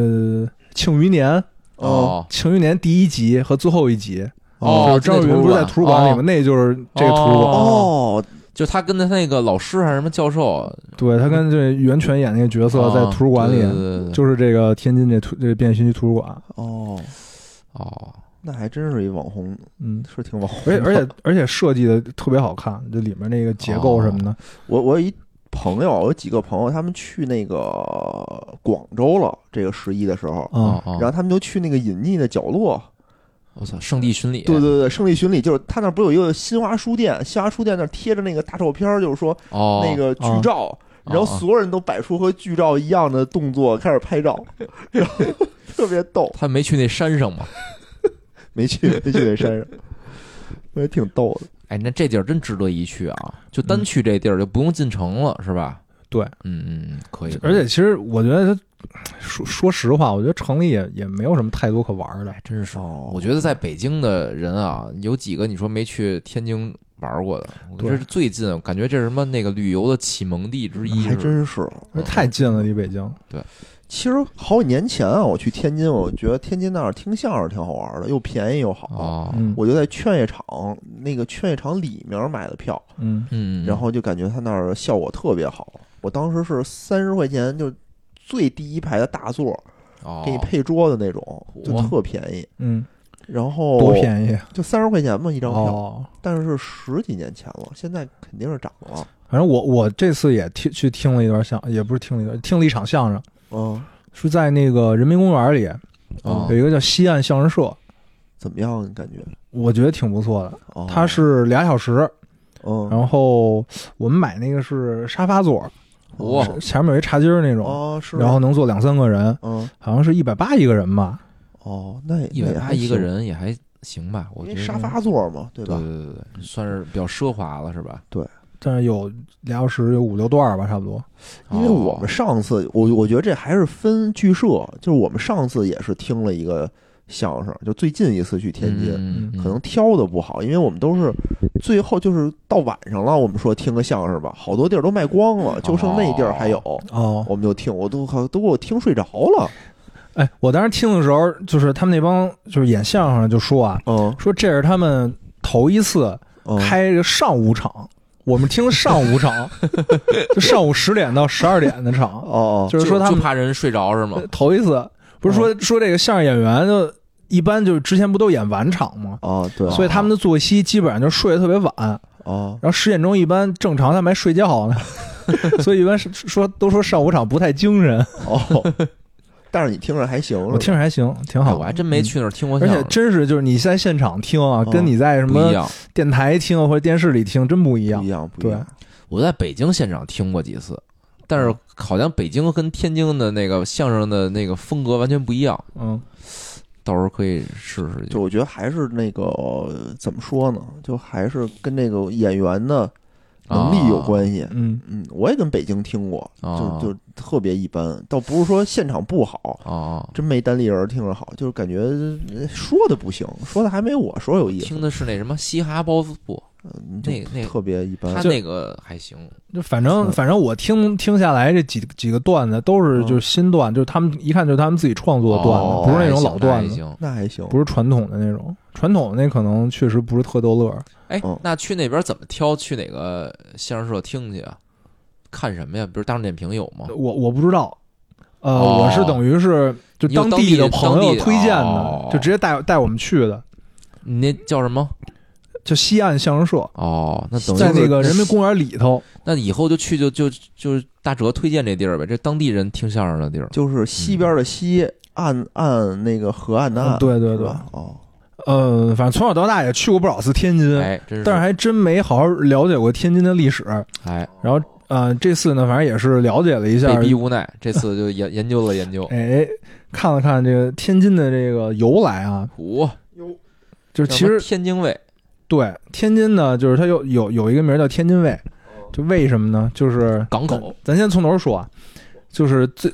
《庆余年》《哦庆余年》第一集和最后一集，哦就是张在若图书昀不是在馆图书馆里哦吗？那就是这个图书馆。哦，就他跟他那个老师还是什么教授，对他跟这袁泉演那个角色啊在图书馆里，对对对对就是这个天津这图这便新区图书馆，哦，哦，那还真是一网红，嗯，是挺网红而的。且而且而且设计的特别好看，这里面那个结构什么的， [LAUGHS] 我我有一朋友，我有几个朋友，他们去那个广州了，这个十一的时候，嗯，哦然后他们就去那个隐匿的角落，我操，圣地巡礼，对对对，胜利巡礼就是他那儿不是有一个新华书店，新华书店那儿贴着那个大照片儿，就是说哦，那个剧照，然后哦所有人都摆出和剧照一样的动作开始拍照，然后 [LAUGHS] 特别逗，他没去那山上嘛？ [LAUGHS] 没去没去那山上， [LAUGHS] 我也挺逗的。哎，那这地儿真值得一去啊！就单去这地儿就不用进城了，是吧？嗯对，嗯嗯，嗯可以。而且其实我觉得它说说实话，我觉得城里也也没有什么太多可玩的，哎，真是，哦我觉得在北京的人啊，有几个你说没去天津玩过的？我这对是最近，我感觉这是什么那个旅游的启蒙地之一，还是吧真是。而太近了离北哦京，其实好几年前啊，我去天津，我觉得天津那儿听相声挺好玩的，又便宜又好。哦，嗯我就在劝业场那个劝业场里面买的票，嗯嗯，然后就感觉他那儿效果特别好。我当时是三十块钱，就是最第一排的大座，哦给你配桌的那种，就哇特便宜。嗯，然后多便宜就三十块钱嘛一张票，哦！但是十几年前了，现在肯定是涨了。嗯反正我我这次也听去听了一段相，也不是听了一段，听了一场相声，嗯，是在那个人民公园里哦有一个叫西岸相声社，怎么样？你感觉？我觉得挺不错的。哦，它是俩小时，嗯，然后我们买那个是沙发座，哇是前面有一茶几儿那种，哦是，然后能坐两三个人，嗯好像是一百八一个人吧。哦，那也一百那也还八一个行，人也还行吧，我因觉为得沙发座嘛，对对吧对？对对对，算是比较奢华了是吧？但是有俩小时有五六段儿吧，差不多。因哦为哦我们上次，我我觉得这还是分剧社，就是我们上次也是听了一个相声，就最近一次去天津，嗯嗯津可能挑的不好，因为我们都是最后就是到晚上了，我们说听个相声吧，好多地儿都卖光了，就剩那地儿还有，哦，我们就听，我都都给我听睡着了，哎，我当时听的时候，就是他们那帮就是演相声的就说啊，嗯，说这是他们头一次嗯开这个上午场，我们听上午场，就上午十点到十二点的场，哦，就是说他就们怕人睡着是吗嗯呃？头一次，不是说、说这个相声演员就一般就是之前不都演晚场吗？哦，对，所以他们的作息基本上就睡得特别晚，哦，然后十点钟一般正常他们还睡觉呢，所以一般是说都说上午场不太精神，哦， [LAUGHS] 但是你听着还行，我听着还行，挺哎好。我还真嗯没去那儿听过而相声，且真是就是你在现场听啊，哦跟你在什不一么样。电台听或者电视里听真不一样不一。样，不一对样，我在北京现场听过几次，但嗯是好像北京跟天津的那个相声的那个风格完全不一样，嗯，到时候可以试试去就。我觉得还是那个呃怎么说呢，就还是跟那个演员的能力有关系。嗯，嗯，我也跟北京听过，啊就就特别一般，倒不是说现场不好，哦，真没单立人听着好，就是感觉呃说的不行，说的还没我说有意思，听的是那什么嘻哈包袱布，嗯，就那个那个特别一般他。那个还行。就反正反正我听听下来这几几个段子都是嗯就是新段，就是他们一看就是他们自己创作的段哦子，不是那种老还段子，行。那还行，不是传统的那种。传统的那可能确实不是特逗乐儿，哎嗯，那去那边怎么挑？去哪个相声社听去啊？看什么呀？比如大众点评有吗？我我不知道。呃，哦我是等于是就你有当地地的朋当友地的推荐哦的，就直接带带我们去的，你那叫什么？就西岸相声社，哦，那等于在是那个人民公园里头。那以后就去就就就是大哲推荐这地儿呗，这当地人听相声的地儿。就是西边的西，岸岸那个河岸的岸，嗯对对是对吧哦，呃，反正从小到大也去过不少次天津，哎，真是，但是还真没好好了解过天津的历史。哎，然后，呃，这次呢，反正也是了解了一下被，逼无奈，这次就研 [LAUGHS] 研究了研究。哎，看了看这个天津的这个由来啊，五，就是其叫什么实天津卫对天津呢，就是它有有有一个名儿叫天津卫，哦就为什么呢？就是港咱口，咱先从头说啊，就是最。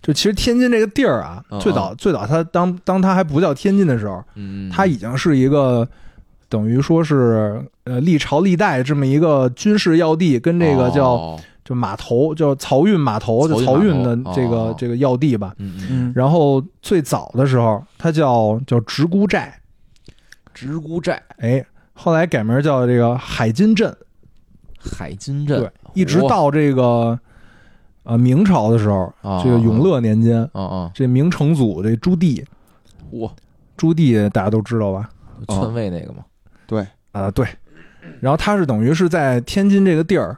就其实天津这个地儿啊嗯，最早最早它当当它还不叫天津的时候，嗯，它已经是一个等于说是呃历朝历代这么一个军事要地，跟这个叫、哦就码头叫漕运码头，就漕漕运运码头的这个、哦这个要地吧。嗯嗯，嗯，然后最早的时候，它叫叫直沽寨，直沽寨、哎，后来改名叫这个海津镇，海津对镇，，一直哇到这个呃明朝的时候，哦这个永乐年间，啊啊，这明成祖这朱棣，哇，朱棣大家都知道吧？篡位那个嘛，对，啊、对。然后他是等于是在天津这个地儿，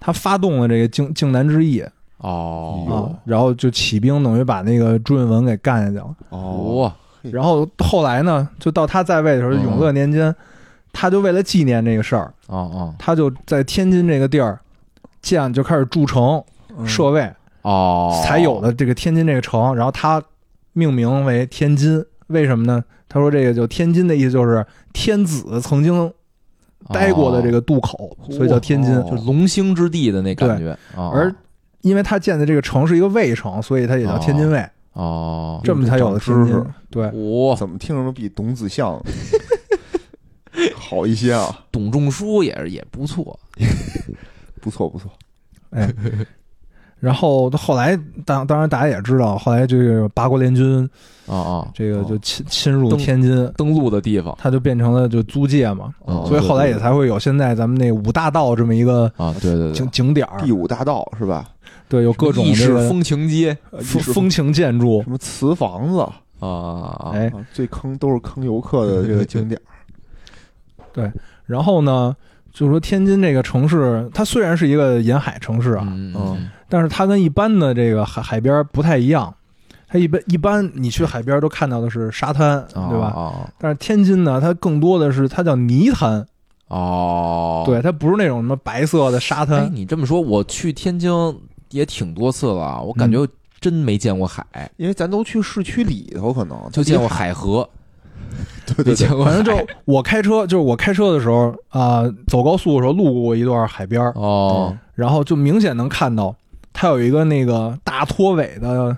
他发动了这个靖靖难之役啊、哦，哟然后就起兵，等于把那个朱允炆给干下去了。哦，哇，然后后来呢，就到他在位的时候，嗯永乐年间，他就为了纪念这个事儿，哦哦他就在天津这个地儿建就开始筑城嗯设卫，哦，才有了这个天津这个城。然后他命名为天津，为什么呢？他说这个就天津的意思就是天子曾经待过的这个渡口，所以叫天津。哦啊哦，就龙兴之地的那感觉。哦而因为他建的这个城是一个卫城，所以它也叫天津卫，哦，这么才有了天长知津识。对，哇，怎么听着都比董子巷 [LAUGHS] 好一些啊，董仲舒也是也不错。不错不错，哎，然后后来当当然大家也知道，后来这个八国联军啊啊，这个哦就侵侵入登天津，登陆的地方。它就变成了就租界嘛，哦所以后来也对才会有现在咱们那五大道这么一个啊，对对对景，景点儿第，五大道是吧？对，有各种意这式个呃风情街，风风情建筑什，么瓷房子，啊，哎，啊最坑都是坑游客的这个景点儿。然后呢，就是说天津这个城市，它虽然是一个沿海城市啊，嗯嗯但是它跟一般的这个海海边不太一样。它一般一般你去海边都看到的是沙滩，嗯，对吧？吧？但是天津呢，它更多的是它叫泥滩，哦，对，它不是那种什么白色的沙哎，滩。你这么说，我去天津也挺多次了，我嗯感觉真没见过海， [LAUGHS] 因为咱都去市区里头，可能就见过，海 [LAUGHS] 河，对没对见对，过海，反正就我开车，就是我开车的时候啊、走高速的时候路过一段海边， [LAUGHS] 哦，然后就明显能看到它有一个那个大拖尾的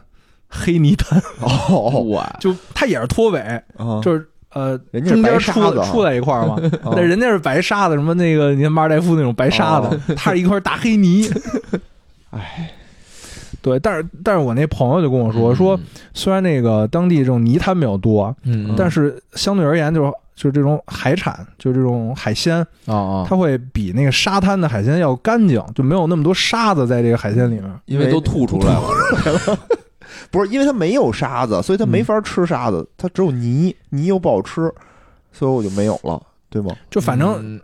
黑 [LAUGHS] 泥滩，哦，我就它也是拖尾，啊就是呃人家是中白间沙出子啊出来一块儿 [LAUGHS] 嘛，啊那人家是白沙子，什么那个你看马尔代夫那种白沙子，哦 [LAUGHS] 它是一块大黑泥。哎，对，但是但是我那朋友就跟我嗯说，说，虽然那个当地这种泥滩比较多，嗯，但是相对而言就是就是这种海产，就是这种海鲜，啊啊，哦它会比那个沙滩的海鲜要干净，就没有那么多沙子在这个海鲜里面。因为都吐出来了，不是因为它没有沙子，所以它没法吃沙子，它只有泥，泥又不好吃，所以我就没有了，对吗？就反正，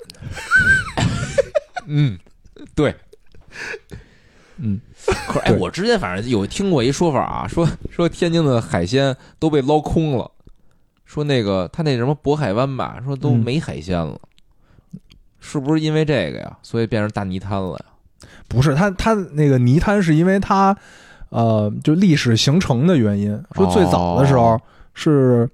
嗯， [LAUGHS] 对，嗯，可是哎，对我之前反正有听过一说法啊，说说天津的海鲜都被捞空了，说那个他那什么渤海湾吧，说都嗯没海鲜了，是不是因为这个呀？所以变成大泥滩了呀？不是它它那个泥滩是因为它呃就历史形成的原因，说最早的时候哦是。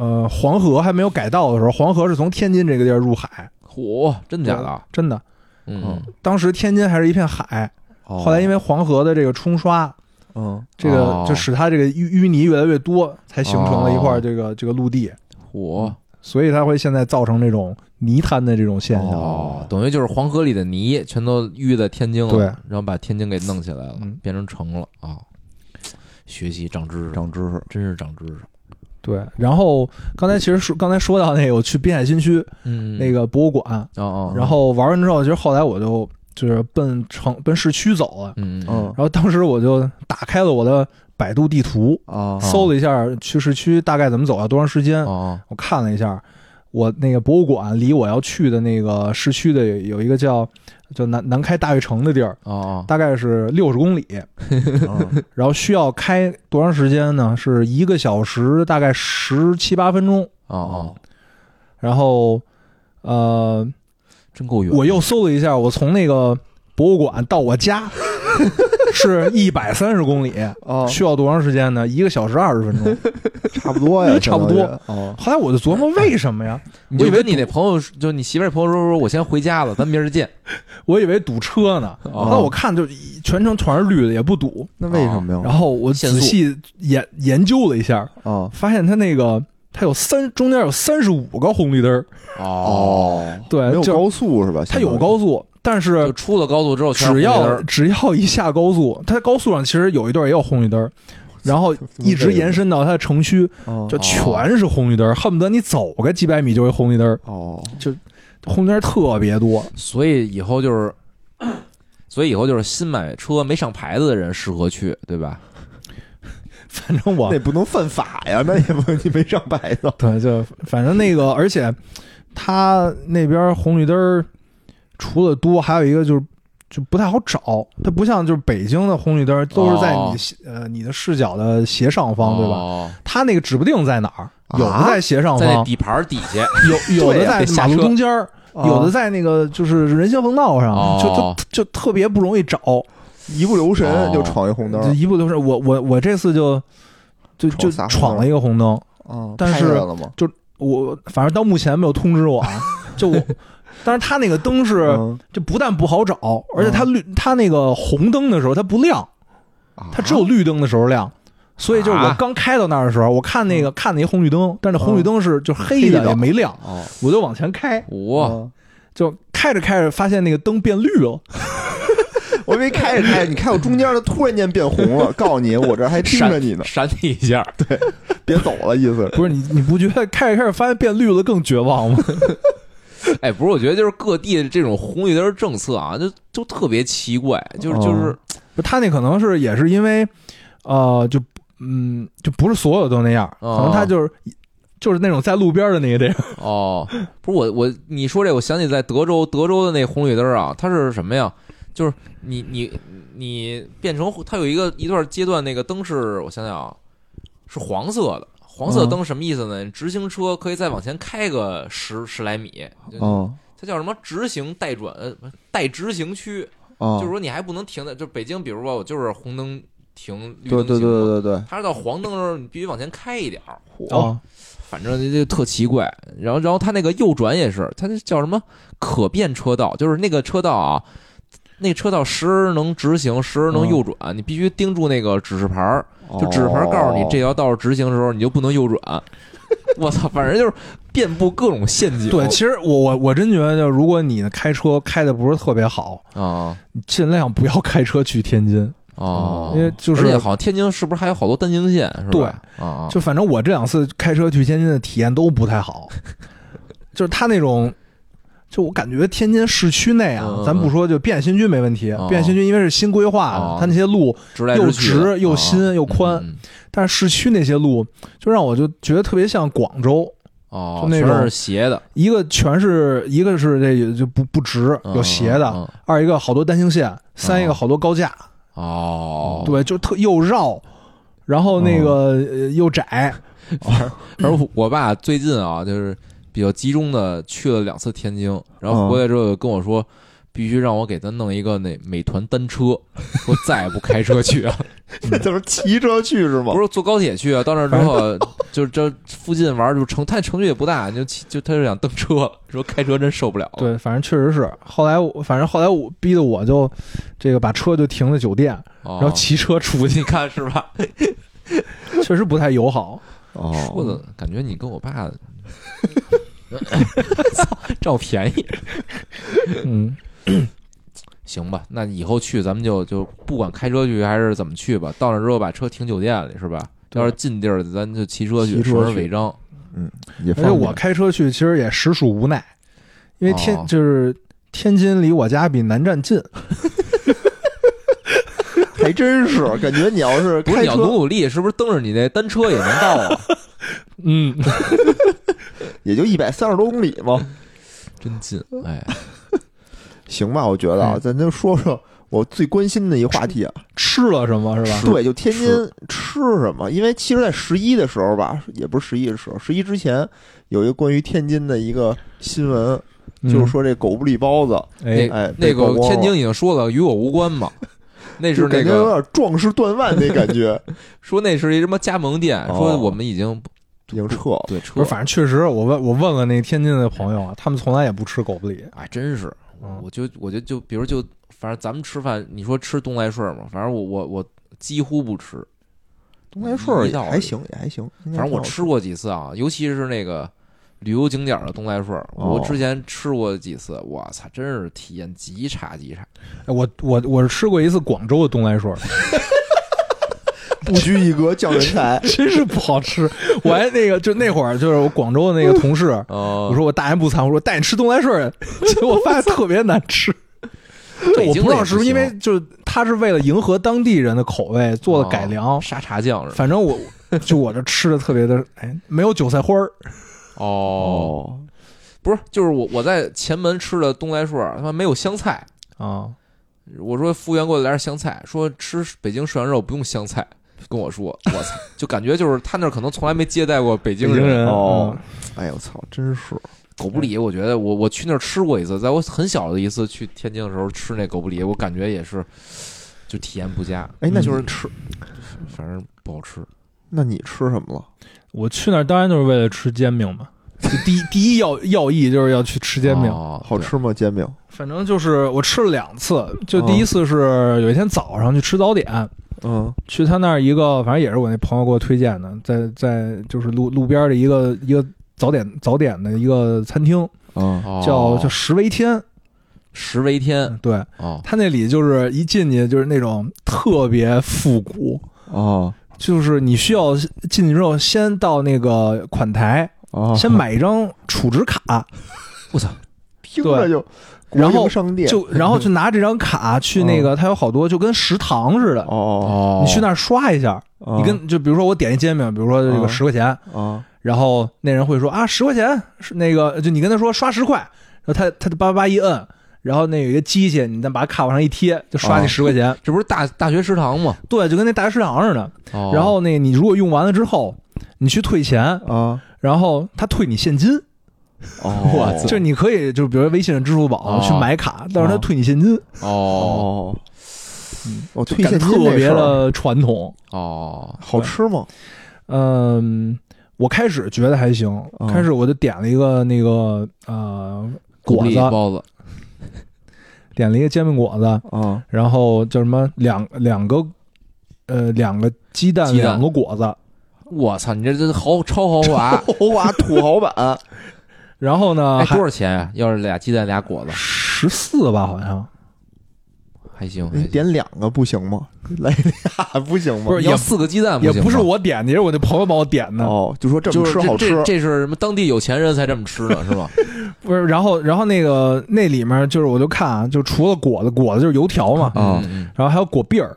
呃，黄河还没有改道的时候，黄河是从天津这个地儿入海，嚯，真的假的？真的。嗯，当时天津还是一片海，哦后来因为黄河的这个冲刷，嗯，这个哦就使它这个淤淤泥越来越多，才形成了一块哦这个这个陆地，嚯，所以它会现在造成这种泥滩的这种现象。哦，等于就是黄河里的泥全都淤在天津了，对然后把天津给弄起来了嗯，变成城了啊！学习长知识，长知识，真是长知识。对，然后刚才其实说刚才说到那个，我去滨海新区嗯，那个博物馆，哦哦，然后玩完之后，其实后来我就就是奔城奔市区走了，嗯嗯嗯然后当时我就打开了我的百度地图，啊，搜了一下去市区大概怎么走，要多长时间嗯，哦我看了一下，我那个博物馆离我要去的那个市区的有有一个叫叫南南开大悦城的地儿，哦哦，大概是六十公里， [LAUGHS] 嗯然后需要开多长时间呢？是一个小时，大概十七八分钟。哦哦，然后，呃，真够远。我又搜了一下，我从那个博物馆到 [LAUGHS] 我家是一百三十公里，啊，需要多长时间呢？一个小时二十分 [LAUGHS] 钟。差不多呀，差不多啊。后来我就琢磨，为什 [LAUGHS] 么呀？我以为你那朋友就你媳妇儿朋友说说，我先回家了，咱明儿 [LAUGHS] 见。我以为堵车呢，哦后来我看就一全程全是绿的，也不堵。那为什么呀？然后我仔细研研究了一下，啊，发现它那个它有三中间有三十五个红绿灯儿，哦，哦，对没，有就高速是吧？它有高速，但就是出了高速之后，全是只红绿要灯只要一下高速，它高速上其实有一段也有红绿灯儿，然后一直延伸到它的城区，啊，就全是红绿灯儿，恨不得你走个几百米就一红绿灯儿，哦，红绿灯儿特别多。 [LAUGHS] 所以以后就是，所以以后就是新买车没上牌子的人适合去，对吧？反正我那不能犯法呀，那也不你没上牌子对，就反正那个，而且它那边红绿灯儿除了多，还有一个就是就不太好找，它不像就是北京的红绿灯儿都是在哦你斜、呃你的视角的斜上方，对吧？哦它那个指不定在哪儿，有的啊在斜上在方那，底盘底下。哦有有 [LAUGHS] 的对呀得在下马路车中间儿。啊有哦的在那个就是人行横道上，哦就就就特别不容易找，一不留神哦就闯一红灯就一步就是我我我这次就就闯就仨红闯了一个红灯，啊，但拍是下来了吗？我反正到目前没有通知我 [LAUGHS] 啊，就我，但是他那个灯是，嗯就不但不好找，而且它绿，它那个红灯的时候它不亮，它只有啊绿灯的时候亮，所以就是我啊刚开到那儿的时候，我看那个看那一红绿灯，但是那红绿灯是就是嗯黑黑的的也没亮，哦，我就往前开，哦哇，啊，就开着开着发现那个灯变绿了，我以为开着开着，你看我中间的突然间变红了，告诉你，我这还盯着你呢，闪你一下，别走了，意思不是你 [LAUGHS] 你不觉得开着开着发现变绿了更绝望吗？ [LAUGHS] 哎，不是，我觉得就是各地的这种红绿灯政策啊，就就特别奇怪，就是就是哦不是他那可能是也是因为，呃，就嗯，就不是所有都那样，哦可能他就是就是那种在路边的那个地儿，哦，不是我我你说这，我想起在德州德州的那红绿灯啊，它是什么呀？就是你你你变成它有一个一段阶段那个灯是，我想想啊，是黄色的。黄嗯色灯什么意思呢？直行车可以再往前开个十十来米，就哦它叫什么直行待转呃不是待直行区，哦，就是说你还不能停在，就北京，比如说我就是红灯停，绿对灯对行嘛，对对对，它是到黄灯的时候你必须往前开一点儿，哦，反正就就特奇怪。然后，然后它那个右转也是，它那叫什么可变车道，就是那个车道啊，那车道时而能直行，时而能右转，你必须盯住那个指示牌儿，哦就指示牌儿告诉你这条道是直行的时候，你就不能右转。 [LAUGHS] 我操，反正就是遍布各种陷阱。对，其实我我我真觉得，就是如果你开车开的不是特别好，啊你尽量不要开车去天津，啊，因为就而且是好像天津是不是还有好多单行线？是吧？对啊，就反正我这两次开车去天津的体验都不太 [LAUGHS] 好，就是他那种。就我感觉天津市区内啊，嗯咱不说就变新区没问题，哦变新区因为是新规划的，哦它那些路直来又去的直又新啊又宽嗯嗯但是市区那些路就让我就觉得特别像广州，哦，就那全种是斜的，一个全是一个是这个就不不直嗯有斜的，嗯嗯二一个好多单行线，三一个好多高架，哦，嗯对，就特又绕，然后那个、呃又窄，而我爸最近啊，就是比较集中的去了两次天津，然后嗯回来之后跟我说，必须让我给他弄一个那美团单车，我再也不开车去 [LAUGHS] 啊，哦这就是骑车去是吗不？是坐高铁去啊。到那儿之后，就这附近玩儿就城，他城区也不大，就骑就他就想蹬车，说开车真受不了了。对，反正确实是。后来我反正后来我逼得我就这个把车就停在酒店，哦，然后骑车出去， [LAUGHS] [LAUGHS] 你看是吧？确实不太友好。哦，说的感觉你跟我爸。操，占我便宜，嗯，行吧？那以后去咱们就就不管开车去还是怎么去吧，到那之后把车停酒店里是吧？对要是近地儿，咱就骑车去，骑车实施去违章。也哎而方且便我开车去其实也实属无奈，因为天、哦就是天津离我家比南站近。还真是感觉你要是不是开你要努车，努力，是不是蹬着你那单车也能到啊？嗯，也就一百三十多公里嘛，嗯真近，哎，行吧？我觉得啊，嗯咱就说说我最关心的一个话题啊， [LAUGHS] 吃了什么是吧？对，就天津吃什么？因为其实，在十一的时候吧，也不是十一的时候，十一之前有一个关于天津的一个新闻，就是说这狗不理包子，嗯哎那，哎，那被曝个光了天津已经说了，与我无关嘛。那是就那感觉有个点壮士断腕那感 [LAUGHS] 觉，说那是一什么加盟店，哦说我们已经已经撤了。对不车是，，反正确实，我问我问了那天津的朋友啊，他们从来也不吃狗不理。哎，真是，嗯我就我就就比如就反正咱们吃饭，你说吃东来顺嘛，反正我我我几乎不吃，东来顺儿一也道理还行，也还行。应该反正我挺好吃过几次啊，尤其是那个旅游景点儿的东来顺儿，我哦之前吃过几次，我操，真是体验极差极差。哎我我我是吃过一次广州的东来顺，，不拘一格降人才 [LAUGHS] 真是不好吃。我还那个就那会儿就是我广州的那个同事，呃我，说我大言不惭，我说带你吃东来顺，结果发现特别难吃。就北我京不知的也道是不不是因为行哦就是他是为了迎合当地人的口味做了改良，沙茶酱是吧？反正我就我这吃的特别的哎，没有韭菜花儿。 [LAUGHS] 哦，不是，就是我我在前门吃的东来顺儿，他妈没有香菜。啊，我说服务员给我来点香菜，说吃北京涮羊肉不用香菜。跟我说，我 [LAUGHS] 操，就感觉就是他那儿可能从来没接待过北北京京人。人哦嗯哎呦我操，真是狗不理，我觉得我我去那儿吃过一次，在我很小的一次去天津的时候吃那狗不理，我感觉也是就体验不佳。哎，那你就是吃，反正不好吃。那你吃什么了？我去那儿当然就是为了吃煎饼嘛。就第一 [LAUGHS] 第一要要义就是要去吃煎饼，哦好。吃吗？煎饼？反正就是我吃了两次，就第一次是有一天早上去吃早点，嗯，去他那儿一个，反正也是我那朋友给我推荐的，在在就是路路边的一个一个早点早点的一个餐厅，啊对哦叫叫十维天，嗯十维天对哦，他那里就是一进去就是那种特别复古，哦啊就是你需要进去之后先到那个款台，哦啊！先买一张储值卡，我操，听着就国然后营商店就然后就拿这张卡去那个，它有好多就跟食堂似的，嗯哦，哦嗯你去那儿刷一下，哦你跟就比如说我点一煎饼，比如说这个嗯十块钱，啊然后那人会说啊十块钱是那个，就你跟他说刷十块，然后他他就叭叭叭一摁，然后那有一个机器，你再把卡往上一贴，就刷那哦十块钱，这不是大大学食堂吗？对，就跟那大学食堂似的。哦然后那个你如果用完了之后，你去退钱，啊然后他退你现金，哦，我操就是你可以就是比如说微信上、支付宝哦去买卡，但是他退你现金，哦哦，哦，退嗯感现觉金特这别事儿的传统。哦好吃吗？嗯，我开始觉得还行，哦嗯开始我就点了一个那个呃鼓果励子，包子点了一个煎饼果子， [LAUGHS] 啊然后叫什么两两个呃两个鸡蛋鸡蛋两个果子，我操，你这这豪超豪 [LAUGHS] 华，豪华土豪版然后呢哎，啊还多少钱啊？要是俩鸡蛋俩果子十四吧好像。还嗯行，还你行点两个不行吗？ [LAUGHS] 来俩不行吗？不是要也四个鸡蛋也行不是吗我点的，也是我那朋友帮我点的。哦，就说这就么是吃这好吃这这是什么当地有钱人才这么吃的，是 [LAUGHS] 吧？不是，然后然后那个那里面就是我就看啊，就除了果子，果子就是油条嘛，啊嗯然后还有果篦儿，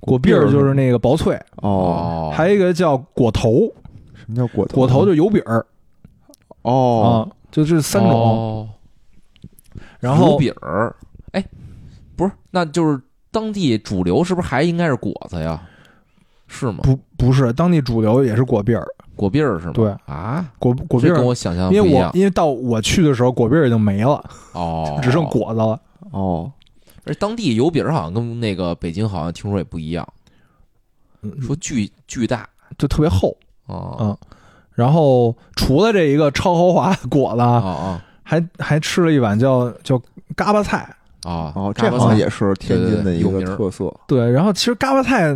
果篦儿就是那个薄脆，哦，还有一个叫果头，什么叫果头？果头就是油饼儿哦，啊，就这三种。哦然后油饼儿，哎，不是，那就是当地主流是不是还应该是果子呀？是吗？不不是当地主流也是果篦儿，果篦儿是吗？对啊，果果篦这跟儿，我想象的因啊不为一我样因为到我去的时候，果篦儿已经没了，哦，只剩。果子了。哦，而当地油饼儿好像跟那个北京好像听说也不一样，说巨巨大嗯就特别厚，哦嗯，然后除了这一个超豪华的果子哦啊，哦还还吃了一碗叫叫嘎巴菜，哦哦，嘎这巴好像菜也是天津的一个对对对有名儿特色对，然后其实嘎巴菜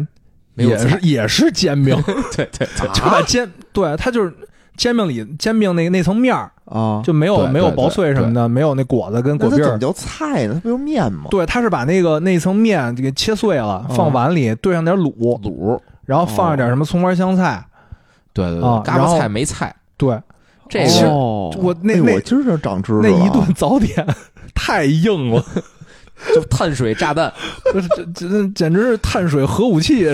没有也菜啊是啊也是煎饼，对对 [LAUGHS] 对就把煎对它就是煎饼里煎饼那那层面儿啊。就没有对没有对薄对脆什么的，没有那果子跟那果它篦怎儿么。叫菜呢？它不就面吗？对，它是把那个那层面给切碎了，哦放嗯碗里兑上点卤，卤，然后放上哦点什么葱花香菜。对对啊对，嘎然巴后菜没菜，对，哎这其实个哦我那哎那我今儿就长知识那一了啊顿早 [LAUGHS] 点太硬了， [LAUGHS] 就碳水炸弹，这这这简直是碳水核武器。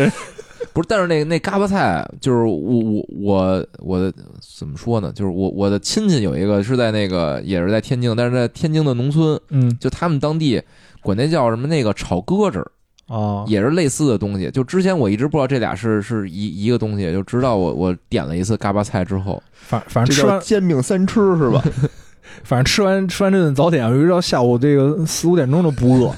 不是，但是那那嘎巴菜，就是我我我我的怎么说呢？就是我我的亲戚有一个是在那个也是在天津，但是在天津的农村，嗯就他们当地管那叫什么那个炒鸽子儿，啊也是类似的东西。就之前我一直不知道这俩是是一一个东西，就直到我我点了一次嘎巴菜之后，反反这正吃叫完，煎饼三吃是 [LAUGHS] 吧？反正吃完吃完这顿早点，我一直到下午这个四五点钟都不 [LAUGHS] 饿。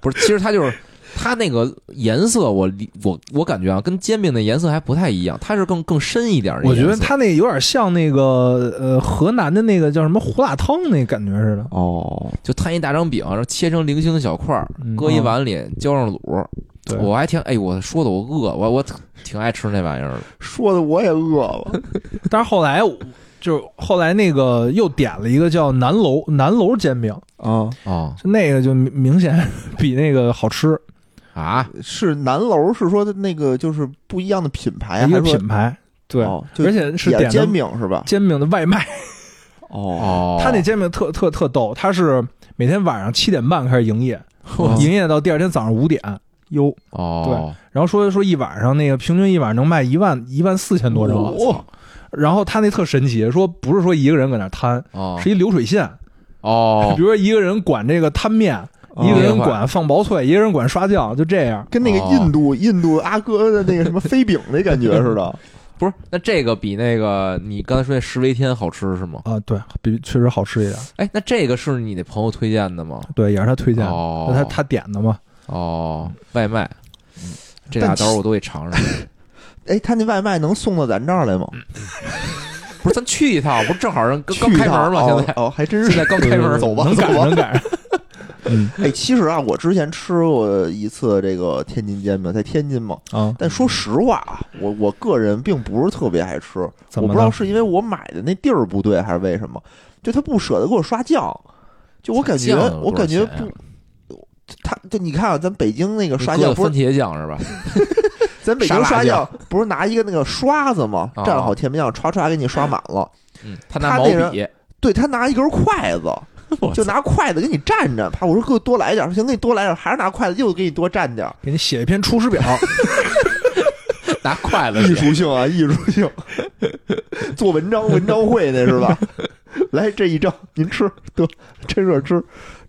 不是，其实它就是它那个颜色我理，我我感觉啊，跟煎饼的颜色还不太一样，它是更更深一点儿的我颜色。觉得它那有点像那个呃河南的那个叫什么胡辣汤那感觉似的。哦，就摊一大张饼，然后切成零星小块儿，嗯搁一碗里，浇上卤。对我还挺哎，我说的我饿，我我挺爱吃那玩意儿的。说的我也饿 [LAUGHS] 了。嗯但是后来我就是后来那个又点了一个叫南楼南楼煎饼，啊，哦就那个就明明显比那个好吃，啊，是南楼，是说那个就是不一样的品牌，一还是个说品牌。对，哦就而且是也点是的煎饼是吧？煎饼的外卖。哦哦，他那 [LAUGHS] 煎饼特特特逗，他是每天晚上七点半开始营业，哦营业到第二天早上五点。哟，哦，然后说说一晚上那个平均一晚上能卖一万一万四千多张，哦然后他那特神奇，说不是说一个人搁那摊，哦是一流水线，哦 [LAUGHS] 比，如说一个人管这个摊面，哦一个人管放薄脆，一个人管刷酱，就这样。跟那个印度印度阿哥的那个什么飞饼那感觉似 [LAUGHS] 的。不是，那这个比那个你刚才说那十围天好吃是吗？啊，对比确实好吃一点，哎，那这个是你那朋友推荐的吗？对，也是他推荐的，哦他他点的嘛。哦，外卖，这俩刀我都得尝尝。哎，他那外卖能送到咱这儿来吗？不是，咱去一趟，不是正好人嗯刚刚去一开趟门吗？哦现在哦，还真现是在。刚开门，走吧能赶走吧上能赶上。哎，其实啊，我之前吃过一次这个天津煎饼，在天津嘛。啊，但说实话啊，我我个人并不是特别爱吃，怎 [LAUGHS] 我么不知道了？是因为我买的那地儿不对，还是为什么？就他不舍得给我刷酱，就我感觉刷酱有多少我感觉钱啊不呀，他就你看啊，咱北京那个刷你搁酱的不番是茄酱是吧？咱北京沙刷拉酱不是拿一个那个刷子吗？啊蘸好甜面酱，歘歘给你刷满了。嗯，他拿他 [LAUGHS] 毛那人笔，对他拿一根筷子，我就操拿筷子给你蘸蘸，怕我说给我多来点儿，行，给你多来点儿，还是拿筷子又给你多蘸点儿，给你写一篇《出师表》拿筷子艺写，术性啊，艺术 [LAUGHS] 性，做文章文章会那是吧？来这一张您吃，得趁热吃，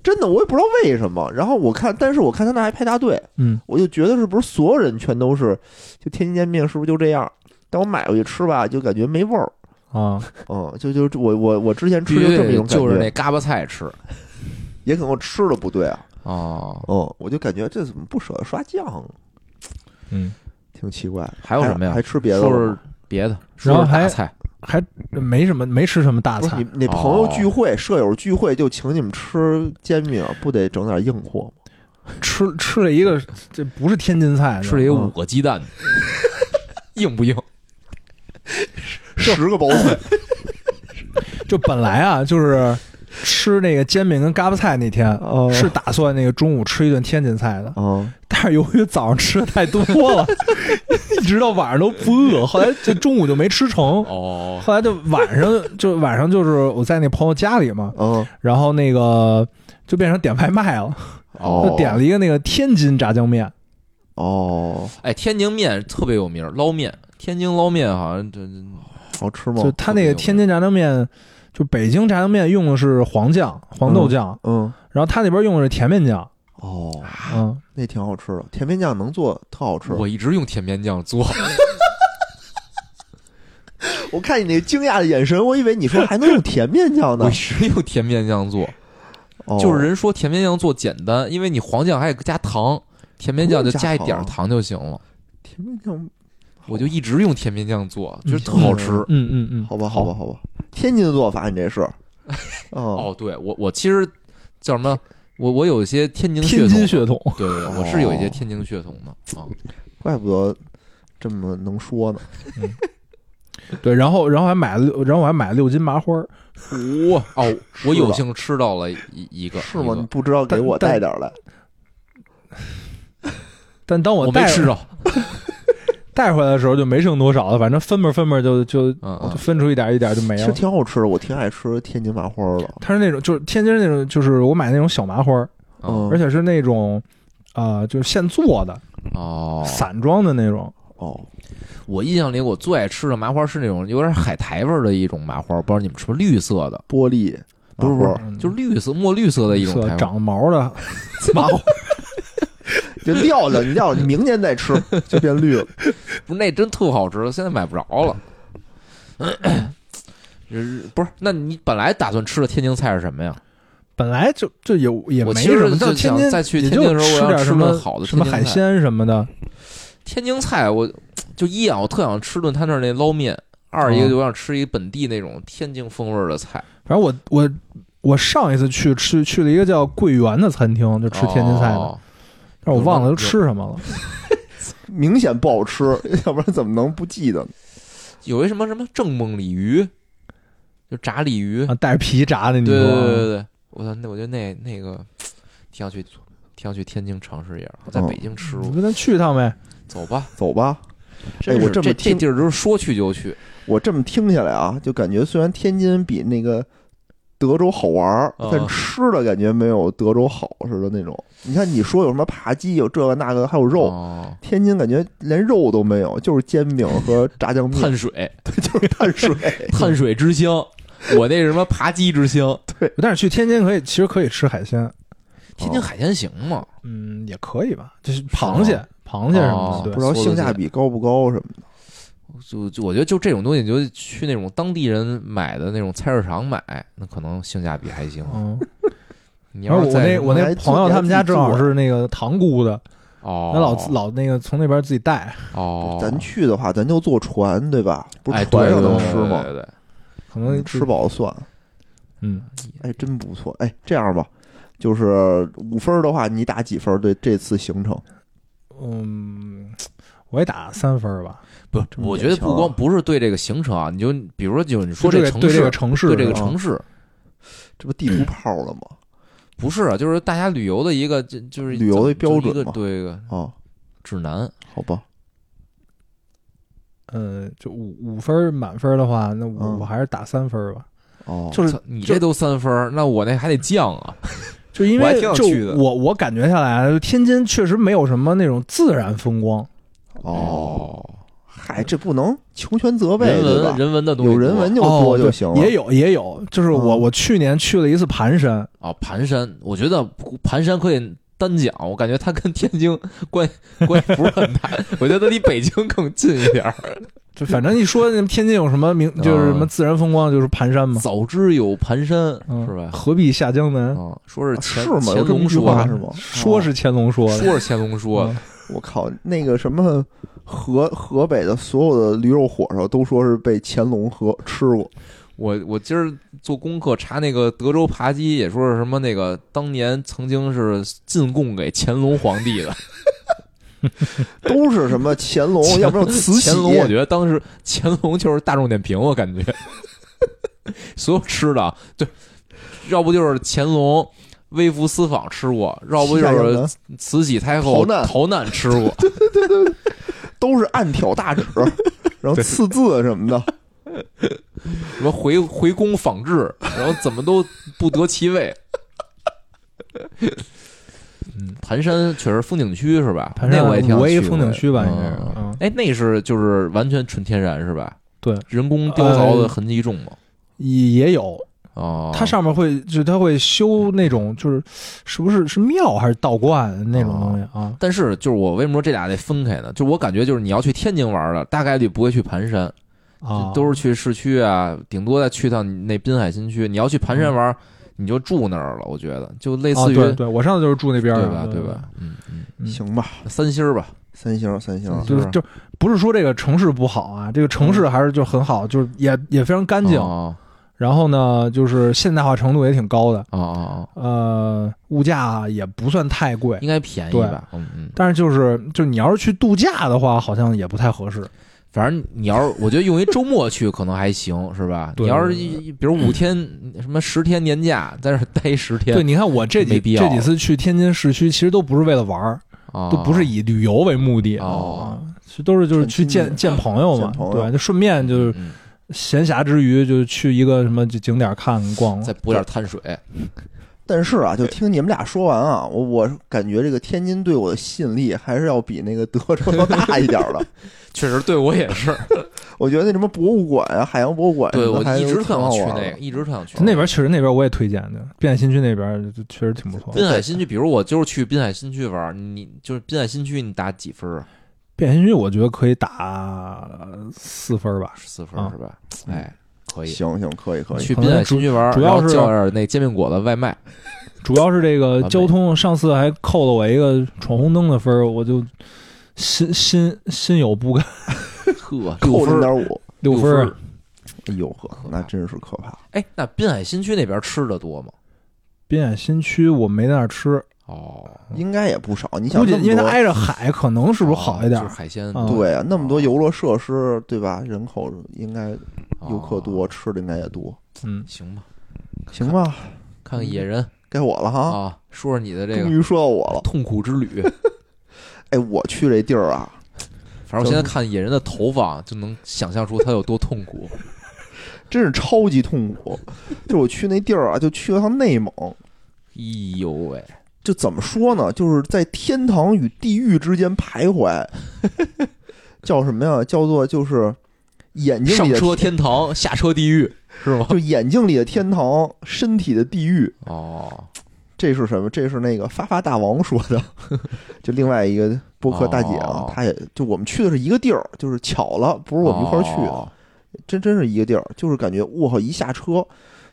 真的我也不知道为什么。然后我看，但是我看他那还排大队，嗯，我就觉得是不是所有人全都是，就天津煎饼是不是就这样？但我买回去吃吧，就感觉没味儿。啊，嗯，就就我我我之前吃必就须这么一得种感就是那觉，嘎巴菜吃也可能我吃的不对啊。哦。嗯，我就感觉这怎么不舍得刷酱啊，嗯，挺奇怪。还有什么呀还吃别的了说吗？说别的，说然后说还大菜，还没什么，没吃什么大不是菜你，你朋友聚会、哦舍友聚会就请你们吃煎饼，不得整点硬货吗？吃吃了一个，这不是天津菜，吃了一个嗯五个鸡 [LAUGHS] 蛋，硬不硬？十个包子，就本来 [LAUGHS] 啊，就是吃那个煎饼跟嘎巴菜那天，哦是打算那个中午吃一顿天津菜 [LAUGHS] 的，嗯，但是由于早上吃的太多了， [LAUGHS] 一直到晚上都不饿，后来就中午就没吃成。哦，后来就晚上就晚上就是我在那朋友家里嘛，嗯，然后那个就变成点外卖了，哦就点了一个那个天津炸酱面，哦，哎，天津面特别有名儿，捞面，天津捞面好像这好吃吗就？他那个天津炸酱面，就北京炸酱面用的是黄酱、黄豆酱，嗯，然后他那边用的是甜面酱，哦，啊嗯，那挺好吃的，甜面酱能做特好吃。我一直用甜面酱做，我看你那个惊讶的眼神，我以为你说还能用甜面酱呢 [LAUGHS] 我一，直用甜面酱做，哦就是人说甜面酱做简单，因为你黄酱还得加糖，甜面酱就加一点儿糖就行了。甜面酱，我就一直用甜面酱做，就是特好吃。嗯嗯嗯，好吧，好吧，好吧，天津的做法你 [LAUGHS] 这是，哦，嗯哦，对我我其实叫什么？我我有一些天津天血津统，血统，哦对对对，我是有一些天津血统的啊。怪不得这么能说呢。对，然后然后还买了六，然后我还买了六斤麻花儿，我哦，吃我有了幸吃到了一一个，是吗？一你个不知道给但我但带点儿来，但当我哦没带吃着，带回来的时候就没剩多少了，反正分吧分吧就就嗯就嗯，分出一点一点就没其实了。挺好吃的，我挺爱吃天津麻花儿的。它是那种就是天津那种就是我买那种小麻花儿，嗯而且是那种呃就是现做的哦，散装的那种，哦，我印象里我最爱吃的麻花是那种有点海苔味儿的一种麻花，不知道你们吃过绿色的，玻璃，啊不是不麻花是，就是绿色墨绿色的一种色苔花。长毛的麻花，就撂了，你 [LAUGHS] 撂了，你明年再吃就变绿了。 [LAUGHS] 不是那真特好吃，现在买不着了。 [COUGHS] 就是不是？那你本来打算吃的天津菜是什么呀？本来就就有也我没其什实么，就但天想津再去也天津就的时候，我要点吃什顿么好的什么天津海菜。鲜什么的，天津菜我就一啊，我特想吃顿他那儿那捞面；二一个哦就我想吃一本地那种天津风味儿的菜，反正我我。我上一次去吃去了一个叫桂园的餐厅，就吃天津菜的，哦但是我忘了都吃什么了。明显不好吃，要不然怎么能不记得呢？有一什么什么正梦鲤鱼，就炸鲤鱼啊，嗯哦带着皮炸的，你对说啊对对对对，我操，那我觉得那那个挺想去，挺想去天津尝试一下。我在哦嗯北京吃过，你跟咱去一趟呗。走吧。走吧，哎哎真我是这么这听地儿就是说去就去，我这么听下来啊，就感觉虽然天津比那个德州好玩儿，嗯但吃的感觉没有德州好似的那种。你看你说有什么扒鸡，有这个那个，还有肉。哦、天津感觉连肉都没有，就是煎饼和炸酱面，碳哎水，就是碳水。碳水之 [LAUGHS] 乡。我那什么扒鸡之乡，但是去天津可以，其实可以吃海鲜，天哦津海鲜行吗？嗯，也可以吧，就是螃蟹、螃蟹什哦么 [LAUGHS] 的，不对知道性价比高不高什么的。就就我觉得就这种东西，你就去那种当地人买的那种菜市场买，那可能性价比还行。嗯，你然后要我是在那我那还朋友自己他们还家自己正好做是那个塘沽的，哦，他老老那个从那边自己带，哦，咱去的话，咱就坐船，对吧？不哎是船上对能对吃吗对？对对可能吃饱了算。嗯，哎，真不错。哎，这样吧，就是五分儿的话，你打几分儿对这次行程？嗯，我也打三分儿吧，不是，这么我勉觉得强不啊光不是对这个行程啊，你就比如说，就你说就这这城对市这个，城市啊对这个是吧城市，这不地图嗯炮了吗？不是啊，就是大家旅游的一个，就就是旅游的怎标么准就是一个嘛对一个啊，指南。好吧，呃嗯，就五五分儿满分儿的话，那我嗯我还是打三分儿吧，哦，就是操你这都三分儿，那我那还得降啊。就因我还为挺有趣就的我我感觉下来，啊就天津确实没有什么那种自然风光，哦，，嗨，这不能求全责备，人对文吧？人文的东西有人文就哦多对就行了。也有也有，就是我嗯我去年去了一次盘山，啊，盘山，我觉得盘山可以单讲，我感觉它跟天津关系关系不是很大，我觉得它离北京更近一点儿。就反正一说那天津有什么名，就是什么自然风光，就是盘嗯山嘛，早知有盘山，嗯嗯是吧？何必下江南？啊，说是嗯乾是吗？有乾这么一隆句说话的，是吗？说是乾隆说的，说是乾隆说的，我靠，那个什么河河北的所有的驴肉火烧都说是被乾隆和吃过，我我今儿做功课查那个德州扒鸡，也说是什么那个当年曾经是进贡给乾隆皇帝的。，都是什么乾隆 [LAUGHS] 乾哦要不然慈禧。乾隆，我觉得当时乾隆就是大众点评，我感觉 [LAUGHS] 所有吃的啊，对，要不就是乾隆微服私访吃过，要不西夏就人是呢慈禧太后逃难吃过，都是暗挑 [LAUGHS] 大指，然后刺字什么的。什么回回宫访制，然后怎么都不得其位。嗯，盘山确实风景区是吧？盘那山我也挺想五 A 去风景区吧，嗯应该是。嗯哎，那是就是完全纯天然是吧？对，人工雕凿的痕迹重吗？也也有，哦，它上面会就它会修那种就是是不是是庙还是道观那种东西啊？但是就是我为什么说这俩得分开呢？就我感觉就是你要去天津玩的，大概率不会去盘山，啊，哦都是去市区啊，顶多再去趟你那滨海新区。你要去盘山玩，你就住那儿了，我觉得就类啊，似于、对对，我上次就是住那边儿对的吧？对吧？？嗯嗯，嗯行吧，三星儿吧，三星三星，啊嗯就是就不是说这个城市不好啊，这个城市还是就很好，就是也也非常干净。哦然后呢，就是现代化程度也挺高的，哦哦，哦呃，物价也不算太贵。应该便宜吧？嗯嗯，但是就是就是你要是去度假的话，好像也不太合适。反正你要是我觉得用一周末去可能还行，是吧？对你要是对对一比如五天什么十天年假，在这儿待十天，对，你看我这几没必要这几次去天津市区，其实都不是为了玩儿，哦，都不是以旅游为目的哦，啊其实都是就是去趁见机见朋友嘛见，朋友对，就顺便就是嗯闲暇之余就去一个什么景点看逛再补点碳水，但是啊，就听你们俩说完啊，我我感觉这个天津对我的吸引力还是要比那个德州要大一点儿 [LAUGHS] 的。确实对我也是。我觉得那什么博物馆啊，海洋博物馆什对，么我的还一是直挺特想好去玩那个，的。一直特想去那。边确实那边我也推荐的，滨海新区那边就确实挺不错。滨海新区，比如我就是去滨海新区玩儿，你就是滨海新区，你打几分啊？滨海新区我觉得可以打四分吧，十四分啊是吧？嗯哎，可以。行行，可以可以。去滨海新区玩儿，主要然后是叫点那煎饼果子外卖， [LAUGHS] 主要是这个完美交通，上次还扣了我一个闯红灯的分儿，我就心心心有不甘，呵，六扣分零儿嗯点五，六分啊分儿儿。哎呦呵，那真是可怕。哎，那滨海新区那边吃的多吗？滨海新区我没在那儿吃，哦，应该也不少。你想估那么多，计哦因为它挨着海，可能是不是好一点就儿？是海鲜啊对啊，那么哦多游乐设施，对吧？人口应该游客多，。吃的应该也多。嗯，哦行吧，行吧，看看野人该我了哈，啊，说说你的这终个于说到我了。痛苦之 [LAUGHS] 旅。哎，我去这地儿啊，反正我现在看野人的头发，就能想象出他有多痛苦。 [LAUGHS] 真是超级痛苦。就我去那地儿啊，就去了趟内蒙。哎呦喂，就怎么说呢？就是在天堂与地狱之间徘徊，叫什么呀？叫做就是眼睛上里的车天堂，下车地狱，是吗？就眼睛里的天堂，身体的地狱。哦，这是什么？这是那个发发大王说的， [LAUGHS] 就另外一个播客大姐哦啊，她也就我们去的是一个地儿，就是巧了，不是我们一块儿去的，哦真真是一个地儿，就是感觉我靠，一下车，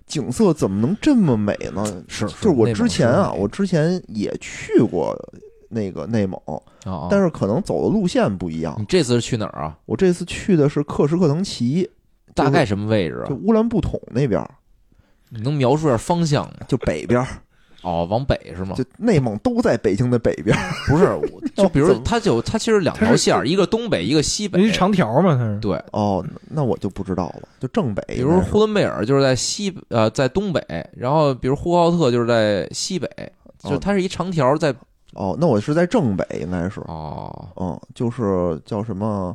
景色怎么能这么美呢？是是就是我内蒙之前啊，是我之前也去过那个内蒙，哦哦但是可能走的路线不一样你。这次是去哪儿啊？我这次去的是克什克腾旗，大概什么位置啊就？乌兰布统那边儿，你能描述一下方向吗？就北边儿，哦，往北是吗？就内蒙都在北京的北边儿。不是，我 [LAUGHS] 就比如怎么它就它其实两条线儿，一个东北，一个西北一。长条嘛，它是对，哦，那我就不知道了，就正北。比如呼伦贝尔就是在西呃在东北，然后比如呼和浩特就是在西北，就哦它是一长条在哦，那我是在正北，应啊该是，哦嗯，就是叫什么，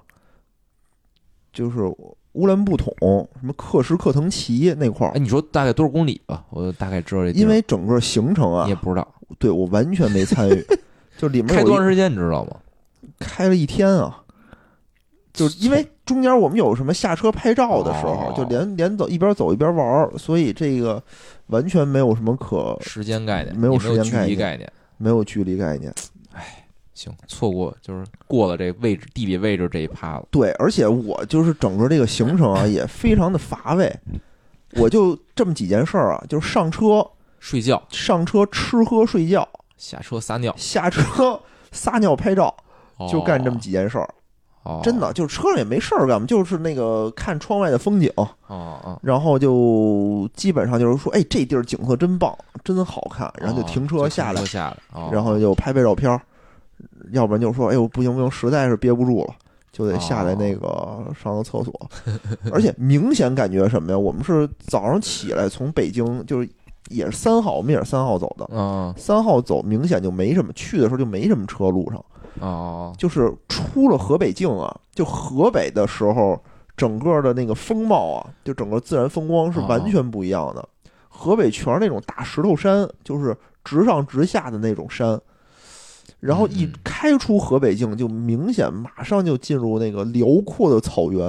就是我乌兰布统、什么克什克腾旗那块哎，儿，你说大概多少公里吧？我大概知道这地儿，因为整个行程啊你也，不知道对我完全没参 [LAUGHS] 与，就里面有开一多长时间，你知道吗？开了一天啊，就是因为中间我们有什么下车拍照的时候哦，就连连走一边走一边玩儿，所以这个完全没有什么可时间概念没有有时间距概离念概念。没有距离概念。行，错过就是过了这位置地理位置这一趴了。对，而且我就是整个这个行程 [LAUGHS] 啊也非常的乏味，我就这么几件事儿啊，就是上车睡觉，上车吃喝睡觉，下车撒尿，下车撒尿拍照，就干这么几，几件事儿。哦真的，就是车上也没事儿干，就是那个看窗外的风景。哦哦，然后就基本上就是说，哎，这地儿景色真棒，真好看，然后哦就停车下来就停车，下来，哦然后就拍拍照片儿，要不然就说，哎呦，不行不行，实在是憋不住了，就得下来那个上个厕所。而且明显感觉什么呀？我们是早上起来从北京，就是也是三号，我们也是三号走的。嗯三号走明显就没什么，去的时候就没什么车，路上哦哦，就是出了河北境啊，就河北的时候，整个的那个风貌啊，就整个自然风光啊是完全不一样的。河北全是那种大石头山，就是直上直下的那种山。然后一嗯嗯开出河北境，就明显马上就进入那个辽阔的草原，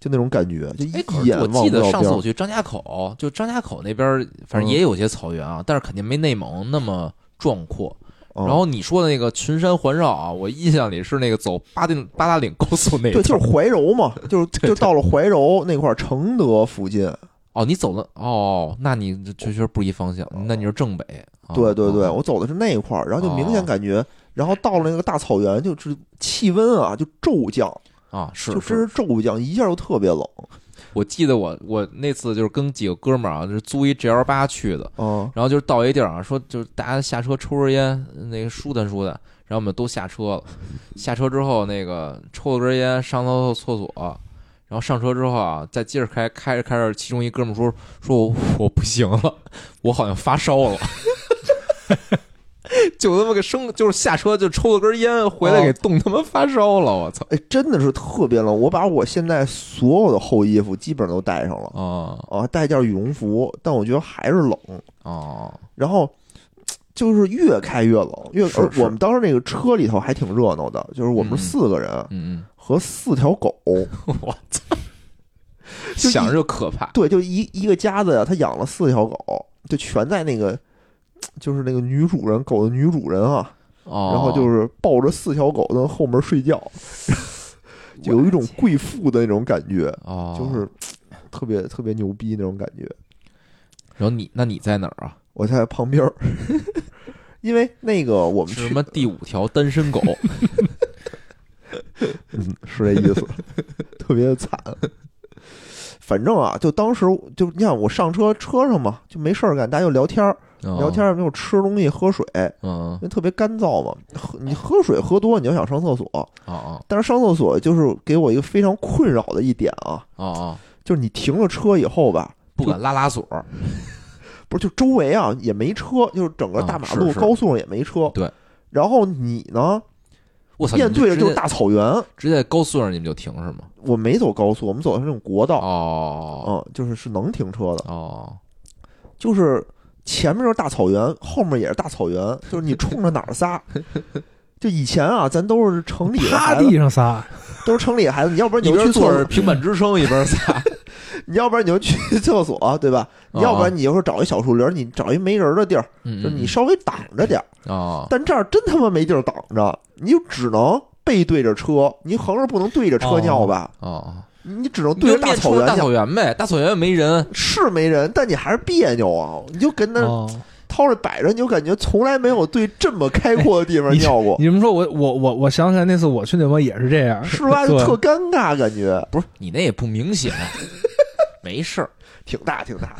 就那种感觉，就哎，一可是眼我望记不得到上边次我儿。去张家口，就张家口那边儿，反嗯正也有些草原啊，但是肯定没内蒙那么壮阔。嗯然后你说的那个群山环绕啊，我印象里是那个走八定八达岭高速那一对，段就是怀柔 [LAUGHS] 嘛，就是就到了怀柔那块儿承德附近，哦，你走的哦，那你这确实不一方向，那你是正北。啊对对对，啊我走的是那一块儿，然后就明显哦感觉，然后到了那个大草原，就是气温啊就骤降，啊，是就真是是骤降，一下就特别冷我记得我我那次就是跟几个哥们儿啊，就是租一 GL 八去的，啊然后就是到一地儿啊，说就是大家下车抽根烟，那个舒坦舒坦，然后我们都下车了。下车之后，那个抽了根烟，上了厕所，然后上车之后啊，再接着开，开着开着，其中一哥们说说我我不行了，我好像发烧了。 [LAUGHS] 就他妈给生，就是下车就抽了根烟，回哦来给冻他妈发烧了，我操！哎，真的是特别冷。我把我现在所有的厚衣服基本上都带上了哦啊，带件羽绒服，但我觉得还是冷。哦，然后就是越开越冷，越是而是我们当时那个车里头还挺热闹的，就是我们嗯是四个人嗯和四条狗，嗯，我操！就一想着就可怕，对，就一一个家子呀，他养了四条狗，就全在那个，就是那个女主人狗的女主人啊，哦、然后就是抱着四条狗在后门睡觉，有一种贵妇的那种感觉，哦，就是特别特别牛逼那种感觉。然后你那你在哪儿啊？我在旁边儿， [LAUGHS] 因为那个我们是去什么第五条单身狗？嗯，是这意思，特别惨。反正啊，就当时就你看我上车车上嘛，就没事儿干，大家就聊天儿， [LAUGHS] 哦聊天，儿没有吃东西喝水，嗯因为特别干燥嘛，喝你喝水喝多，你就想上厕所。哦哦但是上厕所就是给我一个非常困扰的一点啊，哦哦，就是你停了车以后吧，不敢拉拉锁，不是就周围啊也没车，就是整个啊大马是路、是高速上也没车。对。然后你呢，我操，面对着就是大，大草原，直接在高速上你们就停是吗？我没走高速，我们走的是那种国道，哦嗯，就是是能停车的，哦就是前面就是大草原，后面也是大草原，就是你冲着哪儿 [LAUGHS] 撒。就以前啊，咱都是城里的趴孩子，地上撒，都是城里的孩子，你要不然你一就去边厕坐所着平板支撑一边撒，你要不然你就去厕所， [LAUGHS] 对吧？ [LAUGHS] 你要不然你就是找一小树林儿，你找一没人的地儿，啊哦嗯就是你稍微挡着点儿。哦但这儿真他妈没地儿挡着，你就只能背对着车，你横着不能对着车尿吧？哦，你只能你对就着大面草冲着原大尿。草原呗，大草原也没人，是没人，但你还是别扭啊！你就跟那哦掏着摆着，你就感觉从来没有对这么开阔的地方哎尿 [LAUGHS] 过，你这么说，我我我我想起来那次我去那帮也是这样，是吧？就对特尴尬，感觉不是你那也不明 [LAUGHS] 显，没事儿，挺大挺大。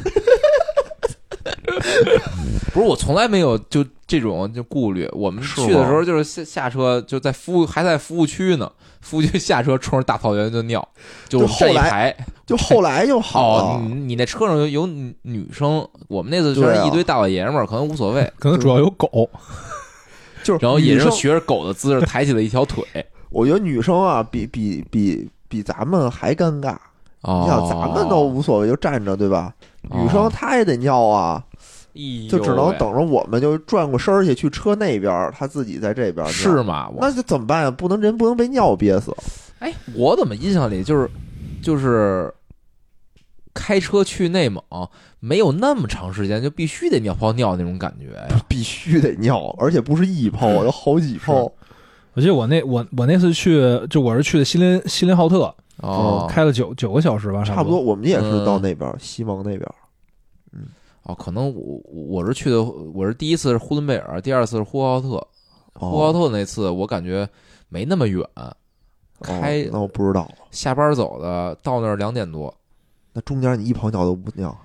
不是我从来没有就这种就顾虑，我们是吗去的时候就是下下车就在服务还在服务区呢，服务区下车冲着大草原就尿，就我们就后站一来排。就后来就好 [LAUGHS] 哦，了，你你那车上有有女女生，我们那次全对是啊一堆大老爷们儿，可能无 [LAUGHS] 所谓。可能主要有狗，就是然后也女是生学着狗的 [LAUGHS] 姿势抬起了一条腿，我觉得女生啊，比比比比咱们还尴尬，哦，你想咱们都无所谓，就站着对吧？女生她也得尿啊，就只哎能等着我们就转过身儿去去车那边儿，她自己在这边儿尿是吗？我那就怎么办呀？不能人不能被尿憋死。哎，我怎么印象里就是就是开车去内蒙，没有那么长时间，就必须得尿泡尿那种感觉呀。必须得尿，而且不是一泡，有好几泡。我记得我那我我那次去，就我是去的锡林锡林浩特，哦，开了九九个小时吧，差不不多，。我们也是到嗯那边儿西蒙那边儿，哦，可能我我是去的，我是第一次是呼伦贝尔，第二次是呼和浩特。呼和浩哦特那次我感觉没那么远，开哦那我不知道，下班走的，到那儿两点多那中间你一泡尿都不尿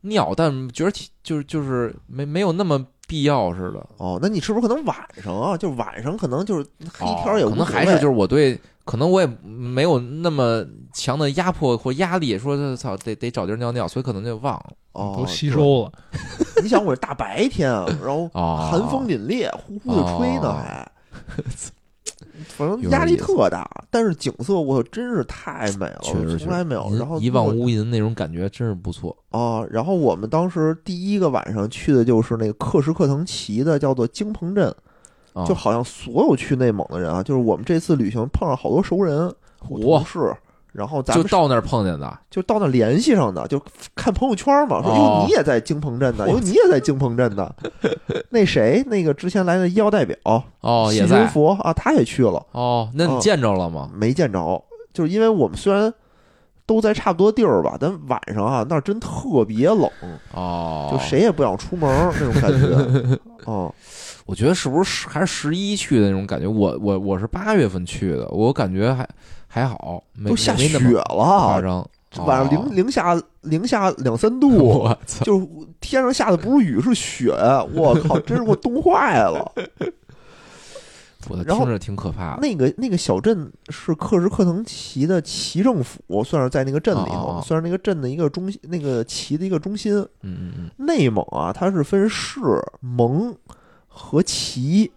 尿，但觉得挺就是就是没没有那么必要似的。哦？那你是不是可能晚上啊？就是晚上可能就是黑天儿也哦无可所能谓还是就是我对，可能我也没有那么强的压迫或压力，说操得得找地儿尿尿，所以可能就忘了。哦都吸。收了，对你想我是大白天啊，然后哦，寒风凛冽，呼呼的吹呢，哦还。反正压力特大，但是景色我真是太美了，确实哦从来没有。是然后一望无垠那种感觉真是不错。啊，然后我们当时第一个晚上去的就是那个克什克腾旗的，叫做京鹏镇，啊就好像所有去内蒙的人啊，就是我们这次旅行碰上好多熟人，我哇同事，然后咱就们到那儿碰见的，就到那联系上的，就看朋友圈嘛，说哦哟你也在京鹏 [LAUGHS] 镇的，哟你也在京鹏镇的，那谁那个之前来的医药代表哦，也谢金在佛啊，他也去了，哦，那你嗯见着了吗？没见着，就是因为我们虽然都在差不多地儿吧，但晚上啊那儿真特别冷，哦，就？谁也不想出门儿那种感觉， [LAUGHS] 哦我觉得是不是十还是十一去的那种感觉？我我我是八月份去的，我感觉还还好，没都下没雪那么夸了，张，哦晚上零零下零下两三度， [LAUGHS] 我操！就是天上下的不是雨是雪，我靠，真是给我冻坏 [LAUGHS] 了。我的然后听着挺可怕的。那个那个小镇是克什克腾旗的旗政府，算是在那个镇里哦哦头哦，算是那个镇的一个中心，那个旗的一个中心。嗯嗯嗯，内蒙啊，它是分市、盟和旗，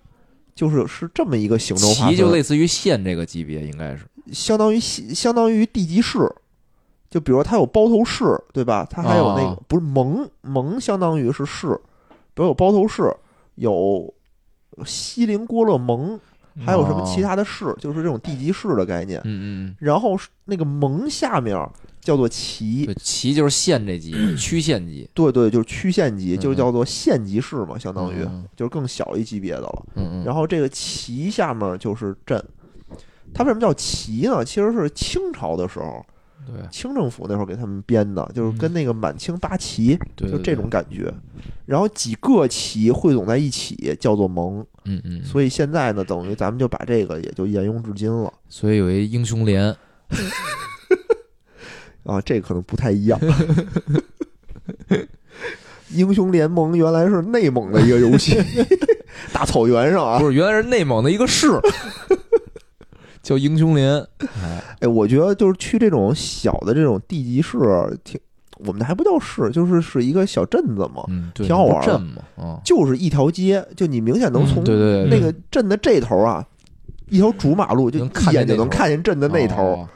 就是是这么一个行政划分，旗就类似于县这个级别，应该是相当于西相当于地级市。就比如它有包头市，对吧？它还有那个、哦不是盟盟，相当于是市，比如有包头市，有锡林郭勒盟，还有什么哦其他的市，就是这种地级市的概念。嗯嗯然后是那个盟下面叫做嗯，旗对，，旗就是县这级 [CLEARS THROAT] 别，区县级，对对，就是区县级，嗯就叫做县级市嘛，相当于嗯就是更小一级别的了。嗯嗯，然后这个旗下面就是镇，它为什么叫旗呢？其实是清朝的时候，对嗯清政府那时候给他们编的，就是跟那个满清八旗对，就对这种，感觉。然后几个旗汇总在一起叫做盟，对嗯嗯，以所以现在呢，等于咱们就把这个也就沿用至今了。所以有一英雄连，啊，这可能不太一样。 [LAUGHS] 英雄联盟原来是内蒙的一个游戏， [LAUGHS] 大草原上啊不，是原来是内蒙的一 [LAUGHS] 个市，叫英雄连，哎，哎，我觉得就是去这种小的这种地级市，挺我们那还不叫市，就是是一个小镇子嘛，嗯，对，哦挺好玩儿的镇嘛，嗯，就是一条街，就你明显能嗯从对对那对，个镇的这头啊，一条主马路就能一看见眼就那能头看见镇的那头，哦，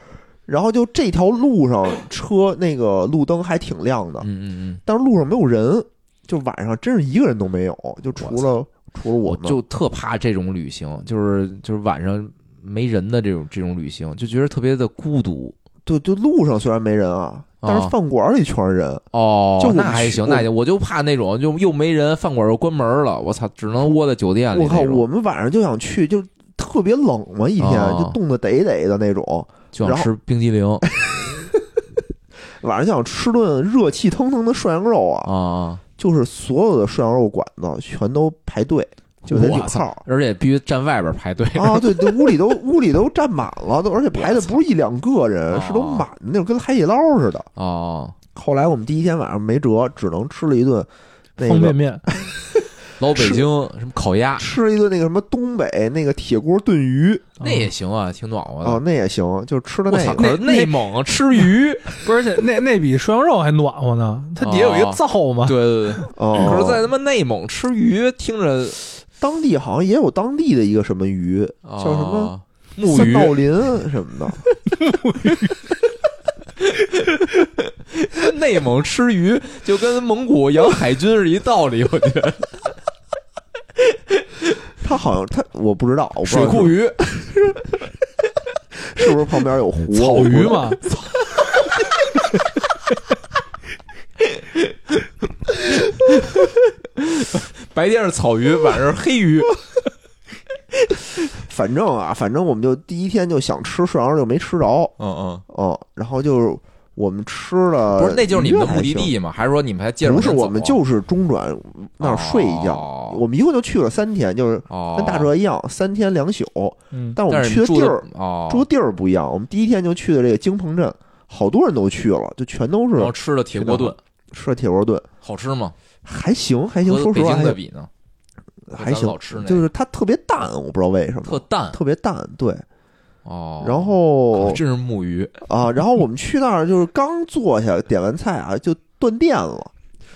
然后就这条路上车那个路灯还挺亮的，嗯嗯嗯，但是路上没有人，就晚上真是一个人都没有，就除了除了我们，就特怕这种旅行，就是就是晚上没人的这种这种旅行，就觉得特别的孤独。对，就路上虽然没人啊，但是啊饭馆里全是人，哦，就我们那还行，去那还行，我就怕那种就又没人，饭馆又关门了，我操，只能窝在酒店里我那靠，种。我们晚上就想去，就特别冷嘛，一天、啊就冻得得得的那种，就想吃冰激凌晚上就想吃顿热气腾腾的涮羊肉啊，啊，就是所有的涮羊肉馆子全都排队，就得领我号操。，而且必须站外边排队。啊，对对，屋里都屋里都站满了，都而且排的不是一两个人，我操是都满的那种，跟海底捞似的。哦，后来我们第一天晚上没辙，只能吃了一顿那嗯方个便面，老北京什么烤鸭，吃了一顿那个什么东北那个铁锅炖鱼那也行啊，挺暖和哦的。，那也行，就吃了我那操，个。可是那内蒙啊吃鱼，[LAUGHS] 不是，而且嗯那那比涮羊肉还暖和呢，它底下有一个灶嘛，对对对，哦，可是在他妈内蒙吃鱼，听着当地好像也有当地的一个什么鱼，叫啊什么木三鱼道林什么的。跟内蒙吃鱼就跟蒙古养海军是一道理，我觉得。它好像它我不知道，我不知道 [LAUGHS] 水库鱼、是不是旁边有湖？草我不鱼知道 [LAUGHS] 嘛，白天是草鱼，晚上是黑 [LAUGHS] 鱼。反正啊，反正我们就第一天就想吃涮羊肉，就没吃着。嗯嗯，然后就是我们吃了，嗯，不是，那就是你们的目的。地嘛？还是说你们还接着不往是，前走啊我们就是中转那儿睡一觉。哦我们一共就去了三天，就是哦，跟大哲一样，三天两宿。嗯，但我但们是去的地住的儿哦，住的地儿不一样。我们第一天就去的这个京鹏镇，好多人都去了，就全都然后是吃了铁锅炖，吃了铁锅炖，好吃吗？还行还行。和说实北话京还行的比呢，还咱行老吃那，个就是它特别淡，我不知道为什么特淡特别淡。对，哦。然哦后真是木鱼 [LAUGHS] 啊，然后我们去那儿就是刚坐下点完菜啊，就断电了，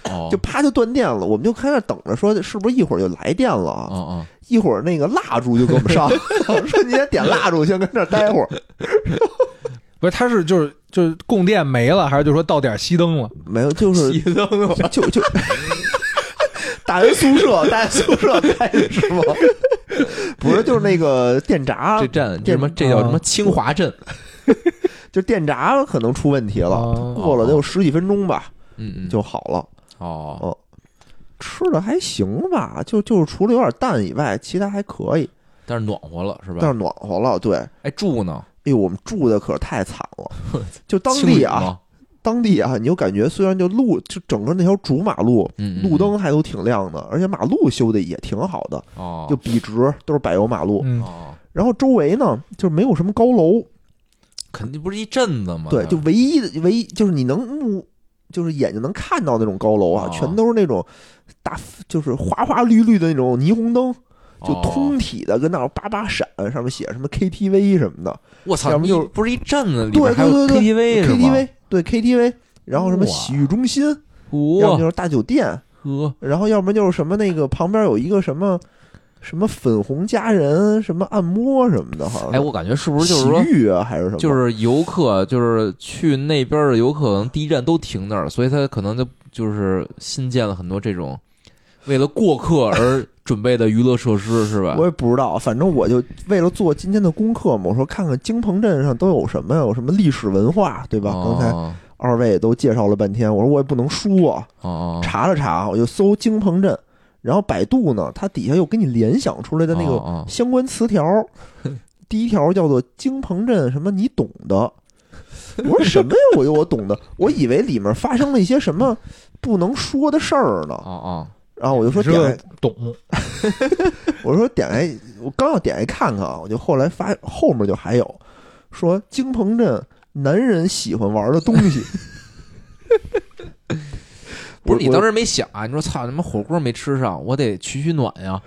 哦，就啪就断电了。我们就开始等着说是不是一会儿就来电了啊？嗯一会儿那个蜡烛就给我们 [LAUGHS] 上，说你先点蜡烛，先跟这儿待会儿。不是，他是就是就是供电没了，还是就说到点儿熄灯了？没有，就嗯，是熄灯了。就就 [LAUGHS] 大学宿舍，大学宿舍开始是吗？不是，就是那个电闸，这站这电什么？这叫什么？啊清华镇。就电闸可能出问题了，哦过了得有十几分钟吧嗯嗯，就好了。哦哦吃的还行吧，就就是除了有点淡以外，其他还可以，但是暖和了是吧？但是暖和了。对，哎哎，住呢？呦，我们住的可是太惨 [LAUGHS] 了，就当青地旅啊，吗，当地啊，你就感觉虽然就路就整个那条主马路嗯，嗯路灯还都挺亮的，而且马路修的也挺好的，哦，就笔直，都是柏油马路。嗯，哦，然后周围呢，就是没有什么高楼，肯定不是一镇子嘛。对，就嗯唯一的唯一就是你能目，就是眼睛能看到那种高楼啊，哦全都是那种大，就是花花绿绿的那种霓虹灯，就哦通体的跟那儿叭叭闪，上面写什么 KTV 什么的我操，要么就是你不是一镇子里对面还有对对 KTV 哎是吗，KTV 对 KTV，然后什么哇洗浴中心，要么就哇是大酒店，呵，然后要么就是什么那个旁边有一个什么什么粉红佳人，什么按摩什么的，好像哎，我感觉是不是就是说呃洗，浴啊还是什么，就是游客就是去那边的游客，可能第一站都停那儿，所以他可能就就是新建了很多这种为了过客而准备的娱乐设施，是吧我？也不知道，反正我就为了做今天的功课嘛，我说看看京鹏镇上都有什么呀，有什么历史文化，对吧？哦刚才二位都介绍了半天，我说我也不能输啊，哦，查了查，我就搜京鹏镇，然后百度呢，它底下又给你联想出来的那个哦相关词条， [LAUGHS] 第一条叫做京鹏镇什么你懂的。我说什么呀？我就我懂的，我以为里面发生了一些什么不能说的事儿哦呢。哦然后我就说这点开个懂，我说点开，我刚要点开看看啊，我就后来发后面就还有说京鹏镇男人喜欢玩的东西， [LAUGHS] 不是你我当时没想啊？你说操，他妈火锅没吃上，我得取取暖呀，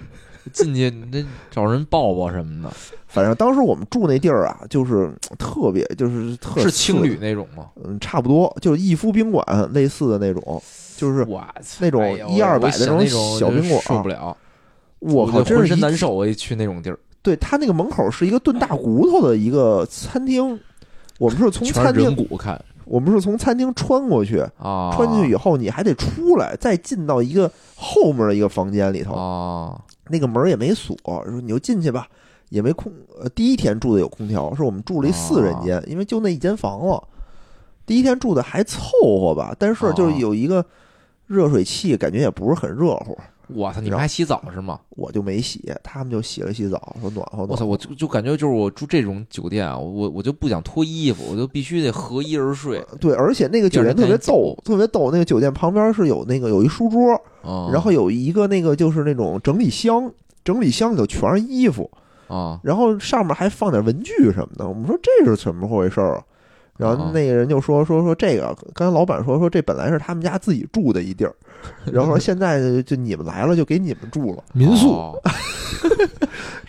进去那找人抱抱什么的，反正当时我们住那地儿啊，就是嗯特别就是特次是青旅，那种吗？嗯，差不多就是逸夫宾馆类似的那种，就是我操，那种哎呦一二百我的想那那种种小真宾馆受不了，我靠，就真浑是身一难受，我一去那种地儿，对他那个门口是一个炖大骨头的一个餐厅，我们是从全是餐人厅，骨看我们是从餐厅穿过去，啊，穿进去以后，你还得出来，再进到一个后面的一个房间里头，啊，那个门儿也没锁，说你就进去吧，也没空。呃，第一天住的有空调，是我们住了一四人间，哦因为就那一间房了。第一天住的还凑合吧，但是就是有一个热水器，感觉也不是很热乎，我操，你然们后还洗澡是吗？我就没洗，他们就洗了洗澡，说暖和我暖操，和。我就就感觉就是我住这种酒店啊，我我就不想脱衣服，我就必须得合衣而睡对，而且那个酒店特别逗，特别逗。那个酒店旁边是有那个有一书桌，啊。然后有一个那个就是那种整理箱，整理箱里头全是衣服，啊，然后上面还放点文具什么的。我们说这是怎么回事儿啊？然哦后那个人就说说说这个，刚才老板说说这本来是他们家自己住的一地 [LAUGHS] 儿，然后说现在就就你们来了就给你们住了，民宿哦，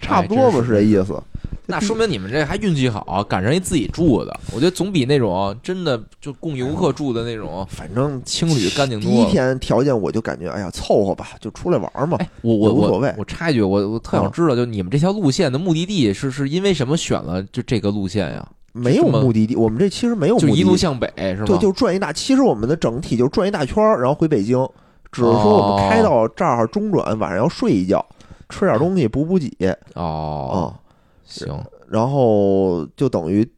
差不多吧，是这意思。哎那说明你们这还运气好，啊赶上一自己住的，我觉得总比那种真的就供游客住的 [LAUGHS] 那种反正青旅干净第多一了。天条件我就感觉哎呀凑合吧，就出来玩嘛。哎，我我也无我所谓嗯我插一句，我我特想知道，就你们这条路线的目的地是是因为什么选了就这个路线呀？没有目的地，我们这其实没有就目的一路地，向北是吗？对，就转一大。其实我们的整体就转一大圈儿，然后回北京。只是说哦我们开到这儿中转，晚上要睡一觉，吃点东西补补给啊、哦，行，然后就等于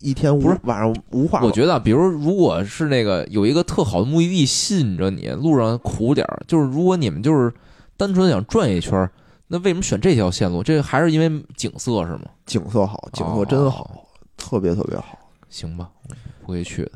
一天无不是晚上无话。我觉得啊，比如如果是那个有一个特好的目的地吸引着你，路上苦点儿，就是如果你们就是单纯想转一圈儿，那为什么选这条线路？这还是因为景色是吗？景色好，景哦色真好，特别特别好。行吧，我会去的。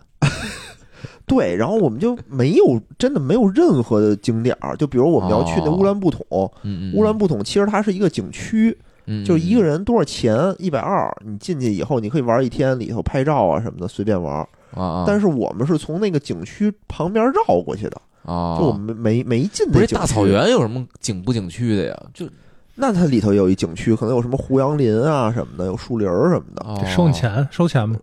对，然后我们就没有真的没有任何的景点儿，就比如我们要去那哦乌兰布统，嗯嗯，乌兰布统其实它是一个景区，嗯就是一个，人多少钱，一百二，你进去以后你可以玩一天，里头拍照啊什么的随便玩。嗯啊啊，但是我们是从那个景区旁边绕过去的，啊，就我们没没没进不那是景区大草，原有什么景不景区的呀？就那它里头有一景区，可能有什么胡杨林啊什么的，有树林儿什么的，哦得收你钱，收钱吗？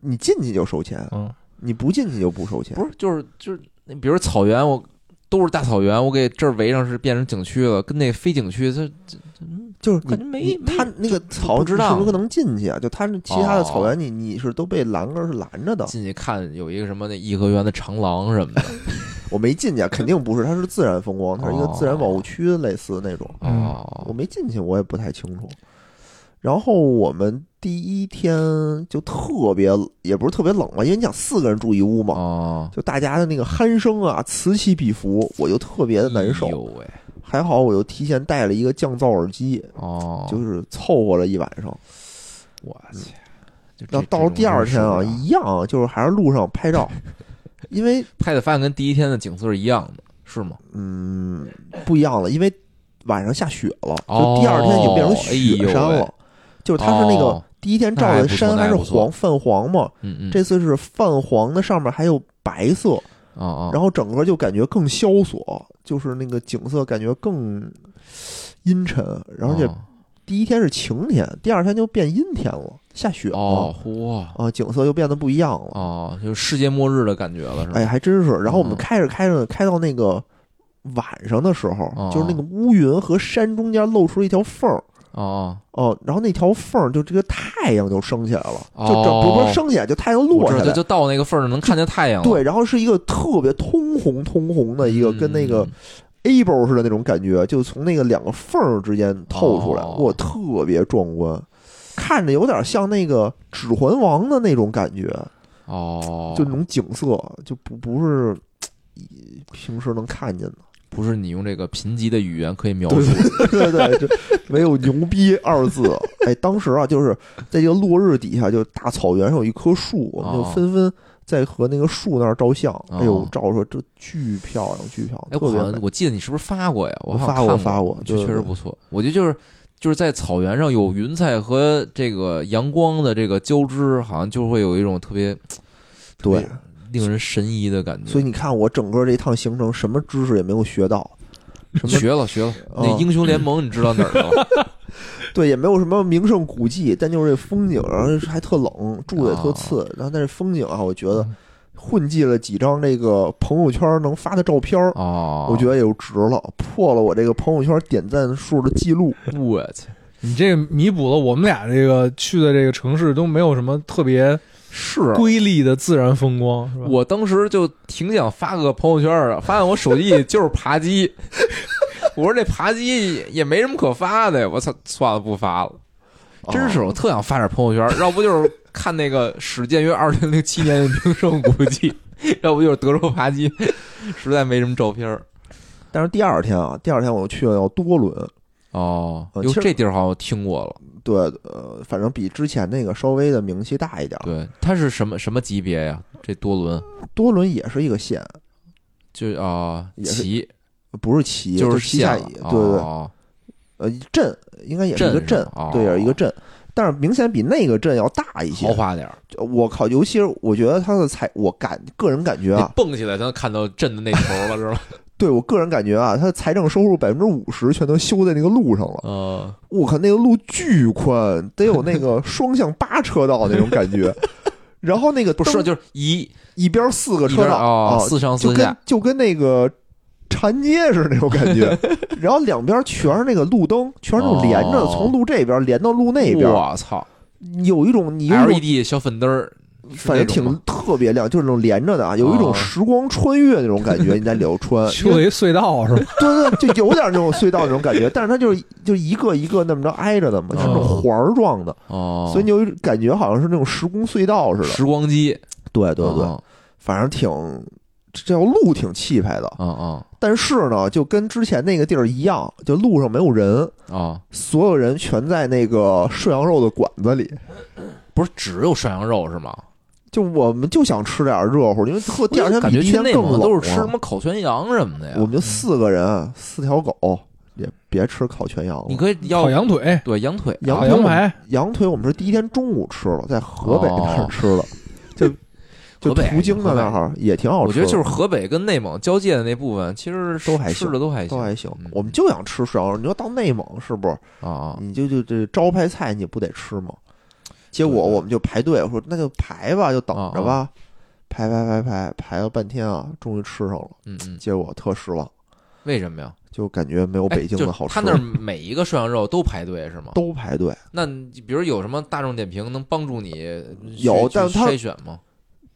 你进去就收钱，嗯，你不进去就不收钱。哦不是，就是就是，那比如草原，我都是大草原，我给这儿围上是变成景区了，跟那非景区，嗯它就是感你觉没你没他那个草不知道你是不可能进去啊，就他那其他的草哦原你你是都被栏杆是拦着的，进去看有一个什么那颐和园的长廊什么的。我没进去啊，肯定不是，它是自然风光，它是一个自然保护区类似的那种，嗯我哦，没进去，我也不太清楚。然后我们第一天就特别，也不是特别冷吧，因为你想四个人住一屋嘛，哦，就大家的那个鼾声啊此起彼伏，我就特别的难哎呦受。喂，还好我又提前带了一个降噪耳机，哦，就是凑合了一晚上。我去，就那这到了第二天啊，这种人受不了一样，就是还是路上拍照，因为拍的发现跟第一天的景色是一样的，是吗？嗯不一样了，因为晚上下雪了，哦就第二天已经变成雪山哎呦了。喂就是它是那个哦第一天照的山那还还是不错黄泛黄嘛，嗯嗯，这次是泛黄的，上面还有白色，哦哦，然后整个就感觉更萧索，就是那个景色感觉更阴沉。然后这哦第一天是晴天，第二天就变阴天了，下雪了，哦嚯啊，景色就变得不一样了。哦，就是世界末日的感觉了，是吧？哎，还真是。然后我们嗯开着开着，开到那个晚上的时候，哦就是那个乌云和山中间露出了一条缝儿。哦哦，哦，然后那条缝儿就这个太阳就升起来了，哦就整不是升起来，就太阳我落下知道，就来。就到那个缝儿能看见太阳了，对，然后是一个特别通红通红的一个，嗯跟那个 able 似的那种感觉，就从那个两个缝儿之间透出来，哦哇，特别壮观，看着有点像那个《指环王》的那种感觉。哦，就那种景色，就不不是一平时能看见的。不是你用这个贫瘠的语言可以描对述。 [LAUGHS] 对对，就没有牛逼二字。哎，当时啊，就是在这个落日底下，就是大草原上有一棵树，我们就哦纷纷在和那个树那儿照相。哎呦，照出来这巨漂亮，巨漂哎，亮，我特好别像美。我记得你是不是发过呀？我好像发过看发过这对确实对不错。我觉得就是就是在草原上有云彩和这个阳光的这个交织，好像就会有一种特别特别对，令人神移的感觉。所以你看，我整个这一趟行程什么知识也没有学到，什么学了学了，哦那英雄联盟你知道哪儿 [LAUGHS] 去了？对，也没有什么名胜古迹，但就是这风景，然后还特冷，住的也哦特次。然后但是风景啊，我觉嗯得混迹了几张这个朋友圈能发的照片儿，哦，我觉得也就值了，破了我这个朋友圈点赞数的记录。得我去你这个弥补了我们俩这个去的这个城市都没有什么特别是啊。瑰丽的自然风光，是吧？我当时就挺想发个朋友圈的，发现我手机里就是 [LAUGHS] 扒鸡。我说这扒鸡也没什么可发的，我操，算了，不发了。真是，啊我特想发点朋友圈，要不就是看那个始建于二零零七年的名胜古迹，要不就是德州扒鸡，实在没什么照片儿。但是第二天啊，第二天我又去了多伦，哦，呃哟，其实这地儿好像我听过了。对，呃，反正比之前那个稍微的名气大一点儿。对，它是什么什么级别呀？这多伦多伦也是一个县，就啊也是旗不是旗，就是旗下，县了对对，哦呃，镇应该也是一个镇是镇吧哦，对，也是一个镇，但是明显比那个镇要大一些豪。华点儿，我靠，尤其是我觉得它的采，我感个人感觉得啊，蹦起来才能看到镇的那头了，是吧？对我个人感觉啊，它的财政收入百分之五十全都修在那个路上了。呃，我靠，那个路巨宽，得有那 [LAUGHS] 个双向八车道那种感觉。然后那个不灯是，就是一一边四个一车边道啊，哦四上就四跟下，就跟那个长街似的那种感 [LAUGHS] 觉。然后两边全是那个路灯，全是那种连着的，哦从路这边连到路那边。我操！有一种你有一种 LED 小粉灯儿，反正挺 E 是那特别亮，就是那种连着的啊，有一种哦时光穿越那种感觉。你在里头 [LAUGHS] 穿，修了一隧道是吧？对对，就有点那种隧道那种感觉，但是它就是就一个一个那么着挨着的嘛，就是那种环儿状的，哦，所以你有一种感觉好像是那种时空隧道似的。时光机，对对对，哦反正挺这条路挺气派的，哦但是呢，就跟之前那个地儿一样，就路上没有人，哦，所有人全在那个涮羊肉的馆子里。不是只有涮羊肉是吗？就我们就想吃点儿热乎，因为特第二天感比觉第一去天内更冷蒙啊。都是吃什么烤全羊什么的呀我。们就四个人，四条狗，也别吃烤全羊了。你可以烤要羊腿、对羊腿羊烤腿啊我羊们排，羊腿我们是第一天中午吃了，在河北那儿哦吃的，就就河北途经的那儿也挺好我吃觉的。得就是河北跟内蒙交界的那部分，其实都还吃行的都还都还行行，嗯，我们就想吃涮羊肉。你说到内蒙是不是？啊啊，你就就这招牌菜你不得吃吗？结果对对我们就排队，我说那就排吧，就等着吧。啊排排排排排了半天啊，终于吃上了，嗯嗯，结果特失望，为什么呀？就感觉没有哎北京就的好吃。他那儿每一个涮羊肉都排队是吗？都排队，那你比如有什么大众点评能帮助你有去但去它筛选吗？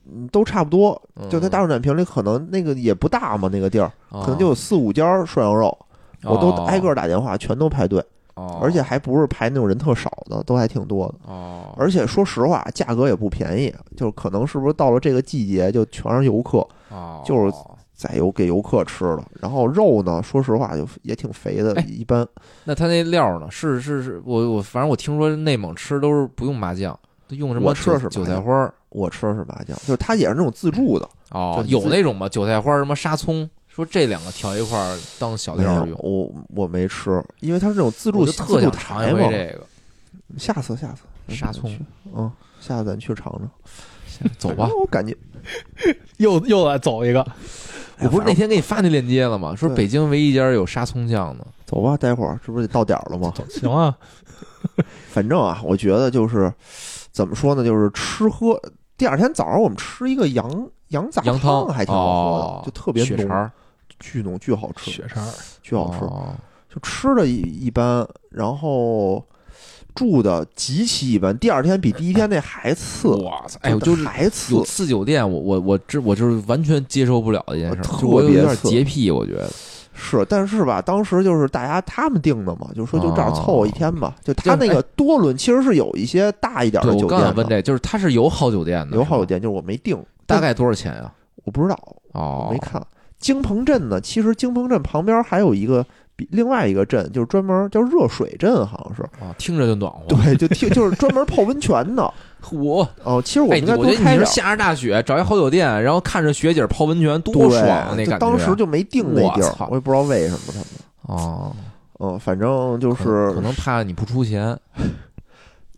嗯都差不多。就在大众众点评里，可能那个也不大嘛，那个地儿哦可啊能就有四五家涮羊肉，我都挨个打电话，全都排队，啊而且还不是排那种人特少的，都还挺多的。哦，而且说实话，价格也不便宜，就是可能是不是到了这个季节就全是游客，哦就是再有给游客吃的。然后肉呢，说实话就也挺肥的，哎一般。那他那料呢？是是是，我我反正我听说内蒙吃都是不用麻酱，都用什么我吃的韭是韭麻菜酱花儿我吃的是麻酱，就是它也是那种自助的，哦，就有自那种吗？韭菜花儿什么沙葱，说这两个调一块儿当小没料儿有用，我我没吃，因为它是那种自我助就自特助想尝一台回嘛。这个。下次下次沙葱，嗯，下次咱去尝尝。走 [LAUGHS] 吧，我感觉又又来走一个，我不是那天给你发那链接了吗？说对北京唯一家有沙葱酱的。走吧，待会儿这不是得到点儿了吗？行啊，反正啊，我觉得就是怎么说呢，就是吃喝。第二天早上我们吃一个羊羊杂羊汤还挺好喝的，哦就特别血肠浓，儿，巨浓巨好吃，血肠儿巨好吃。哦就吃的一一般，然后住的极其一般。第二天比第一天那还次，哇塞！哎呦，就是还次有。次酒店，我我我这我就是完全接受不了的一件事儿，特就我有别点次洁癖，我觉得。是，但是吧，当时就是大家他们定的嘛，就说就这样哦哎凑合一天吧。就他那个多伦其实是有一些大一点对，的我酒刚想店问的，这，就是它是有好酒店的，有好酒是吗，店，就是我没定，大概多少钱呀？我不知道，我哦没，看。京鹏镇呢，其实京鹏镇旁边还有一个比另外一个镇，就是专门叫热水镇，好像是。啊，听着就暖和。对，就 [LAUGHS] 听就是专门泡温泉的。我哦，其实我们哎，应你该我多觉得开你点是儿。下着大雪找一好酒店，然后看着雪景泡温泉，多对爽啊！那就感觉。当时就没定那地我操儿，我也不知道为什么他们。哦，嗯，反正就可能是可，能怕你不出钱啊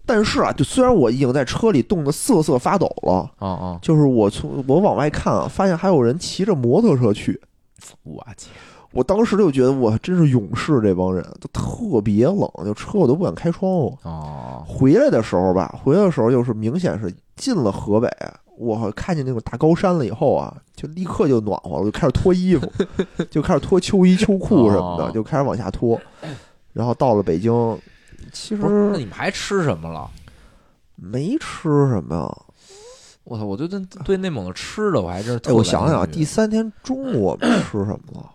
但是啊，就虽然我已经在车里冻得瑟瑟发抖了，啊！哦就是我从我往外看啊，发现还有人骑着摩托车去，我去，我当时就觉得我真是勇士这帮人，都特别冷，就车我都不敢开窗户。哦，回来的时候吧，回来的时候就是明显是进了河北，我看见那种大高山了以后啊，就立刻就暖和了，就开始脱衣服，就开始脱秋衣秋裤什么哦的，就开始往下脱。然后到了北京，其不是，那实你们还吃什么了？没吃什么呀。我操！我对对对内蒙的吃的，我还真是特哎，我感想想啊，兴趣第三天中午我们吃什么了？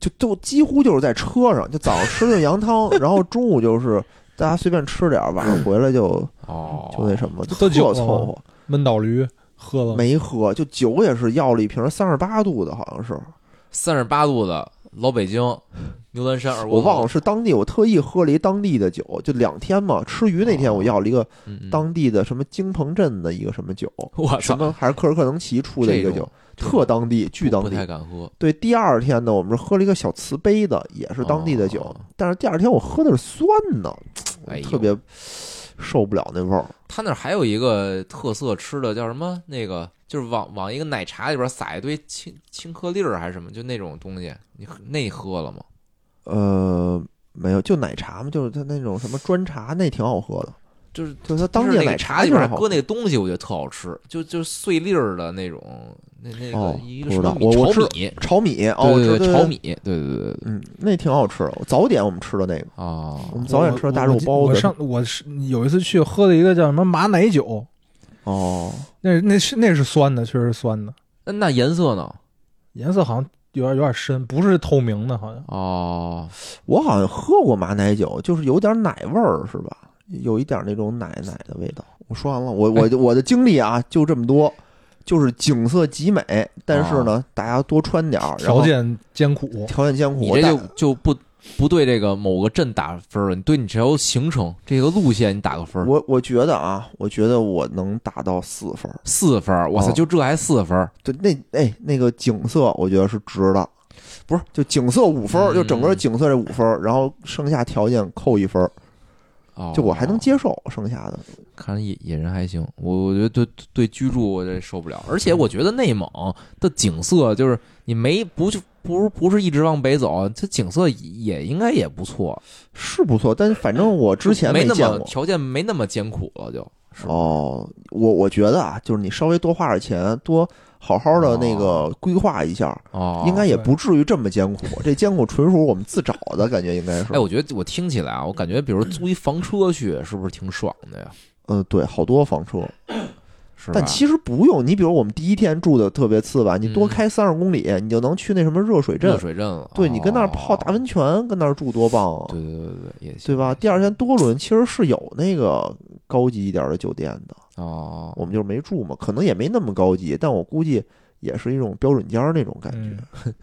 就都几乎就是在车上，就早上吃顿羊汤，然后中午就是大家随便吃点儿，晚上回来就哦，就那什么，就喝酒特了吗凑合。闷倒驴喝了吗，没喝，就酒也是要了一瓶三十八度的，好像是三十八度的老 [LAUGHS] 北京牛栏山二锅我头，忘了是当地，我特意喝了一当地的酒，就两天嘛。吃鱼那天我要了一个嗯嗯当地的什么京鹏镇的一个什么酒，我什操，么还是科尔克能奇出的一个啊这酒种，特当地，巨当不太地。敢喝，对，第二天呢，我们是喝了一个小瓷杯的，也是当地的酒，哦但是第二天我喝的是酸的，哎呦特别受不了那味儿。他那儿还有一个特色吃的叫什么？那个就是往往一个奶茶里边撒一堆青青颗粒儿还是什么，就那种东西，你喝那你喝了吗？呃，没有，就奶茶嘛，就是它那种什么砖茶，那挺好喝的。就是就是它当就是年那奶个茶里就边是儿好搁那个东西，我觉得特好吃，就就是碎粒儿的那种，那那哦个一不个什知么道米我我炒吃米，炒米哦，我对知对道对，炒，米，对对对对对对嗯，那挺好吃的。早点我们吃的那个，啊，我们早点吃的大肉哦我包我子上我是有一次去喝了一个叫什么马奶酒，哦，那那是那是酸的，确实是酸的，那那颜色呢？颜色好像有点有点深，不是透明的，好像哦，我好像喝过马奶酒，就是有点奶味儿，是吧？有一点那种奶奶的味道。我说完了，我哎我我的经历啊，就这么多，就是景色极美，但是啊呢，大家多穿点儿，然后条件艰苦。条件艰苦。你我这就带就不不对这个某个镇打分儿了，你对你这条行程这个路线你打个分儿，我我觉得啊，我觉得我能打到四分儿。四分儿，我操，哦就这还四分儿，对，那哎那个景色，我觉得是值的。不是，就景色五分儿，就整个嗯景色这五分儿，然后剩下条件扣一分儿，哦，就我还能接受剩下的。看来野野人还行，我我觉得对对居住我这受不了，而且嗯我觉得内蒙的景色就是你没不就不不是一直往北走，这景色也应该也不错，是不错，但反正我之前没那见么过。条件没那么艰苦了就，是吧哦，我我觉得啊，就是你稍微多花点钱，多好好的那个规划一下，哦，应该也对不至于这么艰苦。这艰苦纯属我们自找的感觉，应该是。哎，我觉得我听起来啊，我感觉比如租一房车去是不是挺爽的呀？嗯，对，好多房车，是吧？嗯但其实不用。你比如我们第一天住的特别次吧，你多开三十公里，你就能去那什么热水热镇。水镇了，对你跟那儿泡大哦温泉，跟那儿住多棒啊！对对对对，也行对吧？第二天多伦其实是有那个高级一点的酒店的，哦，我们就是没住嘛，可能也没那么高级，但我估计也是一种标准间儿那种感觉嗯。，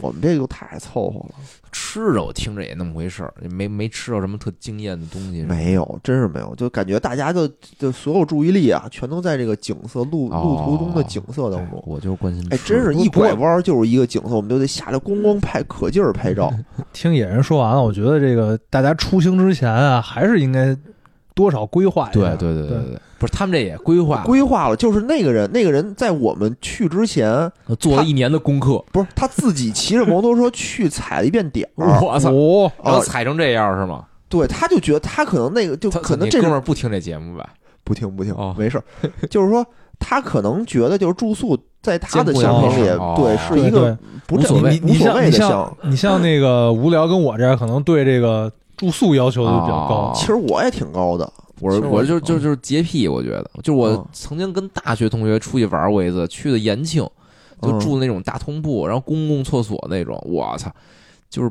我们这个就太凑合了，吃着我听着也那么回事儿，也没没吃到什么特惊艳的东西是吧，没有，真是没有，就感觉大家的就所有注意力啊，全都在这个景色路路途中的景色当哎中。我就是关心哎，吃真是不一不过拐弯就是一个景色，我们就得下来咣咣拍，可劲儿拍照。听野人说完了，我觉得这个大家出行之前啊，还是应该多少规划一对下。对对对哎对对，不是他们这也规划规划了，就是那个人，那个人在我们去之前，做他了一年的功课，不是他自己骑着摩托车去踩了一遍点儿， [LAUGHS] 我操，哦，然哦后踩成这样是吗？对，他就觉得他可能那个就他可能你这哥们是儿不听这节目吧？不听不听哦，没事儿， [LAUGHS] 就是说他可能觉得就是住宿在他的兼顾想一象下里哦，对这是对一个对，不无正所谓你无你所像谓你的项哦像。你像那个无聊跟我这样，可能对这个住宿要求都比较高哦。其实我也挺高的，我其是实我我就就嗯就是洁癖，我觉得就我嗯曾经跟大学同学出去玩过一次，去的延庆，就嗯住那种大通铺，然后公共厕所那种，我操，就是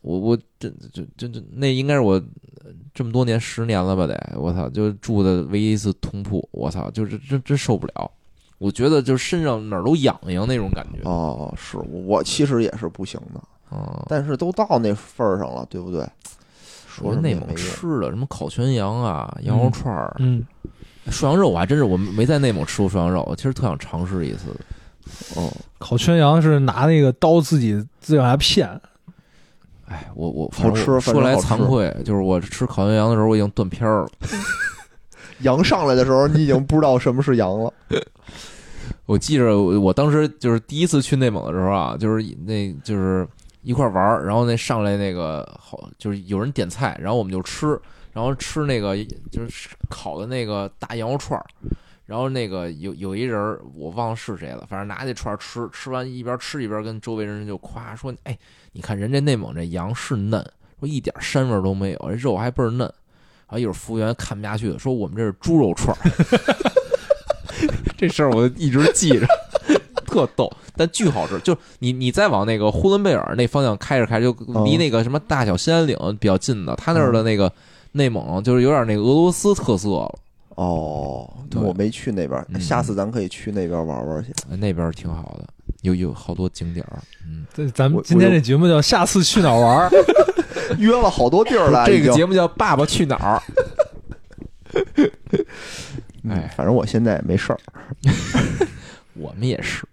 我我这这这这那应该是我呃这么多年十年了吧得，我操，就住的唯一一次通铺，我操，就是真真受不了，我觉得就是身上哪儿都痒痒那种感觉，哦，是我其实也是不行的，嗯，但是都到那份儿上了，对不对？说我什么觉得内也没蒙用。吃的什么烤全羊啊、羊肉串儿、嗯，涮羊肉，我还真是我没在内蒙吃过涮羊肉，我其实特想尝试一次。哦，烤全羊是拿那个刀自己自己往下片，哎，我我好反正我吃反说正来好惭吃愧，就是我吃烤全羊的时候，我已经断片儿了。羊上来的时候，你已经不知道什么是羊了。我记着我我当时就是第一次去内蒙的时候啊，就是那就是一块儿玩儿，然后那上来那个好就是有人点菜，然后我们就吃，然后吃那个就是烤的那个大羊肉串儿。然后那个有有一人儿我忘了是谁了，反正拿那串儿吃，吃完一边吃一边跟周围人就夸说：“哎，你看人家内蒙这羊是嫩，说一点膻味儿都没有，这肉还倍儿嫩。”然后一会儿服务员看不下去了，说：“我们这是猪肉串儿。” [LAUGHS] 这事儿我一直记着，特逗，但巨好吃。就是你你再往那个呼伦贝尔那方向开着开着，就离嗯那个什么大小兴安岭比较近的，他那儿的那个内蒙就是有点那个俄罗斯特色了。哦，对我没去那边嗯儿，下次咱可以去那边玩玩去。哎那边儿挺好的，有有好多景点儿。嗯，这咱们我今天这节目叫“下次去哪儿玩儿 [LAUGHS] 约了好多地儿了， [LAUGHS] 这已个经节目叫《爸爸去哪儿》。嗯哎反正我现在也没事儿，我们也 [LAUGHS] 是。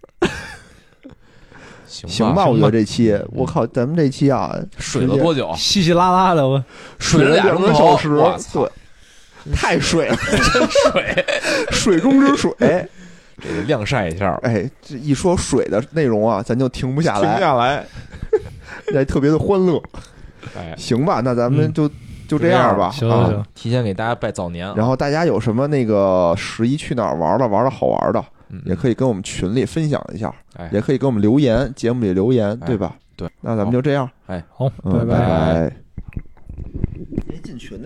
行行吧？吧，嗯我觉得这期，我靠，咱们这期啊，水了多久”，？稀稀拉拉的，我水了了俩两钟个头小时，我操，对，太水 [LAUGHS] 了，真水，水中之水。这得晾晒一下。哎，这一说水的内容啊，咱就停不下停不 [LAUGHS] 来，下来，哎，特别的欢乐。哎，行吧，那咱们嗯就就就这样吧，行啊行行，提前给大家拜早年啊，然后大家有什么那个十一去哪儿玩了，玩的好玩的，也以，可以跟我们群里分享一下，嗯哎，也可以给我们留言，节目里留言，对吧？对，嗯那咱们就这样，好，嗯，拜拜。没进群